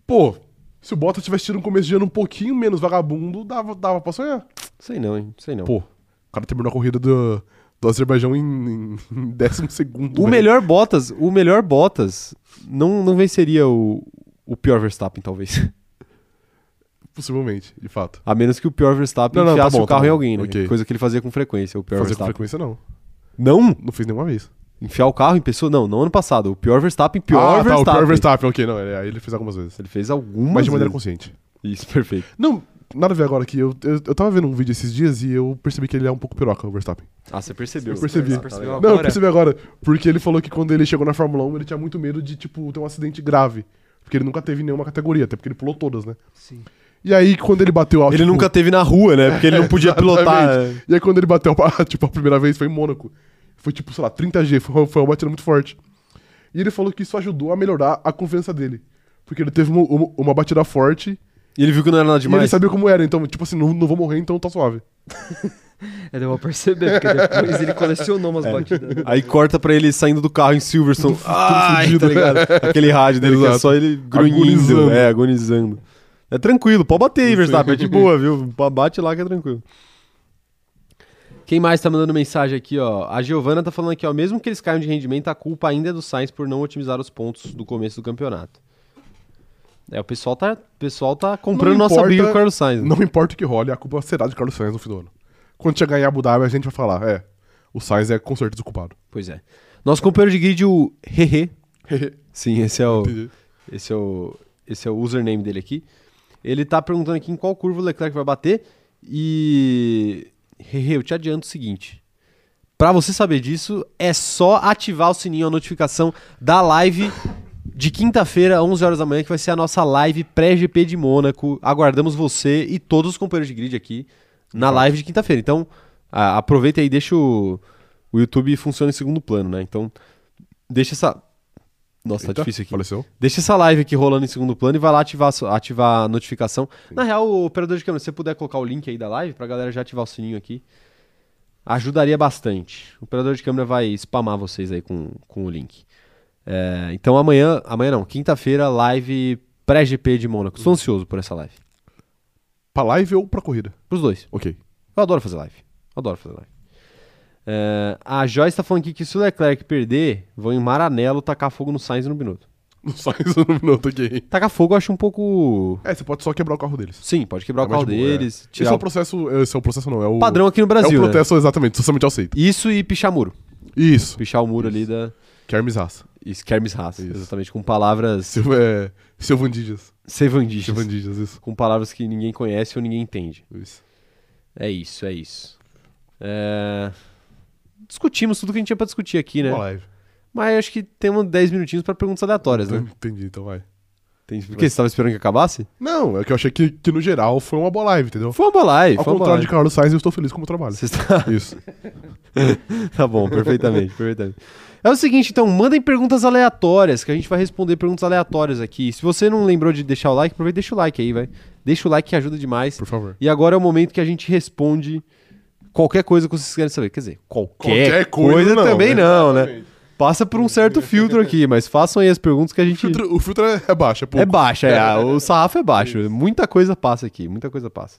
Pô, se o Bottas tivesse tido um começo de ano um pouquinho menos vagabundo, dava, dava pra sonhar.
Sei não, hein? Sei não.
Pô, o cara terminou a corrida do, do Azerbaijão em, em décimo segundo.
o
velho.
melhor Bottas, o melhor Bottas não, não venceria o, o pior Verstappen, talvez.
Possivelmente, de fato.
A menos que o pior Verstappen
Não, não, tá
enfiasse
bom,
o carro
tá bom.
em alguém, né?
Ok.
Coisa que ele fazia com frequência, o pior
Fazer com
Verstappen.
frequência, não.
Não,
Não fez nenhuma vez.
enfiar o carro em pessoa, não, não ano passado. O pior Verstappen, pior
ah,
Verstappen.
tá, o pior Verstappen, ok, não. é, Aí ele fez algumas vezes.
Ele fez algumas
Mas de maneira
vezes.
consciente.
Isso, perfeito.
Não, nada a ver agora aqui. Eu, eu, eu tava vendo um vídeo esses dias e eu percebi que ele é um pouco piroca, o Verstappen.
Ah, você percebeu.
Eu percebi.
Ah, tá
Percebeu
legal.
Não, eu
Agora?
percebi agora. Porque ele falou que quando ele chegou na Fórmula 1, ele tinha muito medo de, tipo, ter um acidente grave. Porque ele nunca teve nenhuma categoria, até porque ele pulou todas, né?
Sim.
E aí, quando ele bateu a.
Ele
tipo,
nunca teve na rua, né? Porque ele não podia pilotar. né?
exatamente. E aí, quando ele bateu, a- tipo, a primeira vez foi em Mônaco. Foi, tipo, sei lá, 30G. Foi, foi uma batida muito forte. E ele falou que isso ajudou a melhorar a confiança dele. Porque ele teve uma, uma- uma batida forte
E ele viu que não era nada
e ele
demais.
sabia como era. Então, tipo assim, não, não vou morrer, então tá suave.
É, deu pra perceber, porque depois ele colecionou
É.
umas batidas.
Aí corta pra ele saindo do carro em Silverstone. Ah,
fudido. né,
tá ligado? Aquele rádio dele que é
Exato.
só ele grunhindo.
Agonizando.
É, agonizando. É tranquilo, pode bater aí, Verstappen. É de boa, viu? Bate lá que é tranquilo. Quem mais tá mandando mensagem aqui, ó? A Giovana tá falando aqui, ó. Mesmo que eles caiam de rendimento, a culpa ainda é do Sainz por não otimizar os pontos do começo do campeonato. É, o pessoal tá, o pessoal tá comprando
Não
nossa
importa-
briga com o Carlos Sainz. né?
Não importa o que role, a culpa será de Carlos Sainz no fim do ano. Quando chegar em Abu Dhabi, a gente vai falar, é, o Sainz é com certeza o culpado.
Pois é. Nosso companheiro de grid, o Hehe. Sim, esse é o.
Entendi.
Esse é o, esse é o username dele aqui. Ele tá perguntando aqui em qual curva o Leclerc vai bater. E. Hehe, eu te adianto o seguinte. Pra você saber disso, é só ativar o sininho, a notificação da live de quinta-feira, 11 horas da manhã, que vai ser a nossa live pré-GP de Mônaco. Aguardamos você e todos os companheiros de grid aqui na live de quinta-feira. Então, a- aproveita aí, deixa o, o YouTube funciona em segundo plano, né? Então, deixa essa. Nossa, tá
Eita,
difícil aqui.
Faleceu?
Deixa essa live aqui rolando em segundo plano e vai lá ativar, a su- ativar a notificação. Na real, o operador de câmera, se você puder colocar o link aí da live pra galera já ativar o sininho aqui, ajudaria bastante. O operador de câmera vai spamar vocês aí com, com o link. É, então amanhã, amanhã não, quinta-feira, live pré-GP de Mônaco. Estou ansioso por essa live.
Pra live ou pra corrida?
Pros dois.
Ok.
Eu adoro fazer live. Eu adoro fazer live. É, a Joyce tá falando aqui que se o Leclerc perder, vão em Maranello tacar fogo no Sainz e no Binotto.
O Sainz no minuto, ok.
Tacar fogo eu acho um pouco
É, você pode só quebrar o carro deles.
Sim, pode quebrar
É
o carro
mais de boa, é.
deles,
Esse
tirar
é
o
o processo, esse é o processo não, é o...
padrão aqui no
É
Brasil,
o
né?
protesto, exatamente, socialmente aceito.
Isso e pichar muro.
Isso.
Pichar o muro ali da
Kermes Haas.
Skermes Raça,
Isso.
exatamente, com palavras
Seu, é, seu Vandijas. Seu
sevandistas,
Vandijas, isso.
com palavras que ninguém É conhece ou ninguém entende.
isso.
É isso, é isso. É... discutimos tudo que a gente tinha pra discutir aqui, né?
Uma live.
Mas acho que temos 10 minutinhos pra perguntas aleatórias, né?
Entendi, então vai.
Por quê? Você tava esperando que acabasse?
Não, é que eu achei que, que no geral foi uma boa live, entendeu?
Foi uma boa live,
Ao
foi uma boa
contrário de
live.
Carlos Sainz, eu estou feliz com o meu trabalho.
Você está...
Isso.
tá bom, perfeitamente, perfeitamente. É o seguinte, então, mandem perguntas aleatórias, que a gente vai responder perguntas aleatórias aqui. Se você não lembrou de deixar o like, aproveita e deixa o like aí, vai. Deixa o like que ajuda demais.
Por favor.
E agora é o momento que a gente responde qualquer coisa que vocês querem saber. Quer dizer, qualquer,
Qualquer coisa
coisa,
não,
também
né?
não, né? Passa por um certo filtro aqui, mas façam aí as perguntas que a
O
gente.
filtro, o filtro é, é baixo, é pouco.
É baixo, é, a- o sarrafo é baixo. Muita coisa passa aqui, muita coisa passa.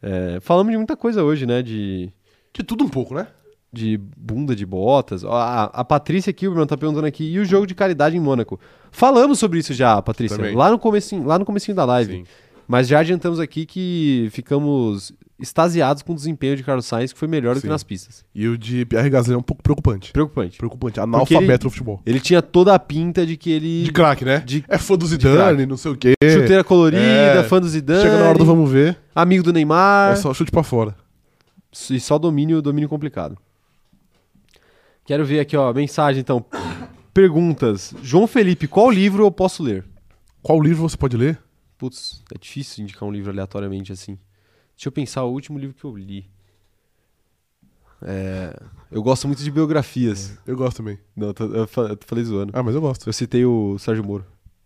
É, falamos de muita coisa hoje, né? De,
De tudo um pouco, né?
de bunda de botas. Ó, A, a Patrícia Kilberman tá perguntando aqui, e o jogo de caridade em Mônaco? Falamos sobre isso já, Patrícia,
Também.
lá no, comecinho, lá no comecinho da live.
Sim.
Mas já adiantamos aqui que ficamos extasiados com o desempenho de Carlos Sainz, que foi melhor do
Sim.
que nas pistas.
E o de Pierre Gasly é um pouco preocupante.
Preocupante.
Preocupante.
Porque ele-
Analfabeto no futebol.
Ele tinha toda a pinta de que ele...
De craque, né?
de-
é fã do
craque.
Zidane, não sei o quê.
Chuteira colorida,
É.
fã do Zidane, Ah.
Chega na hora do vamos ver,
amigo do Neymar...
é só chute pra fora.
E só domínio, domínio complicado. Quero ver aqui, ó, mensagem então. Perguntas. João Felipe, qual livro eu posso ler?
Qual livro você pode ler?
Putz, é difícil indicar um livro aleatoriamente assim. Deixa eu pensar o último livro que eu li. É, eu gosto muito de biografias.
Eu gosto também.
Não, eu, tô- eu fa- eu falei zoando.
Ah, mas eu gosto.
Eu citei o Sérgio Moro.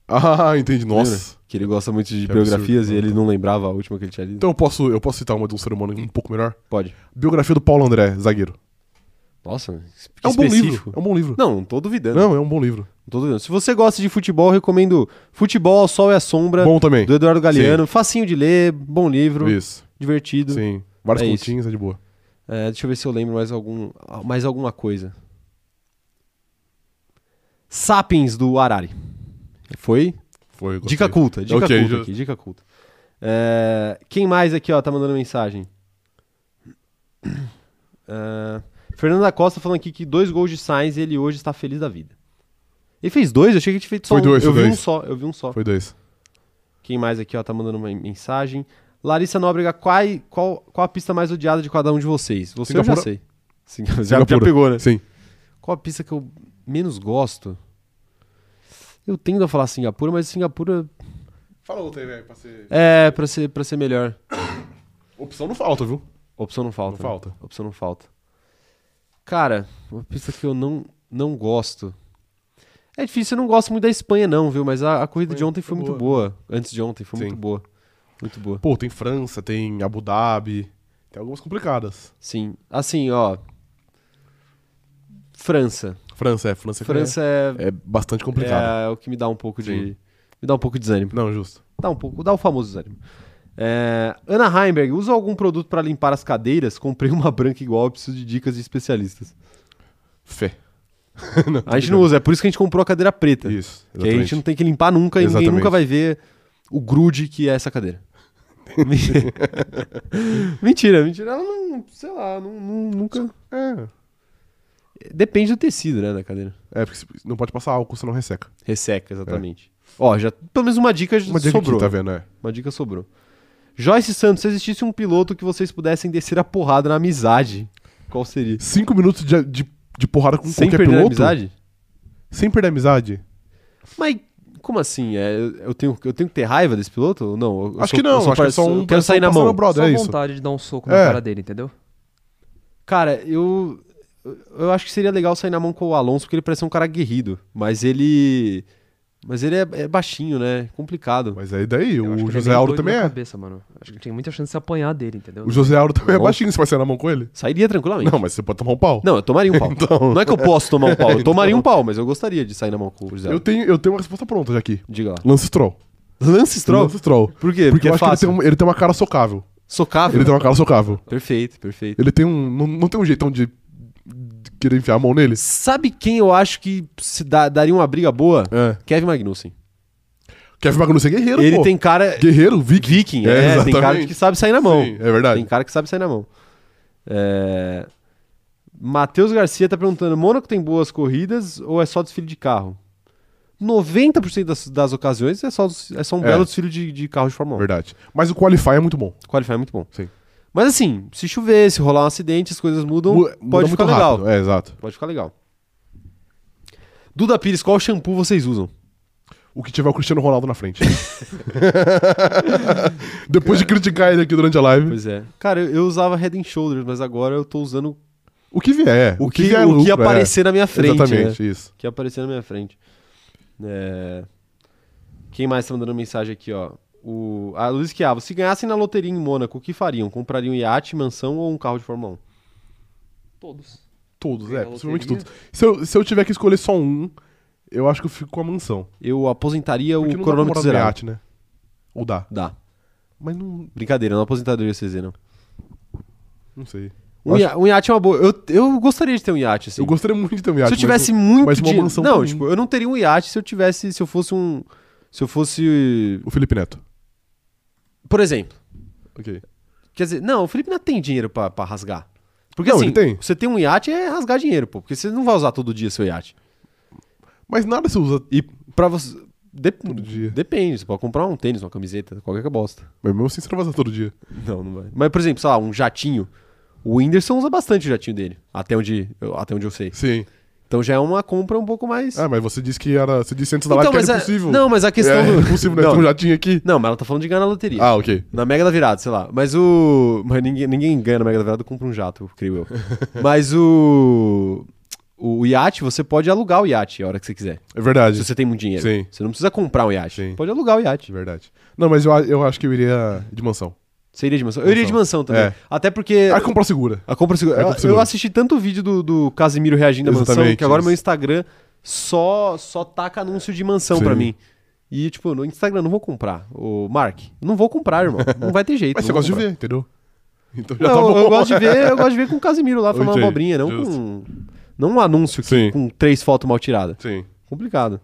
Ah, entendi. Nossa.
Lembra? Que ele gosta muito de
Que absurdo.
biografias e ele não lembrava a última que ele tinha lido.
Então eu posso, eu posso citar uma de um ser humano um pouco melhor?
Pode.
Biografia do Paulo André, zagueiro.
Nossa, que
É um bom
específico.
livro. É um bom livro.
Não, não tô duvidando.
Não, é um bom livro.
Não tô duvidando. Se você gosta de futebol, eu recomendo Futebol ao Sol e à Sombra,
Bom também.
do Eduardo Galeano. Facinho de ler, bom livro,
Isso.
divertido.
Sim. Vários
É isso.
pontinhos, é de boa.
É, deixa eu ver se eu lembro mais, algum, mais alguma coisa. Sapiens, do Arari. Foi?
Foi, eu gostei.
Dica culta, dica
Ok,
culta
já-
aqui, dica culta. É, quem mais aqui, ó, tá mandando mensagem? É, Fernanda Costa falando aqui que dois gols de Sainz e ele hoje está feliz da vida. Ele fez dois? Eu achei que ele tinha feito só
Foi
um.
dois,
eu
foi
vi
dois.
um só, eu vi um só.
Foi dois.
Quem mais aqui, ó, tá mandando uma mensagem. Larissa Nóbrega, qual, qual, qual a pista mais odiada de cada um de vocês? Você eu já
Singapura.
sei. Singa- Já, já
Singapura.
pegou, né?
Sim.
Qual a pista que eu menos gosto? Eu tendo a falar Singapura, mas Singapura
Fala outra aí, velho, pra ser...
é pra ser, pra ser melhor.
Opção não falta, viu?
Opção não falta.
Não
né?
falta.
Opção não falta. Cara, uma pista que eu não, não gosto. É difícil, eu não gosto muito da Espanha, não, viu? Mas a, a corrida de
Espanha
ontem foi
foi
muito boa. Antes de ontem foi
Sim.
muito boa. Muito boa.
Pô, tem França, tem Abu Dhabi, tem algumas complicadas.
Sim. Assim, ó. França.
França, é, França, é-
França é,
é, bastante complicada.
é o que me dá um pouco de.
Sim.
Me dá um pouco de desânimo.
Não, justo.
Dá um pouco, dá o famoso desânimo. É, Ana Heimberg, usa algum produto pra limpar as cadeiras? Comprei uma branca igual, eu preciso de dicas de especialistas.
Fé.
A gente não usa, é por isso que a gente comprou a cadeira preta.
Isso,
Que aí a gente
exatamente.
não tem que limpar nunca e ninguém
Exatamente.
nunca vai ver o grude que é essa cadeira. mentira, mentira. Ela não, sei lá, não- não- nunca. Depende do tecido, né, da cadeira.
É, é, porque se- não pode passar álcool, senão resseca.
Resseca, exatamente. É. Ó, já, pelo menos uma dica já
Uma dica
sobrou.
aqui, tá vendo, é.
Uma dica sobrou. Joyce Santos, se existisse um piloto que vocês pudessem descer a porrada na amizade, qual seria?
Cinco minutos de, de, de porrada com
Sem
qualquer
perder a
Um piloto.
amizade?
Sem perder a amizade?
Mas como assim? É, eu, eu tenho, eu tenho que ter raiva desse piloto? ou Não, eu- eu
Acho
sou-
que não,
eu sou
acho que é
parce-
só um
eu quero
é só
sair
um
na
parceiro
mão.
brother,
Só
é isso.
vontade de dar um soco
É.
na cara dele, entendeu?
Cara, eu. Eu acho que seria legal sair na mão com o Alonso, porque ele parece ser um cara aguerrido. Mas ele. Mas ele é, é baixinho, né? Complicado.
Mas aí daí,
Eu acho que
o
ele
José
meio
Aldo
doido
também
na
é.
Cabeça, mano. Acho que tem muita chance de se apanhar dele,
né?
entendeu?
O José Aldo também é
Bom.
baixinho, você vai sair na mão com ele?
Sairia tranquilamente.
Não, mas você pode tomar um pau.
Não, eu tomaria um pau.
Então.
Não é que eu posso tomar um pau, eu tomaria um pau, mas eu gostaria de sair na mão com o José.
Eu tenho, eu tenho uma resposta pronta já aqui.
Diga lá.
Lance Stroll.
Lance Stroll?
Lance Stroll.
Por quê?
Porque
Porque,
eu
é
acho
fácil.
que ele tem, um- ele tem uma cara socável.
Socável.
Ele tem uma cara socável.
Perfeito, perfeito.
Ele tem um. Não, não tem um jeitão de, de querer enfiar a mão nele?
Sabe quem eu acho que se dá- daria uma briga boa?
É.
Kevin Magnussen.
Kevin Magnussen é guerreiro,
Ele
pô.
tem cara.
Guerreiro, viking.
Viking, é, tem cara que sabe sair na mão.
Sim, é verdade.
Tem cara que sabe sair na mão. É... Matheus Garcia tá perguntando: Mônaco tem boas corridas ou é só desfile de carro? 90% das, das ocasiões é só, é só um
É.
belo desfile de, de carro de Fórmula 1.
Verdade. Mas o Qualify é muito bom.
Qualify é muito bom.
Sim.
Mas assim, se chover, se rolar um acidente, as coisas mudam,
Mu- muda
pode ficar legal.
rápido. É, exato.
Pode ficar legal. Duda Pires, qual shampoo vocês usam?
O que tiver é o Cristiano Ronaldo na frente. Depois de criticar ele aqui durante a live.
Pois é. Cara, eu, eu usava Head and Shoulders, mas agora eu tô usando
O que vier.
o que,
vier
o que
lucro, é.
aparecer na minha frente. né?
Exatamente, isso.
O que aparecer na minha frente. É, Quem mais tá mandando mensagem aqui, ó? O... A Luiz Quiavo, se ganhassem na loteria em Mônaco, o que fariam? Comprariam iate, mansão ou um carro de Fórmula 1?
Todos.
Todos,
Ganhar
é,
a
possivelmente
loteria.
todos. Se eu, se eu tiver que escolher só um, eu acho que eu fico com a mansão.
Eu aposentaria
Porque
o
não dá pra
cronômetro
morar no
zerado.
iate, né? Ou dá.
Dá.
Mas não,
Brincadeira, não aposentadoria CZ, não.
não sei.
Um,
Acho-
ia- um iate é uma boa. Eu, eu gostaria de ter um iate, assim.
Eu gostaria muito de ter um iate.
se eu
mas
tivesse muito
mas uma
dinheiro.
mansão
Não,
comum.
tipo, eu não teria um iate se eu tivesse. Se eu fosse um. Se eu fosse.
O Felipe Neto.
Por exemplo.
Ok.
Quer dizer, não, o Felipe não tem dinheiro pra, pra rasgar. Porque
Não,
assim,
ele tem.
você tem um iate é rasgar dinheiro, pô. Porque você não vai usar todo dia seu iate.
Mas nada se usa.
E pra você. dep-
Todo dia.
Depende, você pode comprar um tênis, uma camiseta, qualquer que é bosta.
Mas mesmo assim você não vai usar todo dia.
Não, não vai. Mas, por exemplo, sei lá, um jatinho. O Whindersson usa bastante o jatinho dele, até onde, eu, até onde eu sei.
Sim.
Então já é uma compra um pouco mais. Então,
Ah, mas você disse que era. Você disse antes da live
mas
que
a-
era impossível.
Não, mas a questão
é,
do.
impossível, né?
Não.
Então já tinha aqui.
Não, mas ela tá falando de ganhar na loteria.
Ah, ok.
Na Mega da Virada, sei lá. Mas o. Mas ninguém, ninguém ganha na Mega da Virada, compra um jato, creio eu. mas o. O iate, você pode alugar o iate a hora que você quiser.
É verdade.
Se você tem muito dinheiro.
Sim.
Você não precisa comprar um iate.
Sim.
Pode alugar o
É
iate.
verdade. Não, mas eu, a- eu acho que eu iria de mansão.
Você iria de mansão? Eu iria de mansão também.
É.
Até porque.
Ah, comprar segura.
A compra segura.
a
Eu-
compra
eu,
segura.
assisti tanto vídeo do, do Casimiro reagindo à mansão
Exatamente,
que agora
isso.
meu Instagram só, só taca anúncio de mansão
Sim.
pra mim. E, tipo, no Instagram, não vou comprar. Ô, Mark, não vou comprar, irmão. Não vai ter jeito.
Mas você
não
gosta
vou
de
comprar.
ver, entendeu? Então já tá
Não,
bom.
eu gosto de ver, eu gosto de ver com o Casimiro lá falando
Ok,
abobrinha, não
justo.
com. Não um anúncio que-
Sim.
com três fotos mal tiradas.
Sim.
Complicado.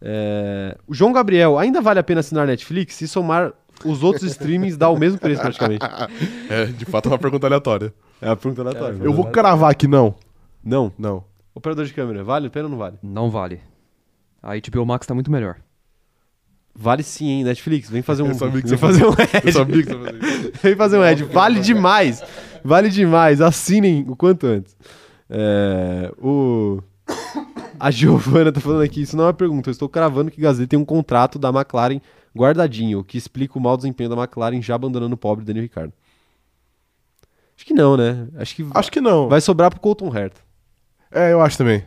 É, O João Gabriel, ainda vale a pena assinar Netflix? Se somar os outros streamings, dá o mesmo preço praticamente.
É, de fato é uma pergunta aleatória.
É a pergunta aleatória.
Eu vou cravar aqui, não.
Não.
Não.
Operador de câmera, vale a pena ou não vale?
Não vale. A HBO Max tá muito melhor.
Vale sim, hein? Netflix, vem fazer um.
Eu sabia
vem
que você
fazer um
Eu
ad.
sabia que você ia fazer isso.
Vem fazer um ad. Vale demais. Vale demais. Assinem o quanto antes. É, o... A Giovana tá falando aqui, isso não é uma pergunta. Eu estou cravando que Gasly tem um contrato da McLaren guardadinho, o que explica o mau desempenho da McLaren já abandonando o pobre Daniel Ricciardo. Acho que não, né? Acho que
Acho que não.
vai sobrar pro Colton Herta.
É, eu acho também.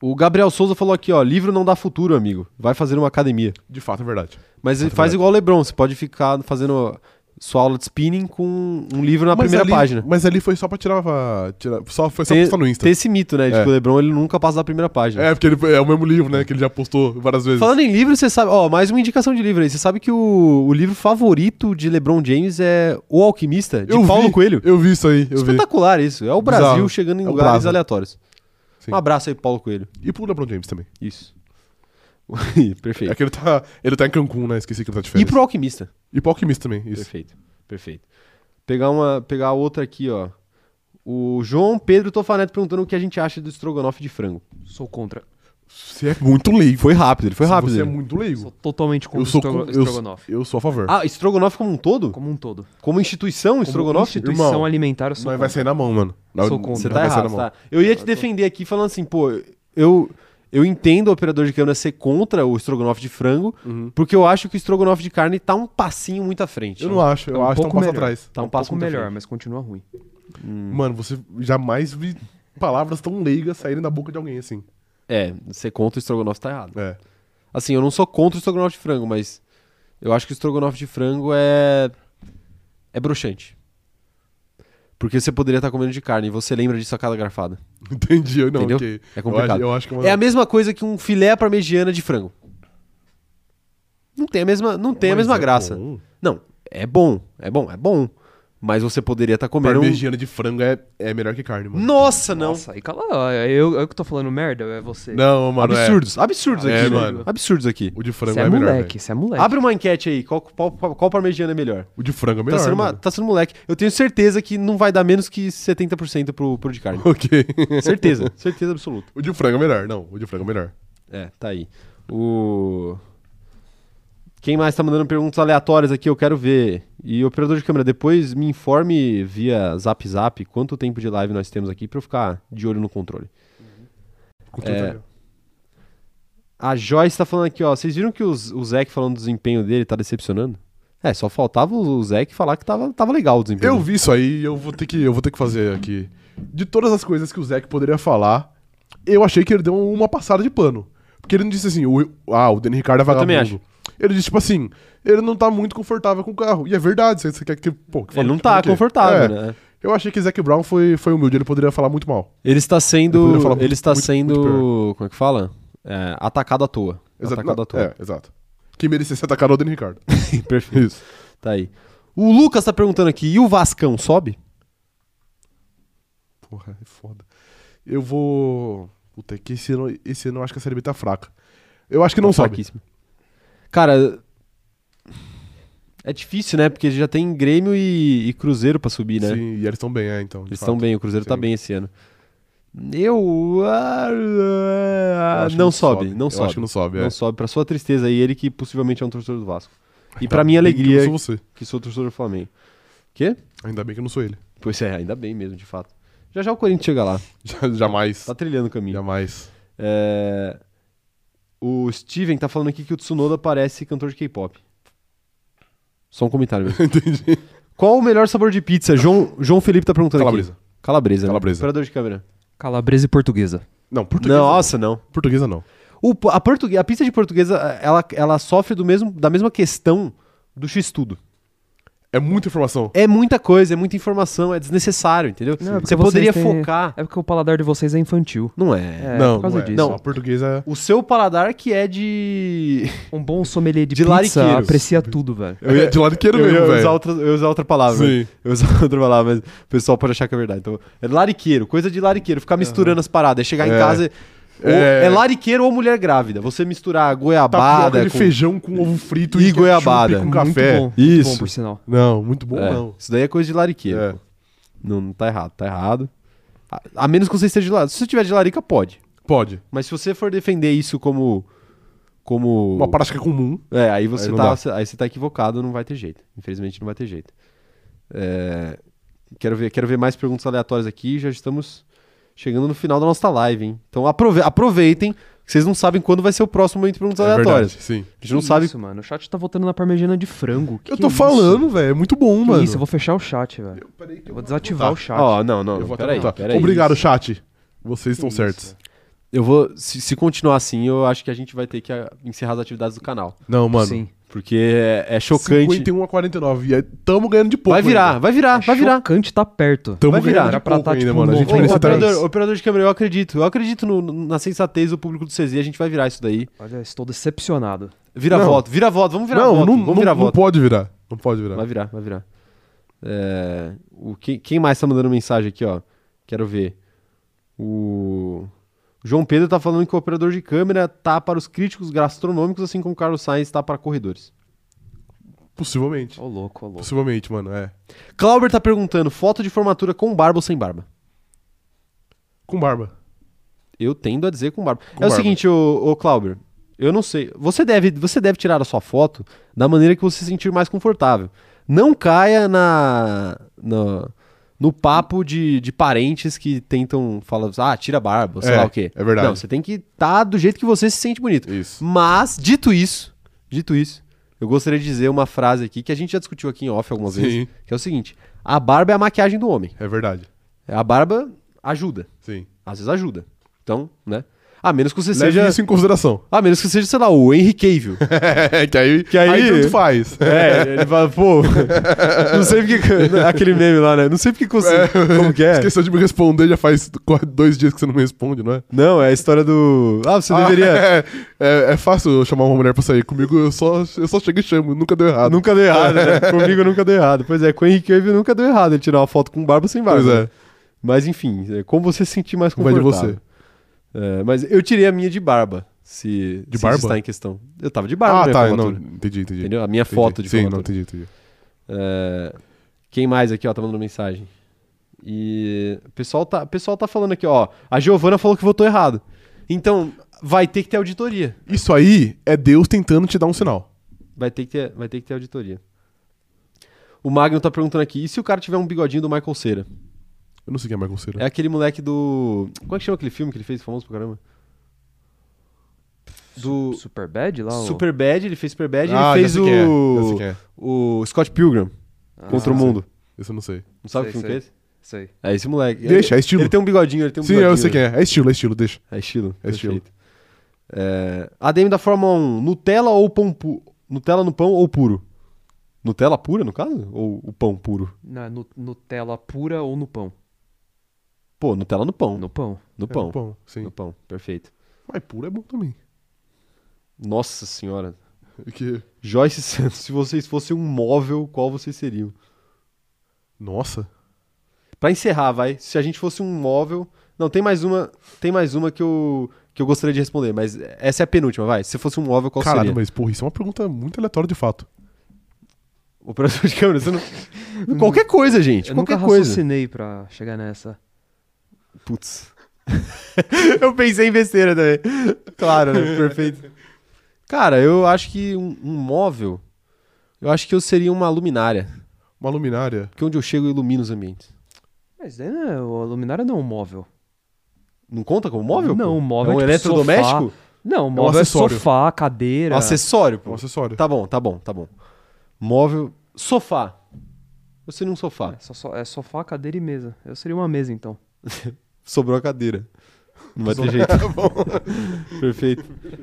O Gabriel Souza falou aqui, ó, livro não dá futuro, amigo. Vai fazer uma academia.
De fato, é verdade.
Mas ele faz igual o Lebron, você pode ficar fazendo sua aula de spinning com um livro na
Mas
primeira
ali-
página.
Mas ali foi só pra tirar. pra tirar só, foi É só pra
Tem,
postar no Insta.
tem esse mito, né? De
É.
que o Lebron ele nunca passa da primeira página.
É, porque ele, é o mesmo livro, né? Que ele já postou várias vezes.
Falando em livro, você sabe. Ó, mais uma indicação de livro aí. Você sabe que o, o livro favorito de LeBron James é O Alquimista, de
Eu
Paulo
vi,
Coelho.
Eu vi isso aí, eu vi.
Espetacular isso. É o
Bizarro.
Brasil chegando em
É o
lugares
Brasa.
aleatórios.
Sim.
Um abraço aí, pro Paulo Coelho.
E pro LeBron James também.
Isso. Perfeito.
É que ele tá, ele tá em Cancún, né? Esqueci que ele tá de
E
férias.
pro Alquimista.
E pro Alquimista também, isso.
Perfeito, perfeito. Pegar uma, pegar outra aqui, ó. O João Pedro Tofaneto perguntando o que a gente acha do estrogonofe de frango.
Sou contra.
Você é muito leigo.
Foi rápido, ele foi rápido.
Você é
ele.
muito
Sou
leigo.
totalmente contra
Eu sou,
o
co-
estrogo-
eu,
estrogonofe.
eu sou a favor.
Ah, estrogonofe como um todo?
Como um todo.
Como instituição,
Como
estrogonofe?
instituição
Irmão,
alimentar, eu sou
Nós vai
contra.
sair na mão, mano. Nós-
Sou contra.
nós
Você tá
vai sair
errado,
na mão.
tá? Eu ia te defender aqui falando assim, pô, eu, eu entendo o operador de câmera ser contra o estrogonofe de frango, porque eu acho que o estrogonofe de carne tá um passinho muito à frente.
Uhum. Eu não acho, eu
Tá um
acho que tá um
pouco
passo
melhor.
atrás.
Tá
Tá
um
um,
passo
pouco
muito à
melhor,
frente.
mas continua ruim.
Hum.
Mano, você jamais vi palavras tão leigas saírem da boca de alguém assim.
É, ser contra o estrogonofe tá errado.
É.
Assim, eu não sou contra o estrogonofe de frango, mas eu acho que o estrogonofe de frango é. é broxante. Porque você poderia estar comendo de carne e você lembra disso a cada garfada.
Entendi, eu não,
Entendeu?
ok.
É complicado.
Eu acho, eu acho que
É a mesma coisa que um filé à parmegiana de frango. Não tem a mesma, não tem a
Mas
mesma
é
graça.
bom.
Não, é bom, é bom, é bom. Mas você poderia estar comendo. Um...
Parmegiana de frango é, é melhor que carne, mano.
Nossa, não!
Nossa, aí cala. ó, Eu, eu que tô falando merda, ou é você.
Não, mano. é.
absurdos, absurdos
É,
aqui, né?
mano.
Absurdos aqui.
O de frango
Você é,
é, melhor.
moleque,
velho.
você é moleque.
Abre uma enquete aí, qual, qual, qual parmegiana é melhor?
O de frango é melhor.
tá, sendo uma-
mano.
tá sendo moleque. Eu tenho certeza que não vai dar menos que 70% pro, pro de carne.
Ok.
certeza, certeza absoluta.
o de
tá
frango é melhor, não. O de frango é melhor.
É, tá aí. O. Quem mais tá mandando perguntas aleatórias aqui, eu quero ver. E operador de câmera, depois me informe via zap zap quanto tempo de live nós temos aqui pra eu ficar de olho no controle.
Continua, tá?
A Joyce tá falando aqui, ó. Vocês viram que os- o Zeke falando do desempenho dele tá decepcionando? É, só faltava o Zeke falar que tava, tava legal o desempenho.
Eu
dele.
vi isso aí e eu vou ter que eu vou ter que fazer aqui. De todas as coisas que o Zeke poderia falar, eu achei que ele deu uma passada de pano. Porque ele não disse assim, o, ah, o Danny Ricardo é vagabundo.
também
Ele disse, tipo assim, ele não tá muito confortável com o carro. E é verdade, você, você quer que. Pô, que fale,
Ele não
tipo,
tá
o quê?
confortável,
É,
né?
Eu achei que o Zac Brown foi, foi humilde, ele poderia falar muito mal.
Ele está
Ele
sendo.
poderia falar muito-
ele está
muito-
sendo.
muito
como é que fala? É, atacado à toa. Atacado à
não,
toa.
é, exato. Quem merecesse atacar é o Danny Ricardo.
Perfeito.
Isso.
Tá aí. O Lucas tá perguntando aqui, e o Vascão sobe?
Porra, é foda. Eu vou. Puta, é que esse ano, esse ano eu acho que a série B tá fraca. Eu acho que não
Tá
sobe.
fraquíssimo. Cara. É difícil, né? Porque já tem Grêmio e, e Cruzeiro pra subir, né?
Sim, e eles estão bem, é, então. de
Eles
fato.
estão bem, o Cruzeiro tá
Sim.
bem esse ano. Eu. ah,
Eu
ah,
acho que
não sobe, não
Eu
sobe.
acho que não sobe, é.
Não sobe, pra sua tristeza aí, ele que possivelmente é um torcedor do Vasco. E
Ainda
pra minha
Tá bem que
alegria,
eu não sou você.
que sou torcedor do Flamengo. Quê?
Ainda bem que eu não sou ele.
Pois é, ainda bem mesmo, de fato. Já já o Corinthians chega lá,
Já- jamais.
tá trilhando o caminho.
Jamais.
É, O Steven tá falando aqui que o Tsunoda parece cantor de K-pop. Só um comentário mesmo.
Entendi.
Qual o melhor sabor de pizza? João, João Felipe tá perguntando
Calabresa.
aqui. Calabresa. né?
Calabresa.
Operador de câmera.
Calabresa e portuguesa.
Não, portuguesa.
não,
não.
nossa, não.
Portuguesa não.
O po- a, portugue- a pizza de portuguesa, ela, ela sofre do mesmo, da mesma questão do x-tudo.
É muita informação.
É muita coisa, é muita informação, é desnecessário, entendeu?
Não, é porque
Você poderia
vocês têm-
focar...
É porque o paladar de vocês é infantil.
Não é.
É,
não,
por causa
não é.
disso.
Não, a portuguesa
O seu paladar que é de...
Um bom sommelier de,
De
pizza
lariqueiros.
aprecia tudo, velho.
é. é de lariqueiro
Eu ia
mesmo,
usar
velho.
outra, eu ia usar outra palavra.
Sim.
Eu ia usar outra palavra, mas o pessoal pode achar que é verdade. Então, é lariqueiro, coisa de lariqueiro, ficar misturando as paradas, é chegar em
É.
casa. ou- é...
É.
lariqueiro ou mulher grávida. Você misturar
Tapioca
goiabada
de
com.
Tá feijão com ovo frito
E
ketchup
goiabada.
com Um café.
Muito bom,
Isso.
Muito bom, por sinal.
Não, muito bom
É,
não.
Isso daí é coisa de lariqueiro.
É.
pô. Não, não tá errado, tá errado. A, a menos que você esteja de larica. Se você tiver de larica, pode.
Pode.
Mas se você for defender isso como. Como.
Uma prática comum.
É, aí você,
Aí não
tá,
dá.
cê- aí você tá equivocado, não vai ter jeito. Infelizmente não vai ter jeito. É, quero, ver, quero ver mais perguntas aleatórias aqui. Já estamos chegando no final da nossa live, hein? Então aprove- aproveitem, que vocês não sabem quando vai ser o próximo momento de perguntas
é
aleatórias.
verdade, sim.
A gente não sabe.
Isso, mano. O chat tá voltando na parmegiana de frango. Que
eu tô
isso?
falando, velho. É muito bom,
Que
mano. Ah,
isso, eu vou fechar o chat, velho. Eu, vou desativar
voltar.
o chat.
Ó, não, não,
Eu vou
não.
até
Peraí,
botar.
peraí.
Obrigado, chat. Vocês estão certos.
Eu vou. Se, se continuar assim, eu acho que a gente vai ter que ah, encerrar as atividades do canal.
Não, mano.
Sim.
Porque é, é chocante.
51 a 49. E aí, tamo ganhando de pouco.
Vai virar,
ainda. É
vai virar, vai virar.
Chocante tá perto.
Ah, Tamo
Vai virar.
ganhando
Era
de
pra
pouco
tá,
ainda,
tipo,
mano. A gente
Ô,
Tem
merece
que ser
operador,
atrás.
três.
operador de câmera, eu acredito. Eu acredito no- no- na sensatez do público do CZ. A gente vai virar isso daí.
Olha, estou decepcionado.
Vira
Não.
voto, vira voto. Vamos virar
Não,
voto.
não,
vamos
não,
virar
não
voto.
pode virar. Não pode virar.
Vai virar, vai virar. É, o, quem, quem mais tá mandando mensagem aqui, ó? Quero ver. O o João Pedro tá falando que o operador de câmera tá para os críticos gastronômicos, assim como o Carlos Sainz tá para corredores.
Possivelmente.
Ô, louco, ô, louco.
Possivelmente, mano. É.
Clauber tá perguntando: foto de formatura com barba ou sem barba?
Com barba.
Eu tendo a dizer com barba. é
Com
o
barba.
seguinte, ô, ô Clauber, eu não sei. Você deve, você deve tirar a sua foto da maneira que você se sentir mais confortável. Não caia na, na- no papo de, de parentes que tentam falar, ah, tira a barba, sei
É,
lá o quê.
é verdade.
Não, você tem que estar do jeito que você se sente bonito.
Isso.
Mas, dito isso, dito isso, eu gostaria de dizer uma frase aqui que a gente já discutiu aqui em off algumas
Sim.
vezes, que é o seguinte: a barba é a maquiagem do homem.
É verdade.
A barba ajuda.
Sim.
Às vezes ajuda. Então, né? A menos que você
Leve
seja.
isso em consideração.
A menos que você seja, sei lá, o Henry Cavill.
que aí,
Que aí-
tanto faz.
é, ele fala, pô. Não sei porque. que- Aquele meme lá, né? Não sei porque que você. Como que é?
Esqueceu de me responder, já faz quase dois dias que você não me responde, não é?
Não, é a história do. Ah, você deveria.
Ah, é, é, é fácil eu chamar uma mulher pra sair. Comigo eu só, eu só chego e chamo, nunca deu errado.
Nunca deu errado, né? Comigo nunca deu errado. Pois é, com o Henry Cavill nunca deu errado ele tirar uma foto com barba ou sem barba.
Pois é.
né? Mas enfim, é como você se sentir mais
Vai de
confortável. É, mas eu tirei a minha de barba, se,
De
se
barba?
está em questão. Eu tava de barba, na
ah,
minha
tá. Não,
formatura,
entendi, entendi.
entendeu? A minha
Entendi.
foto de
Sim,
formatura.
não, entendi, entendi.
É, Quem mais aqui, ó, tá mandando mensagem? E o pessoal tá, o pessoal tá falando aqui, ó. A Giovana falou que votou errado. Então, vai ter que ter auditoria.
Isso aí é Deus tentando te dar um sinal.
Vai ter que ter, vai ter, que ter auditoria. O Magno tá perguntando aqui, e se o cara tiver um bigodinho do Michael Cera?
Eu não sei quem é Michael Cera.
É aquele moleque do... Como é que chama aquele filme que ele fez, famoso pra caramba? Do...
Super Bad lá? o-
Superbad, ele fez Superbad,
Ah,
ele
já
fez
sei quem é, já sei
o...
quem é.
o Scott Pilgrim
Ah,
contra o mundo.
Esse eu não sei.
Não sabe o
Sei,
filme que é esse?
Isso aí.
É esse moleque.
Deixa, é
ele,
estilo.
Ele tem um bigodinho, ele tem um
Sim,
bigodinho.
eu sei quem é. É estilo, é estilo, deixa.
É estilo.
É estilo.
perfeito. É, ADM da Fórmula 1, Nutella ou pão pu... Nutella no pão ou puro? Nutella pura, no caso? Ou o pão puro?
Na nu- Nutella pura ou no pão?
Pô, Nutella no pão. No,
No pão.
É,
pão.
no pão, sim.
No pão, perfeito.
Mas puro é bom também.
Nossa senhora.
Que...
Joyce Santos, se vocês fossem um móvel, qual vocês seriam?
Nossa.
Pra encerrar, vai. Se a gente fosse um móvel. Não, tem mais uma. Tem mais uma que eu, que eu gostaria de responder, mas essa é a penúltima, vai. Se fosse um móvel, qual
Caralho,
seria?
mas porra, isso é uma pergunta muito aleatória de fato.
Operador de câmera, você não. qualquer coisa, gente.
Eu
qualquer
nunca
coisa.
raciocinei pra chegar nessa.
Putz. eu pensei em besteira também. Claro, né? Perfeito. Cara, eu acho que um, um móvel. Eu acho que eu seria uma luminária.
Uma luminária.
Porque onde eu chego eu ilumino os ambientes.
Mas daí não é, o luminária não é um móvel.
Não conta como móvel?
Não,
pô?
um móvel
é um
é tipo
eletrodoméstico?
Não, o móvel é,
um acessório.
sofá, cadeira.
Um acessório, pô.
Um acessório.
Tá bom, tá bom, tá bom. Móvel. Sofá. Eu seria um sofá.
É, só- só- é sofá, cadeira e mesa. Eu seria uma mesa, então.
Sobrou a cadeira. Não vai ter jeito.
Tá
Perfeito.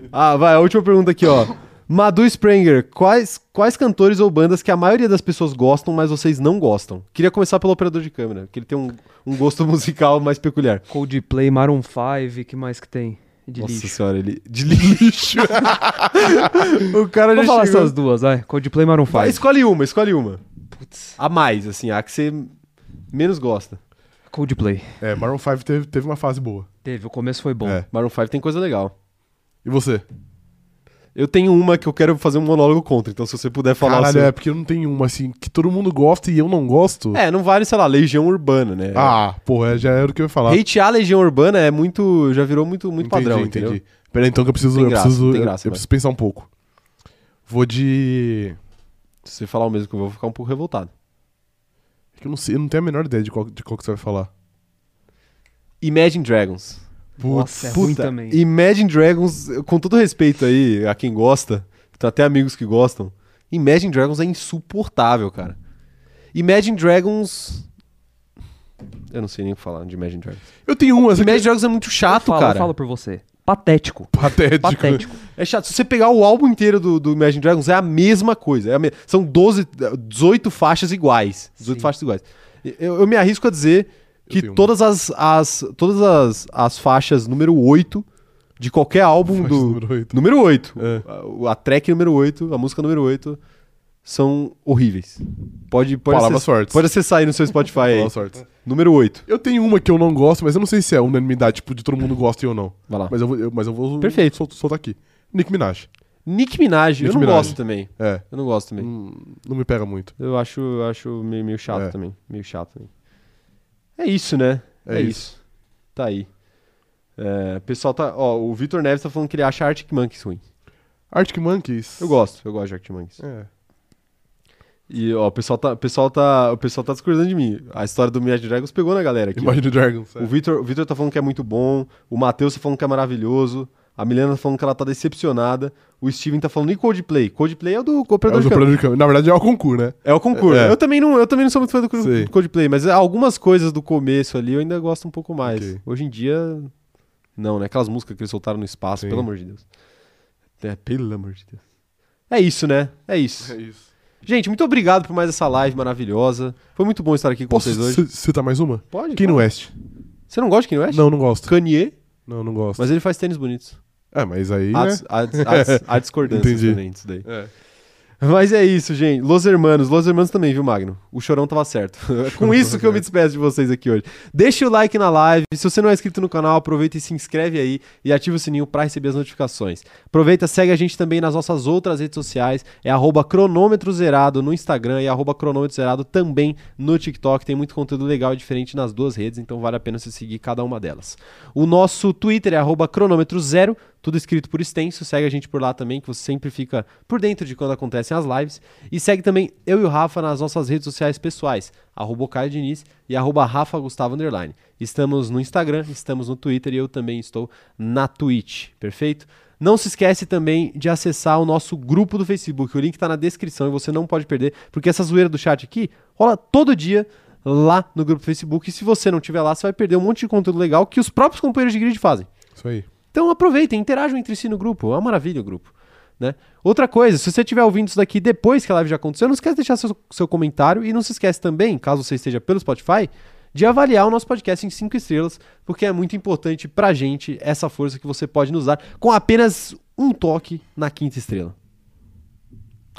Ah, vai, a última pergunta aqui, ó. Madu Sprenger, quais, quais cantores ou bandas que a maioria das pessoas gostam, mas vocês não gostam? Queria começar pelo operador de câmera, que ele tem um, um gosto musical mais peculiar.
Coldplay, Maroon 5, que mais que tem? De
Nossa
lixo.
senhora, ele. De lixo. o cara
Vou
já
falar
chegou.
essas duas, vai. Coldplay, Maroon 5.
Vai, escolhe uma, escolhe uma. A mais, assim, a que você menos gosta.
Coldplay.
É, Maroon 5 teve, teve uma fase boa.
Teve, o começo foi bom.
É.
Maroon 5 tem coisa legal.
E você?
Eu tenho uma que eu quero fazer um monólogo contra, então se você puder falar
Caralho,
o seu-
é porque eu não tenho uma assim que todo mundo gosta e eu não gosto.
É, não vale, sei lá, Legião Urbana, né?
Ah, porra, já era o que eu ia falar.
Hatear a Legião Urbana é muito. Já virou muito, muito padrão, entendeu?
Peraí, então que eu preciso.
Tem
eu
graça,
preciso,
tem
eu-
graça,
eu
vai.
preciso pensar um pouco. Vou de.
Se você falar o mesmo que eu vou ficar um pouco revoltado.
é que Eu não sei, eu não tenho a menor ideia de qual, de qual que você vai falar.
Imagine Dragons.
Nossa, é
Puta,
ruim também.
Imagine Dragons, com todo respeito aí a quem gosta, tem até amigos que gostam. Imagine Dragons é insuportável, cara. Imagine Dragons. Eu não sei nem o que falar de Imagine Dragons.
Eu tenho uma, essa aqui
Imagine Dragons é muito
Eu
chato,
falo, eu
cara.
falo por você. Patético.
é patética.
Patético.
É chato. Se você pegar o álbum inteiro do, do Imagine Dragons, é a mesma coisa. É a me- São 12, 18 faixas iguais. 18
Sim.
faixas iguais. Eu, eu me arrisco a dizer que
tenho uma.
todas as, as- todas as, as faixas número 8 de qualquer álbum
Faixa
do.
número oito.
Número 8.
É.
A, a track número 8, a música número 8, são horríveis. Pode, pode,
Palavras
acessar,
fortes.
pode acessar aí no seu Spotify. aí.
Boa sorte.
Número 8.
Eu tenho uma que eu não gosto, mas eu não sei se é unanimidade, tipo, de todo mundo gosta e eu não.
Vai lá.
Mas eu vou, eu- mas eu vou
Perfeito.
sol- soltar aqui. Nick Minaj.
Nick Minaj, eu
Nicki
não
Minaj.
gosto também.
É.
Eu não gosto também.
Hum, Não me pega muito.
Eu acho, eu acho meio, meio chato
É.
também. Meio chato também. É isso, né?
É isso.
Tá aí. É, pessoal tá. Ó, o Vitor Neves tá falando que ele acha Arctic Monkeys ruim.
Arctic Monkeys.
Eu gosto, eu gosto de Arctic Monkeys.
É.
E, ó, o pessoal tá, o pessoal tá, o pessoal tá discordando de mim. A história do Imagine Dragons pegou na galera aqui. ó.
Imagine Dragons. é.
O Vitor, o Vitor tá falando que é muito bom. O Matheus tá falando que é maravilhoso. A Milena tá falando que ela tá decepcionada. O Steven tá falando e Coldplay. Coldplay é o do
É o
Cooperador
do
de Câmara.
plano de câmera. Na verdade é o concurso, né?
É o concurso.
É.
Eu, também não, eu também não sou muito fã do, co-
Sei.
do Coldplay, mas algumas coisas do começo ali eu ainda gosto um pouco mais.
Ok.
Hoje em dia, não, né? Aquelas músicas que eles soltaram no espaço,
Sim.
pelo amor de Deus. É, pelo amor de Deus. É isso, né? É isso.
isso.
Gente, muito obrigado por mais essa live maravilhosa. Foi muito bom estar aqui com
Posso
vocês hoje.
c- citar mais uma?
Pode?
Kanye
claro.
West.
Você não gosta de Kanye West?
é? Não, não gosto.
Kanye,
Não, não gosto.
mas Ah, ele faz tênis bonitos.
É, mas aí,
Há,
né?
dis- há dis- há dis- há discordâncias
Entendi.
também disso daí.
É.
Mas é isso, gente. Los Hermanos, Los Hermanos também, viu, Magno? O chorão tava certo. Com isso que eu me despeço de vocês aqui hoje. Deixa o like na live. Se você não é inscrito no canal, aproveita e se inscreve aí e ativa o sininho pra receber as notificações. Aproveita, segue a gente também nas nossas outras redes sociais. É arroba cronômetro zerado no Instagram e arroba cronômetro zerado também no TikTok. Tem muito conteúdo legal e diferente nas duas redes, então vale a pena você seguir cada uma delas. O nosso Twitter é arroba cronômetro zero. Tudo escrito por extenso. Segue a gente por lá também, que você sempre fica por dentro de quando acontecem as lives. E segue também eu e o Rafa nas nossas redes sociais pessoais, arroba o Caio Diniz e arroba Rafa Gustavo Underline. Estamos no Instagram, estamos no Twitter e eu também estou na Twitch, perfeito? Não se esquece também de acessar o nosso grupo do Facebook. O link está na descrição e você não pode perder, porque essa zoeira do chat aqui rola todo dia lá no grupo do Facebook. E se você não tiver lá, você vai perder um monte de conteúdo legal que os próprios companheiros de grid fazem.
Isso aí.
Então aproveitem, interajam entre si no grupo. É uma maravilha o grupo. Né? Outra coisa, se você estiver ouvindo isso daqui depois que a live já aconteceu, não esquece de deixar seu, seu comentário e não se esquece também, caso você esteja pelo Spotify, de avaliar o nosso podcast em 5 estrelas, porque é muito importante pra gente essa força que você pode nos dar com apenas um toque na quinta estrela.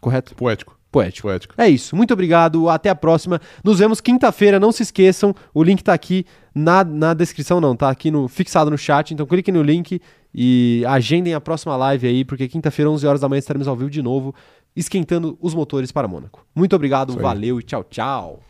Correto?
Poético.
Poético.
Poético.
É isso. Muito obrigado. Até a próxima. Nos vemos quinta-feira. Não se esqueçam. O link tá aqui na, na descrição, não. Tá aqui no, fixado no chat. Então clique no link e agendem a próxima live aí, porque quinta-feira, 11 horas da manhã, estaremos ao vivo de novo, esquentando os motores para Mônaco. Muito obrigado.
Isso aí.
Valeu e tchau, tchau.